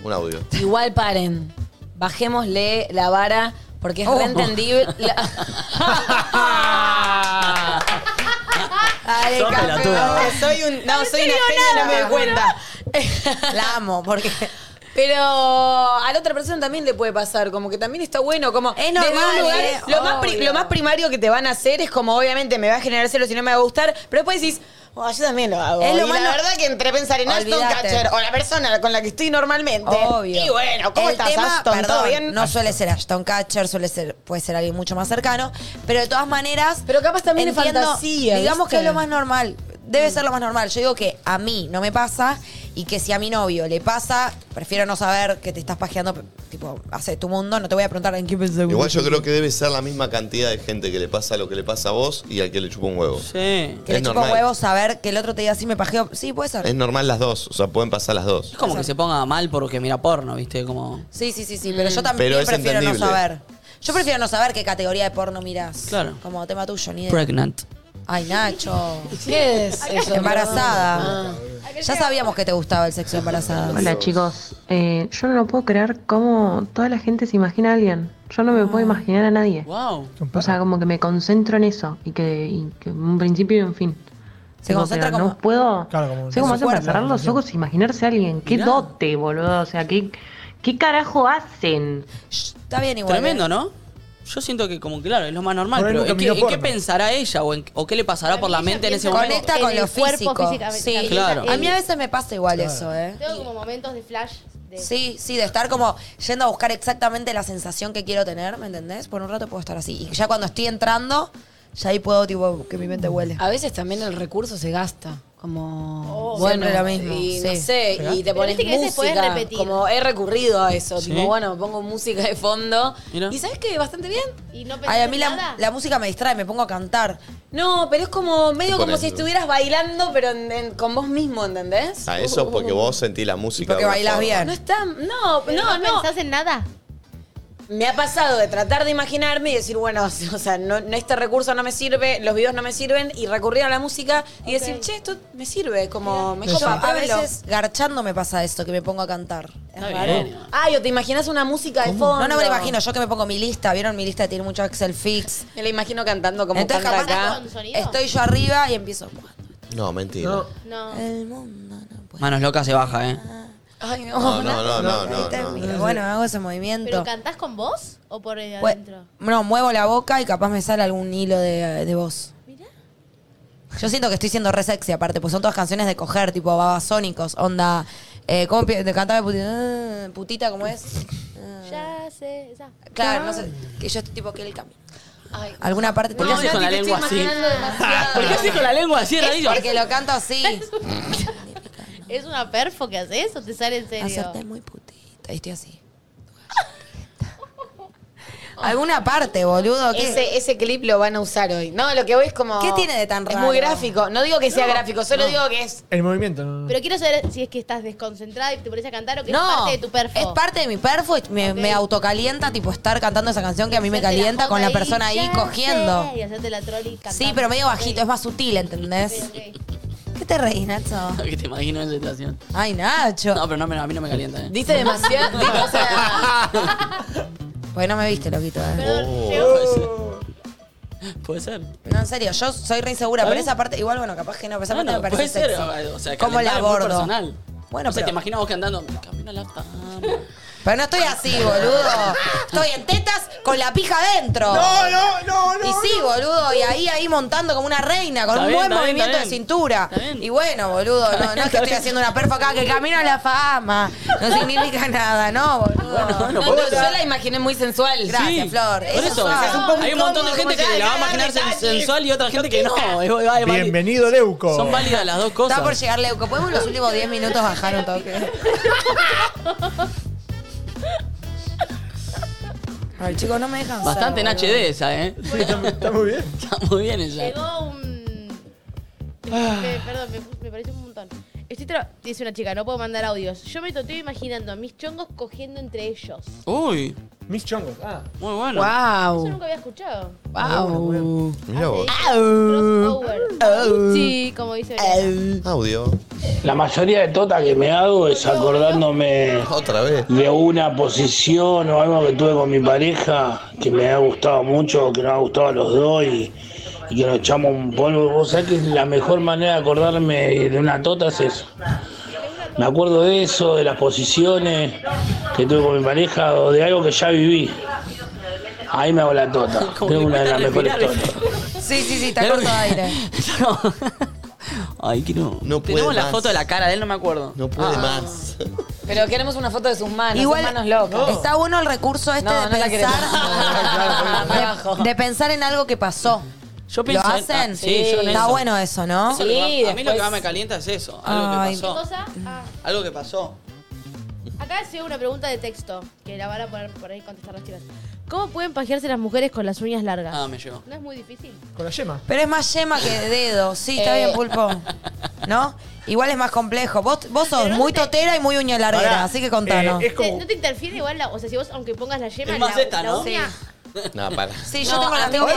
un audio.
Igual paren. Bajémosle la vara porque es
Oh.
reentendible.
Dale,
Sos
campeón.
pelotuda.
soy un, no, soy una genia, no me doy cuenta. La amo, porque
Pero a la otra persona también le puede pasar, como que también está bueno, como es
normal, ¿eh?
lo, más pri-
Obvio.
lo más primario que te van a hacer es como obviamente me va a generar celos y no me va a gustar, pero después decís, "Oh, yo también lo hago.
Es lo
y
más
la
no-
verdad que entre pensar en Aston
Olvídate.
Catcher o la persona con la que estoy normalmente.
obvio.
Y bueno, ¿cómo
El
estás,
tema,
Aston? ¿Todo
perdón,
bien?
No suele ser Ashton Catcher, suele ser, puede ser alguien mucho más cercano, pero de todas maneras.
Pero capaz también es
entiendo,
fantasía,
Digamos
¿viste? Mm.
que es lo más normal. Debe ser lo más normal. Yo digo que a mí no me pasa y que si a mi novio le pasa, prefiero no saber que te estás pajeando, tipo, hace tu mundo, no te voy a preguntar en qué pensás.
Igual yo creo que debe ser la misma cantidad de gente que le pasa lo que le pasa a vos y al que le chupa un huevo. Sí.
Que
Que le chupa huevos saber que el otro te diga, sí, me pajeo. Sí, puede ser.
Es normal las dos, o sea, pueden pasar las dos.
Es como que se ponga mal porque mira porno, ¿viste? Como.
Sí, sí, sí, sí, pero yo también
Mm. Pero es
prefiero no
entendible.
saber. Yo prefiero no saber qué categoría de porno mirás.
Claro.
Como tema tuyo, ni idea.
Pregnant.
Ay, Nacho.
¿Qué es eso?
Embarazada. Ya sabíamos que te gustaba el sexo embarazada.
Hola chicos, Eh, yo no puedo creer cómo toda la gente se imagina a alguien. Yo no me
Ah.
puedo imaginar a nadie.
Wow.
O sea, como que me concentro en eso y que, y que un principio y un fin.
Se concentra
pero
como-
No puedo.
como
sé cómo
en su
hacen para
cuerpo.
cerrar los ojos e imaginarse a alguien. Qué
Mirá.
dote, boludo. O sea, qué, qué carajo hacen.
Está bien igual. eh.
Tremendo, ¿no? Yo siento que, como claro, es lo más normal,
Por ahí
pero
nunca
¿en qué,
miró
en qué
porno.
pensará ella o, en- o qué le pasará por la mente en ese momento?
Conecta con
En el
lo
cuerpo
físico.
físicamente,
Sí,
Claro.
A mí a veces me pasa igual eso, ¿eh?
Tengo como momentos de flash. De...
Sí, sí, de estar como yendo a buscar exactamente la sensación que quiero tener, ¿me entendés? Por un rato puedo estar así. Y ya cuando estoy entrando, ya ahí puedo, tipo, que mi mente huele.
A veces también el recurso se gasta. Como.
Oh,
bueno,
siempre lo mismo,
Y, No
sí.
sé,
Pero
y te
viste
pones
que a veces
música.
podés repetir.
Como he recurrido a eso.
Sí.
Tipo, bueno, pongo música de fondo.
Mira.
Y sabes que bastante bien.
Y no
Ay, a mí la, la música me distrae, me pongo a cantar.
No, pero es como medio
Por
como si
eso.
estuvieras bailando, pero en- en- con vos mismo, ¿entendés?
A eso porque vos sentís la música. de una forma.
No está. No,
Pero no
no, no.
pensás en nada.
Me ha pasado de tratar de imaginarme y decir, bueno, o sea, no, no, este recurso no me sirve, los videos no me sirven, y recurrir a la música y decir, che, esto me sirve, como me
Yo
copa,
a
pruébelo.
veces garchando me pasa esto, que me pongo a cantar. Es
Está
raro.
bien. Ay, o te imaginas una música de fondo.
No, no me lo imagino. Yo que me pongo mi lista, ¿vieron? Mi lista tiene mucho Excel Fix.
Me la imagino cantando como
Entonces,
canta
capaz
acá.
no- estoy yo arriba y empiezo.
No, mentira.
No.
No.
El mundo.
Manos locas se baja, ¿eh?
Ay,
No, no, no, no, no,
Ahí
no.
termino. Bueno, hago ese movimiento.
¿Pero cantás con vos o por ahí
Pues-
adentro?
No, muevo la boca y capaz me sale algún hilo de, de voz. Yo siento que estoy siendo re sexy aparte, pues son todas canciones de coger, tipo babasónicos, onda. Eh, ¿Cómo empie- de cantarme putita? Ah, Putita, ¿cómo es?
Ya sé, esa.
Claro, no sé. Que yo estoy tipo que él cambia. Alguna parte
¿Por qué haces con la lengua así? ¿Por qué haces con la lengua así,
Es
Rarillo?
Porque lo canto así.
¿Es una perfo que haces o te sale en serio?
Hacerte muy putita. Ahí estoy así. Alguna parte, boludo. ¿qué?
Ese, ese clip lo van a usar hoy. No, lo que voy es como.
¿Qué tiene de tan
Es muy
raro?
gráfico. No digo que sea
No,
gráfico, solo
no.
digo que es.
El movimiento, no.
Pero quiero saber si es que estás desconcentrada y te pones a cantar o que
No,
es parte de tu perfo.
Es parte de mi perfo, y me, me autocalienta, tipo, estar cantando esa canción que a mí me calienta con la persona ahí
Ya
cogiendo.
sé, Y hacerte la troll y cantar.
Sí, pero medio bajito, es más sutil, ¿entendés? ¿Qué te reís, Nacho?
que te imagino en situación.
Ay, Nacho.
No, pero no, me- a mí no me calienta, ¿eh?
Dice demasiado. o sea,
Porque no me viste, loquito. ¿eh?
Oh.
Oh, Puede ser.
No, en serio, yo soy re insegura, pero esa parte, igual, bueno, capaz que no, pero esa
No,
parte
no,
me parece
puede ser,
sexy.
o sea,
¿Cómo la
calentar es muy
abordo?
personal.
Bueno,
o sea,
pero-
te imaginaba vos cantando, camina la tama.
Pero no estoy así, boludo. Estoy en tetas con la pija adentro.
No, no,
no, no. Y sí, boludo, y ahí, ahí montando como una reina, con
Está
un
bien,
buen
está bien,
movimiento
está
de
bien.
cintura. Y bueno, boludo, no, no es que estoy haciendo una perfa acá que camino a la fama. No significa nada, ¿no,
no,
boludo?
no, yo la imaginé muy sensual.
Gracias, Flor.
Por eso, hay un montón de gente que la va a imaginar sen- sensual y otra gente que no. Es- es- es-
Bienvenido, Leuco.
Son válidas las dos cosas.
Está por llegar Leuco. ¿Podemos los últimos 10 minutos bajar un toque? Ay, chicos, no me dejan
Bastante en HD esa, ¿eh?
está muy bien.
Está muy bien esa.
Llegó un. Me-
Ah.
me- perdón, me, me parece un montón. Estoy tra- Dice una chica, no puedo mandar audios. Yo me toteo imaginando a mis chongos cogiendo entre ellos.
Uy.
Mis chongos. Ah.
Muy bueno.
Eso nunca había escuchado.
Wow.
Mirá vos.
Crossover. Sí, como dice. Belén.
Audio.
La mayoría de totas que me hago es acordándome de una posición o algo que tuve con mi pareja que me ha gustado mucho, que nos ha gustado a los dos y, y que nos echamos un polvo. Vos sabés que la mejor manera de acordarme de una tota es eso. Me acuerdo de eso, de las posiciones que tuve con mi pareja o de algo que ya viví. Ahí me hago la tota. Tengo una de las mejores totas.
Sí, sí, sí, está corto de aire.
Ay, quiero.
No puede
Tenemos la
más.
foto de la cara de él, no me acuerdo. Ah.
No puede más.
Pero queremos una foto de sus manos,
Igual-
sus manos locas.
Está bueno el recurso este
No,
de
no la queremos.
pensar de, de pensar en algo que pasó.
Yo pienso
¿Lo
en-
hacen?
ah, sí, yo en
Está
eso.
bueno eso, ¿no?
Eso es lo que más- a mí lo que más me calienta es eso. Algo
Ay.
que pasó. Algo que pasó.
ah, Acá llega una pregunta de texto que la van a poner por ahí contestar las chicas. ¿Cómo pueden pajearse las mujeres con las uñas largas?
Ah, me llegó.
No es muy difícil.
Con la yema.
Pero es más yema que de dedo. Sí, está
Eh.
bien, pulpo. ¿No? Igual es más complejo. Vos, vos sos muy totera y muy uña larguera,
Pará,
así que contanos.
eh, es como-
¿No te interfiere igual la, o sea, si vos aunque pongas la yema
Es más
la,
esta,
la
¿no?
uña?
No, para.
Sí, yo tengo las
a mí-
tengo
Hola.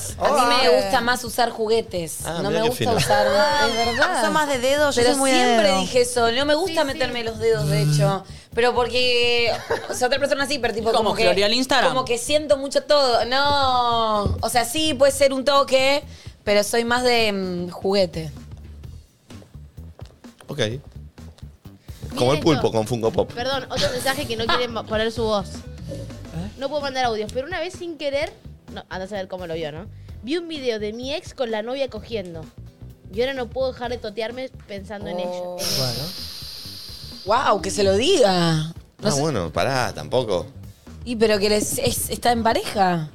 cortitas.
A mí me
Hola.
gusta más usar juguetes.
Ah,
no me
mirá
gusta
qué fino.
usar.
Ah,
Es verdad.
son más de dedo, yo
Pero
soy muy de
siempre
dedo.
dije eso. No me gusta meterme los dedos, de hecho. Pero porque. O sea, otra persona sí, pero tipo.
Como
Como, que.
Floreal Instagram.
Como que siento mucho todo. No. O sea, sí puede ser un toque, pero soy más de mm, juguete.
Ok. Como el pulpo con Funko Pop.
Perdón, otro mensaje que no quieren ma- poner su voz. No puedo mandar audios, pero una vez sin querer, no, anda a saber cómo lo vio, ¿no? Vi un video de mi ex con la novia cogiendo. Y ahora no puedo dejar de totearme pensando en ello.
¡Wow! Que se lo diga.
Ah, bueno, pará, tampoco.
Y pero que les, es- está en pareja.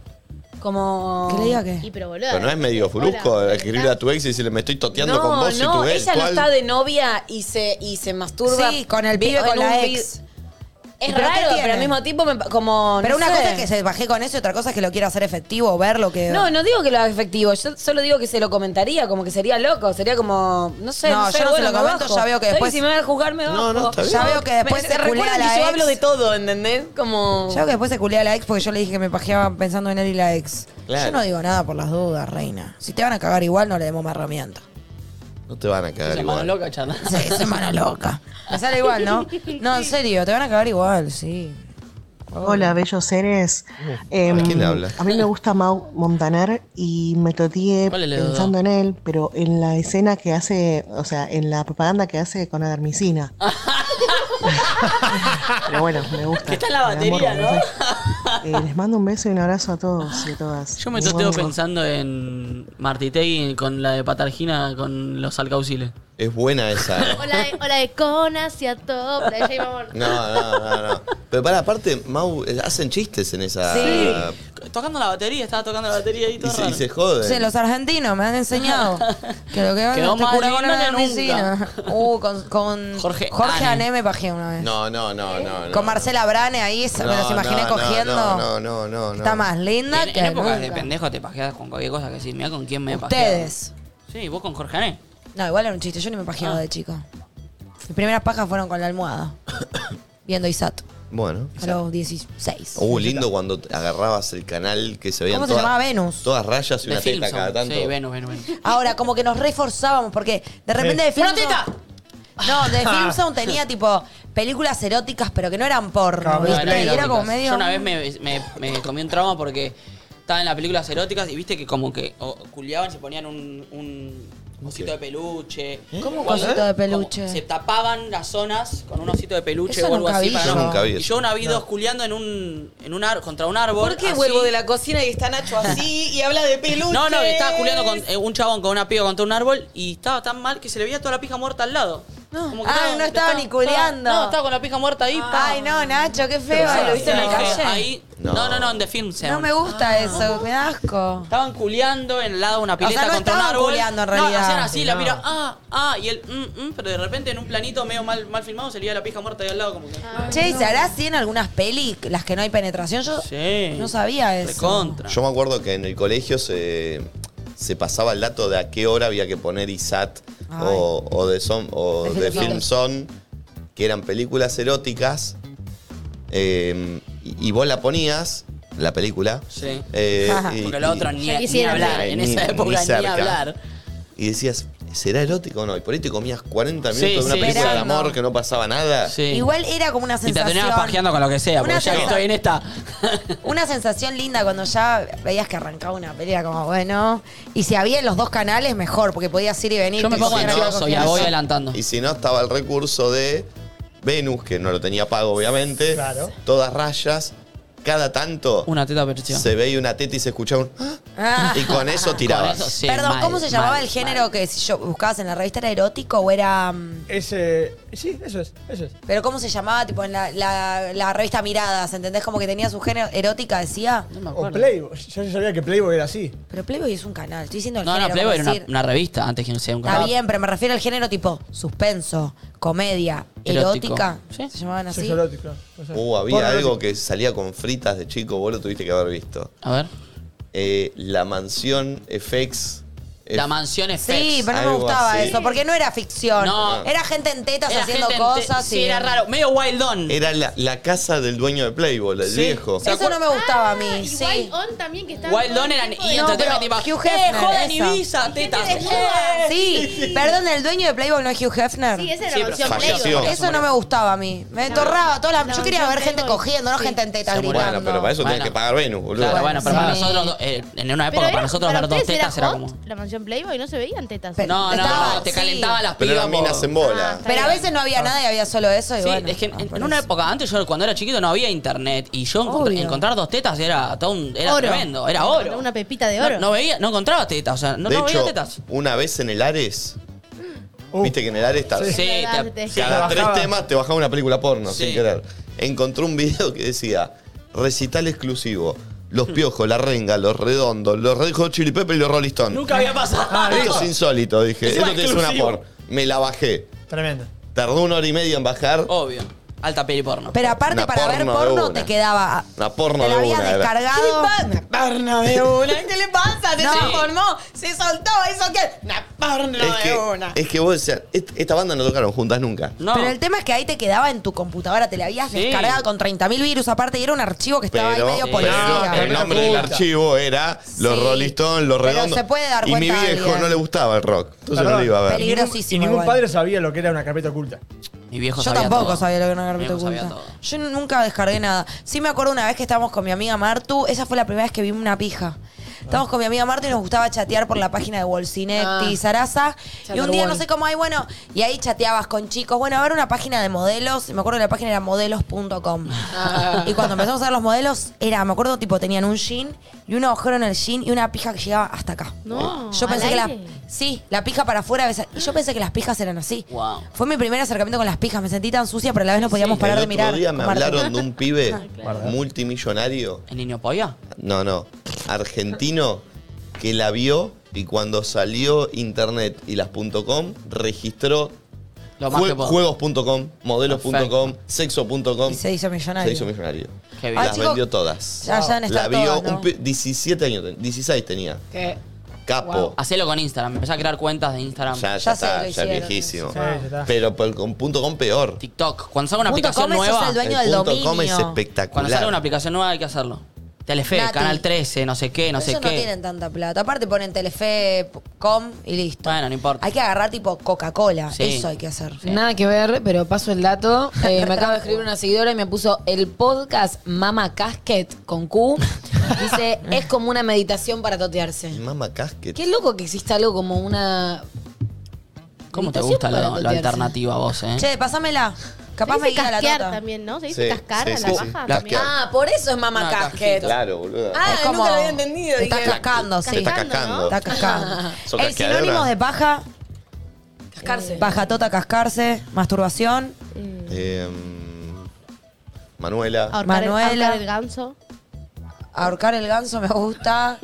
Como.
¿Qué le diga qué?
Y pero boludo.
Pero no es medio frusco escribirle a tu ex y decirle, me estoy toteando con vos y tu ex.
ella no
¿cuál?
está de novia y se, y se masturba.
Sí, con el
vi-
pibe,
en
con la
un vi-
ex. ¿Y
Es
pero qué
raro,
tiene?
pero al mismo tiempo, me pa- como.
Pero
no
una cosa
sé.
es que se bajé con eso y otra cosa es que lo quiero hacer efectivo, ver lo que.
No, no digo que lo haga efectivo. Yo solo digo que se lo comentaría, como que sería loco. Sería como. No sé.
No,
sé,
yo no
bueno,
se lo
me
comento,
bajo.
ya veo que
Estoy,
después-
Si me van a juzgar, me bajo.
No, no, está bien. Ya veo que después
Me-
se
recuerden
culea a la
que yo
ex.
hablo de todo, ¿entendés? Como.
Yo que después se culé a la ex porque yo le dije que me pajeaba pensando en él y la ex.
Claro.
Yo no digo nada por las dudas, reina. Si te van a cagar igual, no le demos más herramienta.
No te van a cagar igual.
loca, charla.
Sí, semana loca. Me sale igual, ¿no? No, en serio, te van a cagar igual, sí.
Hola, bellos seres.
Uh,
Em,
¿A quién le habla?
a mí me gusta Mau Montaner y me toteé
¿Cuál es la
pensando en él, pero en la escena que hace, o sea, en la propaganda que hace con la dermicina.
Ah,
pero bueno, me gusta.
Que está en la
Me da
batería,
morbo, sé. Eh, les mando un beso y un abrazo a todos y a todas.
Yo me tosteo pensando en Martitegui con la de Patargina con los alcauciles.
Es buena esa. ¿eh?
Hola de, hola de con hacia top. La de J Mamón.
No, no, no, no. Pero para, aparte, Mau, eh, hacen chistes en esa.
Tocando la batería, estaba tocando la batería y
Y,
todo.
se, y
raro.
se joden.
Sí, los argentinos me han enseñado que lo que van
Quedó
te
más
curan
lindo
con una
que nunca.
medicina. Uh, con, con Jorge,
Ane.
Ané me pajeé una vez.
No, no, no, no. no.
con Marcela Brane ahí, esa- me
No,
los imaginé
no, no,
cogiendo.
No, no, no, no. no.
Está más linda
En, en
que
épocas de
nunca.
pendejo te pajeas con cualquier cosa que decís, mirá con quién me he pajeado.
Ustedes.
Sí, vos con Jorge Ané.
No, igual era un chiste, yo ni me pajeaba de chico. Mis primeras pajas fueron con la almohada. Viendo Isat.
Bueno.
A los 16.
Uh, lindo cuando te agarrabas el canal que se veían
¿Cómo se
todas,
llamaba? Venus.
Todas rayas y
De
una teta
Filmson.
cada tanto.
Sí, Venus, Venus, Venus.
Ahora, como que nos reforzábamos, porque de repente de
¡Una Ah.
Filmson- No, de Filmson tenía tipo películas eróticas, pero que no eran porno,
No,
¿viste?
eran
Y era
eróticas.
como medio.
Yo una vez me, me, me comí un trauma porque estaba en las películas eróticas y viste que como que o, culiaban, se ponían un, un osito de peluche.
¿Eh? ¿Cómo un
O algo-
cosito de peluche?
Se tapaban las zonas con un osito de peluche
Eso
o algo
nunca
así.
vi
para
yo.
no-
Nunca vi
y
eso.
yo una vi dos culiando en un, en un ar- contra un árbol.
¿Por qué
así.
vuelvo de la cocina y está Nacho así y habla de peluche?
No, no, que estaba culiando con eh, un chabón con una piba contra un árbol y estaba tan mal que se le veía toda la pija muerta al lado. Como que
Ah, no estaba ni culeando.
No, estaba con la pija muerta ahí. pa.
Ay, no, Nacho, qué feo.
Pero,
¿Lo viste en la
dije,
calle?
Ahí, no. no, no, en The Film Zone.
No me gusta eso, me da asco.
Estaban culeando en el lado de una pileta
sea, no
contra un
estaban
árbol.
culeando, en
No,
realidad.
hacían así,
Sí,
la
no.
mira, ah, ah, y él, mm, mm, pero de repente en un planito medio mal, mal filmado se le iba la pija muerta ahí al lado como que.
Ah, Che, ¿y ¿se hará así en algunas pelis las que no hay penetración? Yo no sabía eso.
Yo me acuerdo que en el colegio se, se pasaba el dato de a qué hora había que poner ISAT
Ay.
o, o de, son, o
De
de
Film
Film Son, que eran películas eróticas. eh, y, y vos la ponías, la película.
Sí.
eh, y-
Porque lo otro
y-
ni, ni hablar, en
Ni-
esa
ni
época ni,
cerca.
hablar.
Y decías, ¿será erótico o no? Y por ahí te comías 40
Sí,
minutos de una
sí,
película
esperando.
de amor que no pasaba nada.
Igual era como una
Y te
sensación.
terminabas pajeando con lo que sea,
Una
porque ya que
sensa-
estoy en esta.
Una sensación linda cuando ya veías que arrancaba una pelea como bueno. Y si había en los dos canales, mejor, porque podías ir y venir.
Yo me
te
pongo
cogían algo,
ansioso y
cogían
la voy
algo.
adelantando.
Y si no, estaba el recurso de Venus, que no lo tenía pago, obviamente.
Claro.
Todas rayas. Cada tanto.
Una teta
Se veía una teta y se escuchaba un. "Ah",
Ah.
Y con eso tirabas.
Con eso sí.
Perdón,
mal,
¿cómo se llamaba
mal,
el género que si yo buscabas en la revista era erótico o era. mm,
Ese. Sí, eso es, eso es.
Pero cómo se llamaba, tipo, en la, la- la revista Miradas, ¿entendés? Como que tenía su género erótica, decía. No me
O Playboy. Yo, yo sabía que Playboy era así.
Pero Playboy es un canal, estoy diciendo el
No, no,
género.
Playboy
como
era una,
decir-
una revista antes que no sea un
Está
canal.
bien, pero me refiero al género tipo suspenso, comedia,
Erótico.
erótica. Se llamaban así.
Sexo erótico. O sea,
Uh, había
porno
algo que salía con fritas de chico, vos lo tuviste que haber visto. Eh,
A ver.
la mansión FX.
La mansión FX.
Sí, pero no me
Algo
gustaba
así.
eso, porque no era ficción.
No.
Era gente en tetas
Era
haciendo
gente en te-
cosas.
sí,
y-
era raro. Medio wildón.
Era la, la casa del dueño de Playboy, el
Sí.
viejo.
¿Se
Eso no me gustaba a mí.
Ah, Y
sí.
Wild On también que estaba.
Wild Dawn eran y entertainment tipo,
Hugh
eh,
Hefner,
jodan
esa.
Ibiza, tetas.
Sí, perdón, el dueño de Playboy no es Hugh Hefner.
Sí, esa era
Sí,
la
pero
canción
falleció.
Playboy.
Eso no me gustaba a mí. Me torraba toda la.
La
Yo quería ver
mansión
gente
Playboy.
cogiendo, no gente en tetas
Bueno,
gritando.
pero para eso
Bueno.
tenés que pagar Venus, boludo.
Claro, bueno, pero para
Sí.
nosotros, do- eh, en una época, para nosotros
para
ver dos
ustedes
tetas
era
era
hot,
como.
La mansión Playboy no se veían tetas.
No, no,
Estaba-
no, te
sí.
calentaba las
Pero
pibas.
eran minas
po.
en bola.
Pero a veces no había nada y había solo eso. Y
Sí,
bueno,
es que en,
no,
en
por
una
eso.
época antes, yo cuando era chiquito no había internet y yo encontr-
Obvio.
encontrar dos tetas era todo un- era
Oro.
tremendo, era oro.
Una pepita de oro.
No, no veía, no encontraba tetas, o sea, no,
de
no
hecho,
veía tetas.
una vez en el Ares.
Uh.
Viste que en el Ares está.
Sí, te-
Sí,
Cada
te
tres
bajaba.
temas te bajaba una película porno,
Sí.
sin querer. Encontré un video que decía recital exclusivo. los piojos, la renga, los redondos, los Red Hot Chili Peppers y los Rolling Stones.
Nunca había pasado. Ah,
Esto
listo.
es insólito, dije.
Es
Esto tiene que ser una
exclusivo.
por. Me la bajé.
Tremendo.
Tardó una hora y media en bajar.
Obvio. Alta peli porno.
Pero aparte,
Una
para ver
porno de
porno
una.
te quedaba. ah,
La porno
te la
de
habías
una. era.
descargado.
Parna de una. ¿Qué le pasa? Se
No.
transformó, se soltó, hizo que. Una parna
Es
de
que,
una.
es que vos decías, "Est- esta banda no tocaron juntas nunca.
Pero el tema es que ahí te quedaba en tu computadora, te la habías
Sí.
descargado con 30.000 virus aparte y era un archivo que estaba
Pero,
ahí medio
pero
policía.
el nombre del archivo era Los Rolling Stones, Los
Pero
Redondos.
se puede dar
y mi
cuenta
viejo
alguien.
no le gustaba el rock. Entonces no
Perdón.
lo iba a ver.
Y ningún
igual.
padre sabía lo que era una carpeta oculta.
Mi viejo
Yo tampoco sabía lo que era una carpeta oculta. Yo nunca descargué nada. Sí me acuerdo una vez que estábamos con mi amiga Martu, esa fue la primera vez que vi una pija. Estábamos con mi amiga Martu y nos gustaba chatear por la página de Wolcinect y
Ah.
Sarasa. Y un día
Chatterwall.
no sé cómo hay, bueno, y ahí chateabas con chicos. Bueno, ahora una página de modelos, me acuerdo que la página era modelos.com. Y cuando empezamos a ver los modelos, era, me acuerdo, tipo, tenían un jean y un agujero en el jean y una pija que llegaba hasta acá.
No,
Yo
¿al
pensé que la,
aire?
sí, la pija para afuera. besa- Y yo pensé que las pijas eran así. Fue mi primer acercamiento con las pijas. Me sentí tan sucia, pero a la vez no podíamos parar
el
de mirar. Ah,
otro día me
Como arte.
hablaron de un pibe multimillonario.
¿El niño polla?
No, no. Argentino que la vio y cuando salió internet y las .com registró
Lo más
jue-
que puedo.
juegos.com, modelos.com, sexo.com.
Y se hizo millonario.
Se hizo millonario.
Qué bien. Ah,
Las
chicos,
vendió todas.
ya- ya deben
la
estar
vio
todas, ¿no?
un pi- 17 años, ten- 16 tenía.
¿Qué?
Capo.
Hacelo con Instagram. Empezá a crear cuentas de Instagram.
Oh. Ya, ya, está, ya es viejísimo.
Sí, ya está.
Pero por- con punto .com peor.
TikTok. Cuando salga una
Punto
aplicación
com, ese
nueva.
es el dueño El del punto com es dominio. espectacular.
Cuando salga una aplicación nueva hay que hacerlo. Telefe,
Nati.
Canal 13, no sé qué, no
Pero
sé
ellos
qué.
no tienen tanta plata. Aparte ponen telefe.com y listo.
Bueno, no importa.
Hay que agarrar tipo Coca-Cola.
Sí.
Eso hay que hacer.
Nada que ver, pero paso el dato. Eh, me acaba de escribir una seguidora y me puso el podcast Mama Casket con Q. Dice, es como una meditación para totearse.
Mama Casket.
Qué loco que exista algo como una...
¿Cómo te
meditación
gusta
para
lo, lo
totearse?
alternativo a vos, eh?
Che, pasámela. Capaz
Se
me
dice
guía la
casquear
tota.
también, ¿no? Se
dice Sí, cascar sí, a la sí, sí. baja
La-
también.
Ah, por eso es Mama Casket.
Claro, boludo.
Ah,
Es como-
nunca lo había entendido.
Está
dije.
cascando, sí.
Te está cascando.
Está cascando.
Sos
El
casqueadora.
sinónimo de paja, Eh.
Cascarse.
pajatota, cascarse, masturbación.
Eh, Manuela.
Ahorcar el-
Manuela.
ahorcar el ganso.
Ahorcar el ganso me gusta.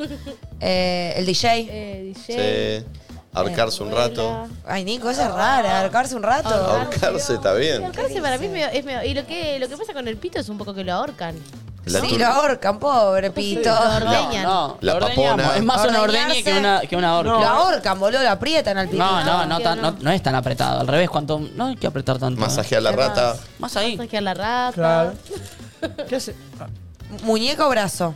Eh, el DJ.
Sí. Ahorcarse un rato.
Ay, Nico, esa es rara. Ahorcarse un rato.
Ahorcarse está bien.
Ahorcarse para mí es medio, es medio- Y lo que, lo que pasa con el pito es un poco que lo ahorcan.
La
sí,
tur-
lo ahorcan, pobre
Sí,
pito.
lo ordeñan.
No,
La
lo ordeñamos.
papona.
Es más una ordeña
Ordeñarse.
que una, que una orca.
Lo ahorcan, boludo, lo aprietan al pito.
No, no, no, tan- Ah, no, no es tan apretado. Al revés, cuanto. No hay que apretar tanto.
Masajear la rata.
Más ahí.
Masajear la rata.
¿Qué hace?
Muñeco o brazo.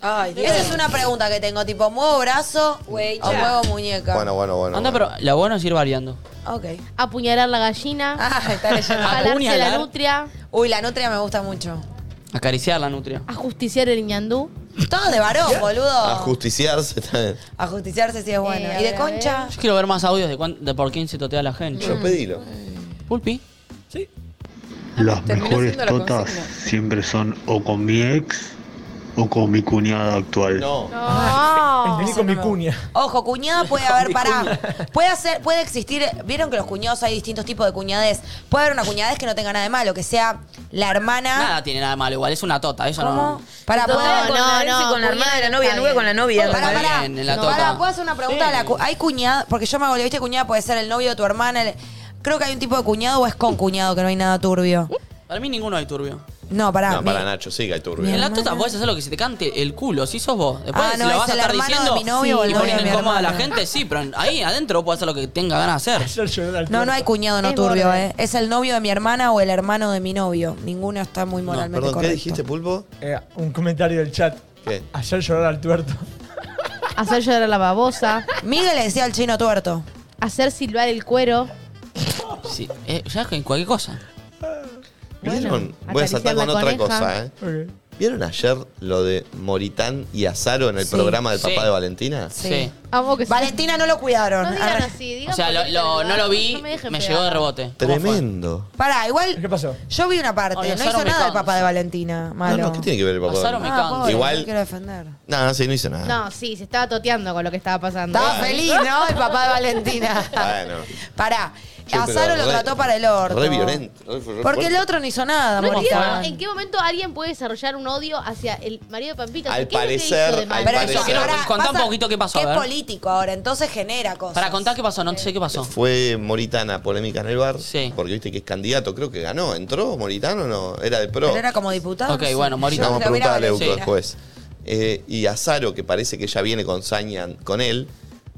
Ay, Esa es una pregunta que tengo, tipo, ¿muevo brazo o muevo muñeca?
Bueno, bueno, bueno.
Anda, pero lo bueno es ir variando.
Ok.
Apuñalar la gallina.
Ah, está leyendo.
Jalarse la ¿eh?
Apuñalar.
nutria.
Uy, la nutria me gusta mucho.
Acariciar la nutria.
Ajusticiar el ñandú.
Todo de varón, Ah, boludo.
Ajusticiarse también.
Ajusticiarse sí es bueno.
a
¿Y de
ver, a
concha?
Yo quiero ver más audios de, cuán- de por quién se totea la gente.
Yo pedilo.
Pulpi.
Las
Terminó
mejores
siendo la
totas
consigna.
siempre son o con mi ex o con mi cuñada actual.
No.
Entendí con mi cuña.
Ojo, cuñada puede haber, pará. Puede, hacer, puede existir, vieron que los cuñados hay distintos tipos de cuñades. Puede haber una cuñadez que no tenga nada de malo, que sea la hermana.
Nada tiene nada de malo, igual es una tota, eso no.
Para
No,
poder
no, no,
con la hermana de la novia, nube con la novia.
Está
Para, para,
bien, en la
para,
tota.
¿puedo hacer una pregunta? a la cu- ¿Hay cuñada? Porque yo me hago, ¿viste? Cuñada puede ser el novio de tu hermana. el- Creo que hay un tipo de cuñado o es con cuñado que no hay nada turbio.
Para mí ninguno hay turbio.
No, pará.
No,
mi-
para Nacho, sí, hay turbio.
En la tota puedes hacer lo que se te cante el culo, si sos vos. Después
Ah,
si
no,
lo
es
vas a
el
estar
hermano de
diciendo
mi novio o el
y
novio de
poniendo
mi
incómoda a la
hermana.
gente, sí, pero ahí adentro puedes hacer lo que tenga ganas de hacer.
No, no hay cuñado no
Es
turbio,
borde.
¿eh? Es el novio de mi hermana o el hermano de mi novio. Ninguno está muy moralmente
perdón, ¿qué
correcto.
dijiste, Pulpo?
Eh, un comentario del chat.
¿Qué?
Ayer llorar al tuerto.
Hacer llorar a la babosa.
Miguel le decía al chino tuerto.
Hacer silbar el cuero.
Sí, eh, ya es que en cualquier cosa.
¿Vieron? Voy a saltar
acariciar la
con otra
coneja.
cosa, ¿eh? ¿Vieron ayer lo de Moritán y Azaro en el
Sí.
programa del
Sí.
papá de Valentina?
Sí.
Valentina no lo cuidaron.
No digan así, digan
O sea, lo-
porque
lo- no lo vi,
no me dejen
me
pegar.
llegó de rebote.
Tremendo.
Pará, igual.
¿Qué pasó?
Yo vi una parte.
Ay,
no
Azaro
hizo
me
nada el
cansa.
papá de Valentina. Malo.
No, no, ¿qué tiene que ver el papá de
Azaro me
Valentina?
Ah, pobre, no
Igual.
quiero defender.
No, no, sí, no hizo nada.
No, sí, se estaba toteando con lo que estaba pasando.
Estaba feliz, ¿no? El papá de Valentina.
Bueno.
Pará.
Che, pero
Azaro lo
re-
trató para el orto.
Re violento. re- re
Porque el
fuerte.
otro no hizo nada,
No entiendo
Moritán.
en qué momento alguien puede desarrollar un odio hacia el marido de Pampita. O sea,
Al
¿qué es lo que hizo
parecer,
de mal?
al
Pero eso,
parecer-
quiero- contá un poquito qué pasó,
Que
a
es
ver.
político ahora, entonces genera cosas.
Para contar qué pasó, no sé qué pasó.
Fue Moritana polémica en el bar. Porque viste que es candidato, creo que ganó. ¿Entró Moritano o no? Era de pro.
Pero era como diputado.
Ok,
no sé.
bueno, Morita. Vamos a
Lo miraba
preguntarle a
la
Leuco
señora.
después. Eh, y Azaro, que parece que ya viene con Saña con él,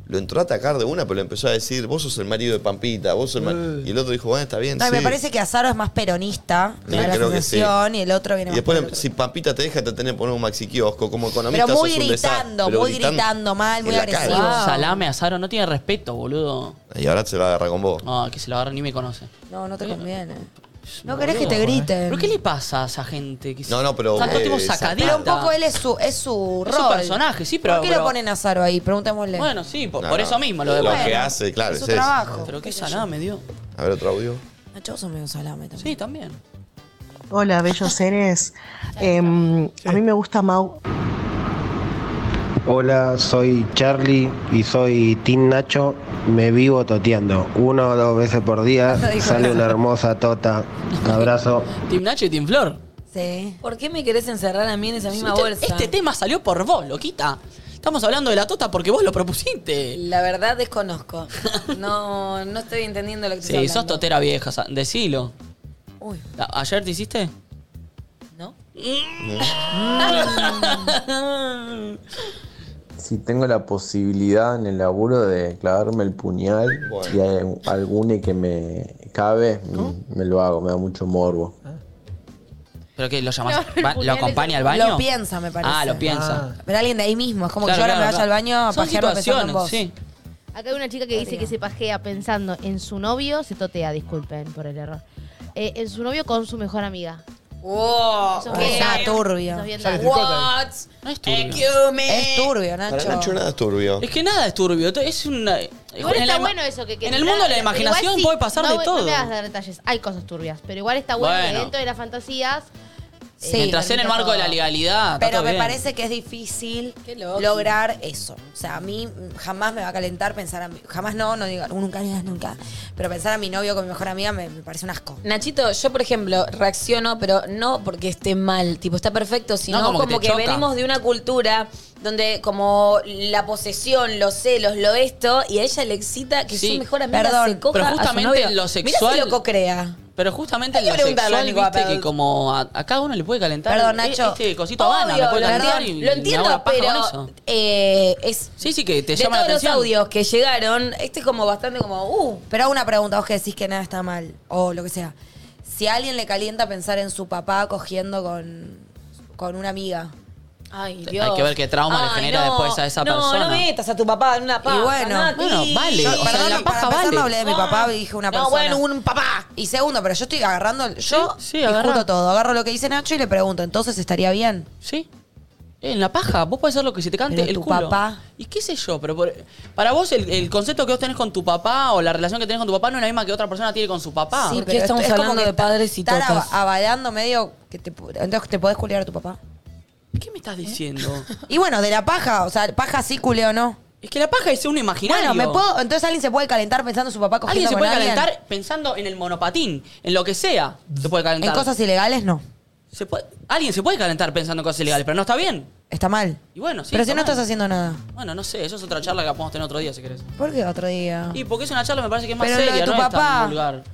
lo entró a atacar de una, pero le empezó a decir, vos sos el marido de Pampita, vos sos el marido. Y el otro dijo, bueno, está bien,
Eh. No, y
sí.
me parece que Azaro es más peronista,
Sí,
me da la
creo que
sensación, y el otro
Y
viene más.
después, si Pampita te deja, te tenés que poner un maxi kiosco. Como economista
Pero muy
sos un desastre,
gritando,
pero
muy gritando mal, muy
en la cara.
agresivo.
Salame, Azaro, no tiene respeto, boludo.
Y ahora se lo agarra con vos.
No, que se lo agarra ni me conoce.
No, no te conviene. No
Boludo,
querés que te griten.
¿Pero qué le pasa a esa gente? Que se-
No, no, pero,
Está todo
eh,
tipo
esa-
sacadita.
Pero un poco él es su, es su
Es
rol.
su personaje, sí, pero-
¿Por qué
pero-
lo ponen a Azaro ahí? Preguntémosle.
Bueno, sí, por,
No,
por
no.
eso mismo lo de
Lo
Bueno,
que hace, claro,
es su
eso.
trabajo.
Pero qué salame dio.
A ver, otro audio.
Nacho, sos medio salame también.
Sí, también.
Hola, bellos seres. Em, a mí me gusta Mau.
Hola, soy Charlie y soy Team Nacho. Me vivo toteando. Una o dos veces por día
Dijo
sale
eso.
una hermosa tota. Abrazo.
Team Nacho y Team Flor.
Sí.
¿Por qué me querés encerrar a mí en esa misma
Este-
bolsa?
Este tema salió por vos, loquita. Estamos hablando de la tota porque vos lo propusiste.
La verdad desconozco. No, no estoy entendiendo lo que
Sí,
estás
sos
hablando.
totera vieja, sa- decilo.
Uy.
A- ¿Ayer te hiciste?
Mm.
Si tengo la posibilidad en el laburo de clavarme el puñal
Bueno.
y hay alguna que me cabe, me lo hago, me da mucho morbo.
¿Pero qué? ¿Lo llamás?
Claro, el
¿Va- ¿Lo
puñal
acompaña
es-
al baño?
Lo piensa, me parece.
Ah, lo piensa.
Pero alguien de ahí mismo. Es como
Claro,
que yo ahora
claro,
me vaya
claro.
al baño a
Son
pajearme pensando en
situaciones,
vos.
sí.
Acá hay una chica que dice que se pajea pensando en su novio, se totea, disculpen por el error. Eh, en su novio con su mejor amiga.
Wow,
Sos
qué
bien dark.
turbio.
Sos bien
Sale
dark.
tricota ahí.
No es turbio.
Es turbio, Nacho.
Para Nacho nada es turbio.
Es que nada es turbio. to- Es una. eh,
Igual
en
está
la-
bueno eso que, que-
en el mundo de la
pero igual
imaginación puede pasar
no,
de
voy-
todo.
No me vas a dar detalles. Hay cosas turbias, pero igual está bueno, que
Bueno.
dentro de las fantasías.
Sí,
Mientras sea en el
permite
marco de la
todo.
legalidad. está
Pero
todo
me
bien.
parece que es difícil
loco.
lograr eso. O sea, a mí mm, jamás me va a calentar pensar a mi... Jamás no, no digo, nunca digas nunca. Pero pensar a mi novio con mi mejor amiga me, me parece un asco.
Nachito, yo por ejemplo reacciono, pero no porque esté mal, tipo está perfecto, sino
No,
como,
como que te
que,
choca.
venimos de una cultura donde como la posesión, los celos, lo esto, y a ella le excita que
Sí.
su mejor amiga
Perdón,
se coja
pero
a su
justamente
novio.
lo
Mirá
sexual-
si loco crea.
Pero justamente
Hay
en lo
que preguntarle
sexual,
a Nico,
viste,
pero-
que como a, a cada uno le puede calentar
Perdón,
e-
Nacho.
este cosito habana,
Obvio,
le puede
lo
calentar y
entiendo, lo
me hago
entiendo,
paja
pero
con eso.
eh, es
Sí, sí, que te
de
llama la
todos los
atención.
audios que llegaron, este es como bastante como, uh,
Pero hago una pregunta, vos que decís que nada está mal, o lo que sea. Si a alguien le calienta pensar en su papá cogiendo con, con una amiga.
ay
Hay
Dios.
que ver qué trauma le genera después a esa
no,
persona.
No metas a tu papá en una paja.
y bueno,
Nati.
Yo,
o sea,
perdón,
la
para
paja
empezar
vale.
no hablé de mi papá,
No.
dije una
Ah. No,
persona.
bueno, un
papá. Y segundo, pero yo estoy agarrando, yo
sí,
discuto
agarrá.
todo, agarro lo que dice Nacho y le pregunto, entonces estaría bien.
Sí. En la paja, vos podés hacer lo que se te cante
Pero
el
tu
culo.
papá.
Y qué sé yo, pero por- para vos el, el concepto que vos tenés con tu papá o la relación que tenés con tu papá no es la misma que otra persona tiene con su papá.
Sí, pero esto- es como que estar ava- avalando medio que te, pu- entonces te podés culiar a tu papá.
¿Qué me estás
¿Eh?
diciendo?
Y bueno, de la paja, o sea, paja sí culeo no.
es que la paja es un imaginario.
Bueno, me puedo, entonces alguien se puede calentar pensando en su papá cogiendo
Alguien se
con
puede
alguien?
calentar pensando en el monopatín, en lo que sea. Se puede calentar.
En cosas ilegales no,
Se puede- alguien se puede calentar pensando en cosas ilegales, pero no está bien.
está mal.
Y bueno, sí.
pero si no
está mal.
estás haciendo nada.
Bueno, no sé, eso es otra charla que la podemos tener otro día si querés.
¿Por qué otro día?
Y porque es una charla me parece que es más
Pero lo de
seria,
tu
no es tan
papá.
vulgar.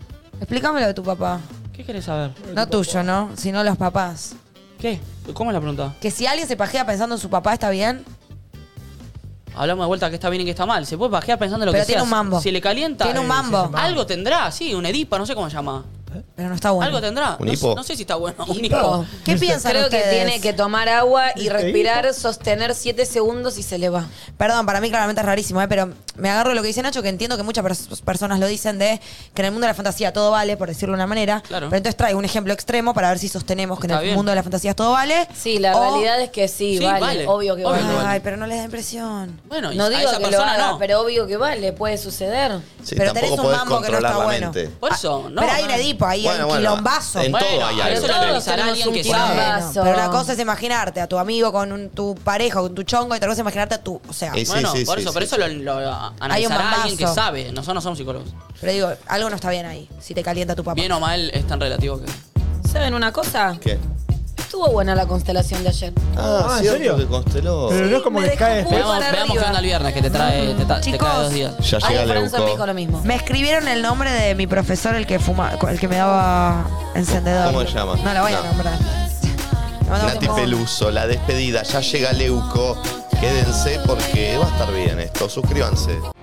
Explícame lo de tu papá.
¿Qué querés saber?
No tuyo, ¿no? Sino los papás.
¿Qué? ¿Cómo es la pregunta?
Que si alguien se pajea pensando en su papá, ¿está bien?
Hablamos de vuelta que está bien y que está mal. Se puede pajear pensando en lo
Pero
que
tiene
sea.
un mambo.
Si le calienta. eh,
Tiene un mambo.
Algo tendrá, sí, una edipa, no sé cómo se llama.
Pero no está bueno.
Algo tendrá.
¿Un
no,
hipo?
No sé si está bueno. Un
Hipo.
hipo.
¿Qué piensan
Creo que
ustedes?
tiene que tomar agua y
¿Te
respirar,
digo?
sostener 7 segundos y se le va.
Perdón, para mí claramente es rarísimo, ¿eh? pero me agarro lo que dice Nacho, que entiendo que muchas pers- personas lo dicen de que en el mundo de la fantasía todo vale, por decirlo de una manera.
Claro.
Pero entonces traigo un ejemplo extremo para ver si sostenemos que en
Está
el
bien.
mundo de las fantasías todo vale.
Sí, la
O-
realidad es que sí,
Sí,
vale,
vale.
Obvio que
Obvio
vale.
que vale. Ay, pero no les da impresión.
Bueno,
no
a
digo
esa
que lo
persona
haga,
no.
pero obvio que vale, puede suceder.
Sí, Pero tampoco tenés un podés mambo que no está controlar la bueno. mente.
Por eso, no.
Ah, pero hay
no.
un Edipo ahí, hay
Bueno,
un
bueno,
quilombazo.
en todo hay algo.
Eso lo
Todos
analizará
tenemos
alguien
un
que sabe.
Bueno, pero una cosa es imaginarte a tu amigo con un- tu pareja, con tu chongo, y otra cosa es imaginarte a tu. O sea,
Eh,
bueno, por eso, por eso lo, lo analizará
bombazo.
alguien que sabe. Nosotros no somos psicólogos.
Pero digo, algo no está bien ahí, si te calienta tu papá.
Bien o mal es tan relativo que.
¿Saben una cosa?
¿Qué?
Estuvo buena la constelación de ayer.
Ah, cierto que consteló.
Pero no es como
Me
que cae
dejó muy
Veamos,
para
veamos qué
arriba.
onda el viernes que te trae, te, ta- te
Chicos,
cae dos días.
Ya llega
Ale
Leuco.
Franzo me dijo lo mismo.
Me
escribieron el nombre de mi profesor, el que fuma, el que me daba encendedor.
¿Cómo se llama?
No la voy a
No.
nombrar. Le mandamos
Nati
un beso.
Peluso, la despedida, ya llega Leuco. Quédense porque va a estar bien esto. Suscríbanse.